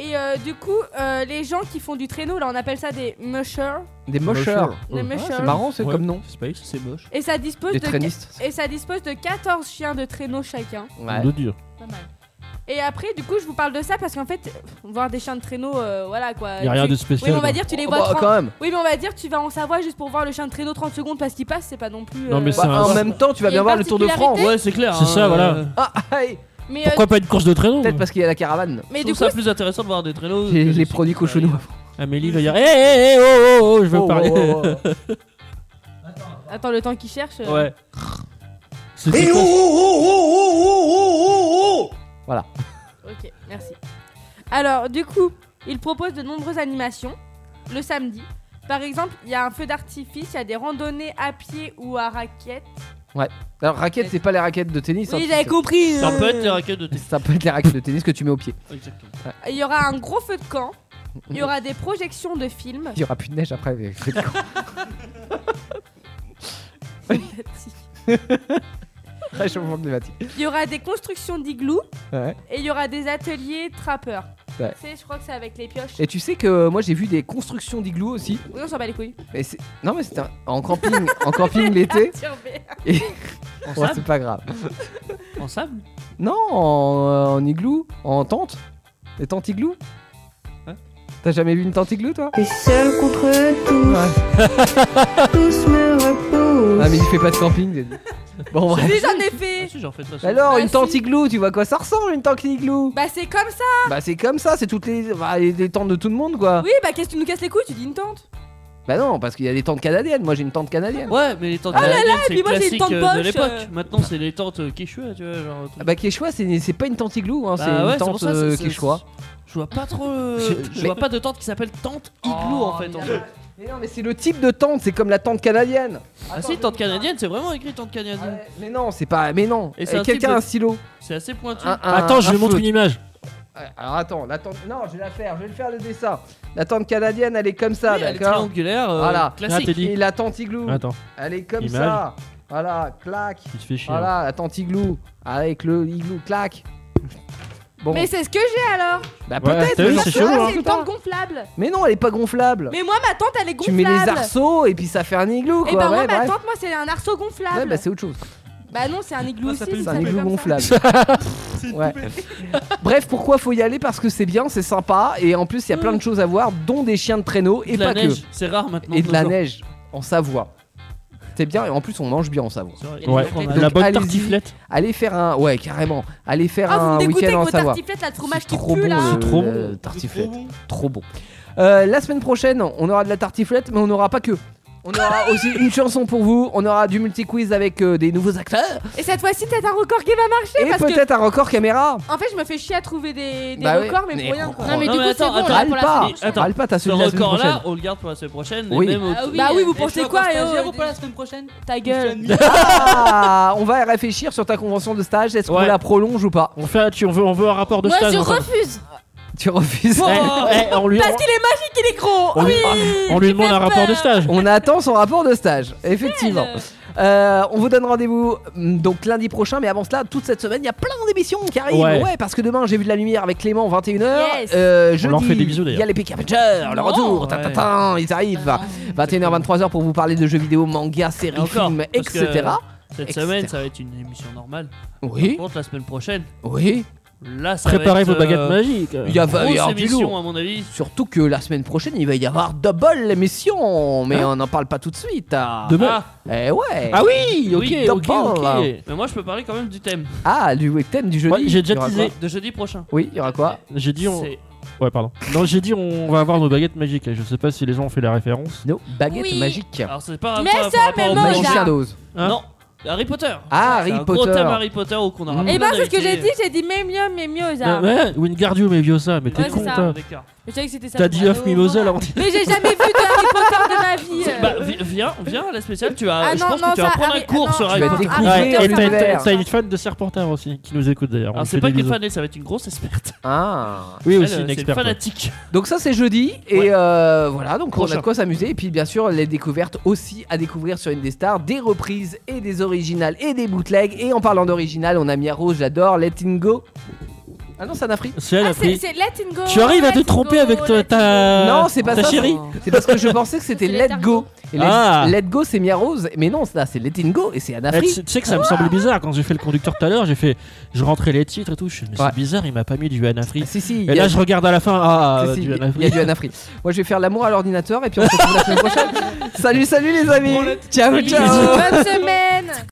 Et euh, du coup, euh, les gens qui font du traîneau, là, on appelle ça des mushers. Des mocheurs. Des Ouais, mushers. c'est marrant, c'est Ouais. comme nom. Space. C'est moche. Et ça dispose Des de trainistes. et ça dispose de 14 chiens de traîneau chacun. Ouais. De dur. Pas mal. Et après, du coup, je vous parle de ça parce qu'en fait, pff, voir des chiens de traîneau, euh, voilà quoi. Il a rien Tu- de Oui, spécial. hein. mais on va dire, tu les Oh, vois bah, 30 quand même. Oui, mais on va dire, tu vas en Savoie juste pour voir le chien de traîneau 30 secondes parce qu'il passe, c'est pas non plus. euh, Non, mais Bah, C'est un- en même temps, tu vas Il y a bien une voir le Tour de France. Ouais, c'est clair. C'est ça, voilà. euh, Ah, aïe. mais, euh, Pourquoi pas une course de traîneau Peut-être parce qu'il y a la caravane. mais Je du trouve coup, ça plus intéressant de voir des traîneaux. J'ai que des- les produits cochonneaux. Amélie va dire Hé hé hé oh oh oh, je veux Oh, parler. oh, oh, oh. attends le temps qu'il cherche. euh, Ouais. C'est Eh oh oh oh oh oh oh oh oh Voilà. Ok, merci. Alors, du coup, il propose de nombreuses animations le samedi. Par exemple, il y a un feu d'artifice, il y a des randonnées à pied ou à raquettes. Alors, raquettes, c'est pas les raquettes de tennis. hein, Oui, tu j'avais sais. compris. Ça euh. peut être les raquettes de tennis. Ça peut être les raquettes de tennis que tu mets au pied. Exactement. Il y aura un gros feu de camp. Il y aura des projections de films. Il y aura plus de neige après. mais- Réchauffement climatique. Il y aura des constructions d'igloo Ouais. et il y aura des ateliers trappeurs. Ouais. Tu sais, je crois que c'est avec les pioches. Et tu sais que euh, moi j'ai vu des constructions d'igloo aussi. Oui, on s'en bat les couilles. Mais c'est- non mais c'était un- en camping, en camping l'été. Perturbé. En Ouais, sable c'est pas grave. En sable Non, en, euh, en igloo, en tente. Les tentes igloo Hein T'as jamais vu une tente igloo toi seul contre tous, tous me reposent. Ah mais il fait pas de camping. j'ai dit. Bon, bref. Si, j'en ai fait. Alors, Bah, une si. tantiglou, tu vois à quoi ça ressemble une tantiglou Bah, c'est comme ça. Bah, c'est comme ça, c'est toutes les... bah, les les tentes de tout le monde quoi. Oui, bah, qu'est-ce que tu nous casses les couilles Tu dis une tente. Bah, non, parce qu'il y a des tentes canadiennes. Moi, j'ai une tente canadienne. Ouais, mais les tentes Ah là là, canadiennes, et c'est puis moi, j'ai classique les tentes euh, de poches, euh. l'époque. Maintenant, c'est les tentes euh, quechua, tu vois. Genre, un truc. Ah Bah, Quechua, c'est c'est pas une tantiglou, hein, Bah c'est ouais, une c'est pour tente ça, c'est- euh, c'est- Quechua. Je vois pas trop. euh, Je vois pas de tente qui s'appelle tente Oh, igloo en fait. en fait. Mais non, mais c'est le type de tente, c'est comme la tente canadienne. Ah si, tente canadienne, c'est vraiment écrit tente canadienne. Mais non, c'est pas. Mais non, Et Et c'est un type quelqu'un de- a un stylo. C'est assez pointu. Un- un- Attends, je Ah, un lui montre feu. une image. Ouais, Alors attends, la tente. Non, je vais la faire, je vais le faire le dessin. La tente canadienne, elle est comme ça, Oui, elle est d'accord triangulaire, euh, Voilà. classique. Ah, t'es dit. Et la tente igloo. Attends. Elle est comme Image. ça. Voilà, clac. Tu te fais chier. hein. Voilà, la tente igloo. Avec le igloo, clac. Bon. Mais c'est ce que j'ai alors. Bah Ouais, peut-être. t'as vu, mais j'en sais c'est chaud, rien, hein. C'est une tente gonflable. Mais non, elle est pas gonflable. Mais moi, ma tente, elle est Bah. tu gonflable. mets les arceaux et puis ça fait un igloo quoi. Et bah, moi, ouais, ma bref. tente, moi, c'est un arceau gonflable. Ouais, bah c'est autre chose. Bah non, c'est un igloo aussi. mais C'est ça un s'appelle igloo comme ça. gonflable. Ouais. Bref, pourquoi faut y aller Parce que c'est bien, c'est sympa, et en plus il y a plein de choses à voir, dont des chiens de traîneau et De la pas neige, que. c'est rare maintenant. Et de la nos jours. neige en Savoie. C'est bien, et en plus on mange bien en Savoie. Ouais, Donc, la bonne allez-y. tartiflette. Allez faire un, ouais carrément, allez faire Ah, vous un me week-end dégoûtez avec en vos Savoie. tartiflettes, là, de fromage qui C'est trop pue, bon, là. le- C'est trop bon. le C'est tartiflette, trop bon. Euh, la semaine prochaine, on aura de la tartiflette, mais on n'aura pas que. On aura aussi une chanson pour vous, on aura du multi-quiz avec euh, des nouveaux acteurs, Et cette fois-ci, peut-être un record qui va marcher. et parce que- peut-être un record caméra. En fait, je me fais chier à trouver des, des Bah ouais, records, mais, mais pour rien. Quoi. pourquoi Non, mais du coup, attends, c'est bon, attends, là, pour la pas. semaine prochaine. Attends, Râle pas, t'as ce celui de la semaine record là, prochaine. on le garde pour la semaine prochaine. Oui. Et même au- Ah oui, bah oui, vous pensez quoi eh, Stagiaire oh, ou pas la semaine prochaine Ta gueule. Eh, Ah, on va réfléchir sur ta convention de stage. Est-ce qu'on Ouais. la prolonge ou pas On fait, tu, on veut, on veut un rapport de Bah, Moi, stage. je enfin. refuse. Tu refuses Eh, eh, on lui, Parce qu'il est magique, il est gros. on lui- oui. on lui tu demande fais un rapport de peur. stage. On attend son rapport de stage, effectivement. Euh, on vous donne rendez-vous mm, donc lundi prochain, mais avant cela, toute cette semaine, il y a plein d'émissions qui arrivent. Ouais. Ouais. parce que demain, j'ai vu de la lumière avec Clément 21h. Yes. Euh, jeudi, leur fait des bisous, il d'ailleurs. y a les Peak Avengers, le Non, retour. ta, ta, ouais. ta, ils arrivent. 21h, 23h pour vous parler de jeux vidéo, manga, séries, Encore, films, parce que- etc. Cette etc. semaine, ça va être une émission normale. Par Oui, contre, la semaine prochaine, oui. là, ça va Préparez être, vos baguettes euh, magiques. Il y a, il va y Grosse avoir du émission, lourd. à mon avis. Surtout que la semaine prochaine, il va y avoir double émission, mais on n'en parle pas tout de suite. ah. Demain. Eh ouais. Hein Ah oui, ok, Oui, ok, d'abord, là. ok. Mais moi, je peux parler quand même du thème Ah, du thème du jeudi. Ouais, j'ai déjà Il y aura teasé. quoi de jeudi prochain. Oui, il y aura quoi J'ai dit on. C'est- Ouais, pardon. Non, j'ai dit on va avoir nos baguettes magiques. là. Je sais pas si les gens ont fait la référence. Nos baguettes Oui. magiques. Alors, c'est pas Mais pas- par ça, rapport mais au moi, manga. Magicien d'Oz. Hein Non, Harry Potter. Ah, Harry C'est un gros Potter. thème Harry Potter au qu'on aura. Mm. plein Eh ben, c'est ce que d'invités. j'ai dit, j'ai dit même mieux, mais mieux, Ah, ça. ouais, Wingardium Leviosa, mais t'es Ouais, con, c'est ça. Ah, toi. D'accord. Je savais que c'était ça. Bah, T'as dit off Mimosa là. on dit- Mais j'ai jamais vu de Harry Potter de ma vie. euh. Bah, vi- viens, viens à la spéciale, tu vas, Ah je non, pense non, que tu vas ça, prendre Harry- Ah un cours non, sur tu Harry vas Potter. découvrir. Ouais, Ah, et t'as- l'univers. t'as t'as une fan de Serpentard aussi qui nous écoute d'ailleurs. on Alors, fait Ah, c'est pas des qu'une bisous. fanée, ça va être une grosse experte. Ah. Oui, Elle, aussi euh, une c'est experte. ouais. fanatique. Donc ça c'est jeudi et Ouais. euh, voilà donc on a Prochain. de quoi s'amuser et puis bien sûr les découvertes aussi à découvrir sur Indestar des reprises et des originales et des bootlegs et en parlant d'original on a Mia Rose j'adore Letting Go ah non c'est un Afrique C'est elle Ah, a c'est pris. c'est Letting Go. Tu arrives à te Letting tromper Go, avec ta- Letting ta. Non, c'est pas ta ça. chérie. C'est parce que je pensais que c'était C'est Let Let Her Go. Et Let, Ah. Let Go, c'est Mia Rose. Mais non, ça, c'est Letting Go et c'est Anna Eh, tu Free. sais- tu sais que ça me semblait bizarre quand j'ai fait le conducteur tout à l'heure, j'ai fait je rentrais les titres et tout, je suis mais Ouais. c'est bizarre, il m'a pas mis du Anna Free. Ah, si, si. il Et y a- là je regarde à la fin ah si, euh, si, du il y a- Anna il y a Free. du Anna Free. Moi, je vais faire l'amour à l'ordinateur et puis on se retrouve la semaine prochaine. Salut, salut les amis. Ciao, ciao. Go. Bonne semaine.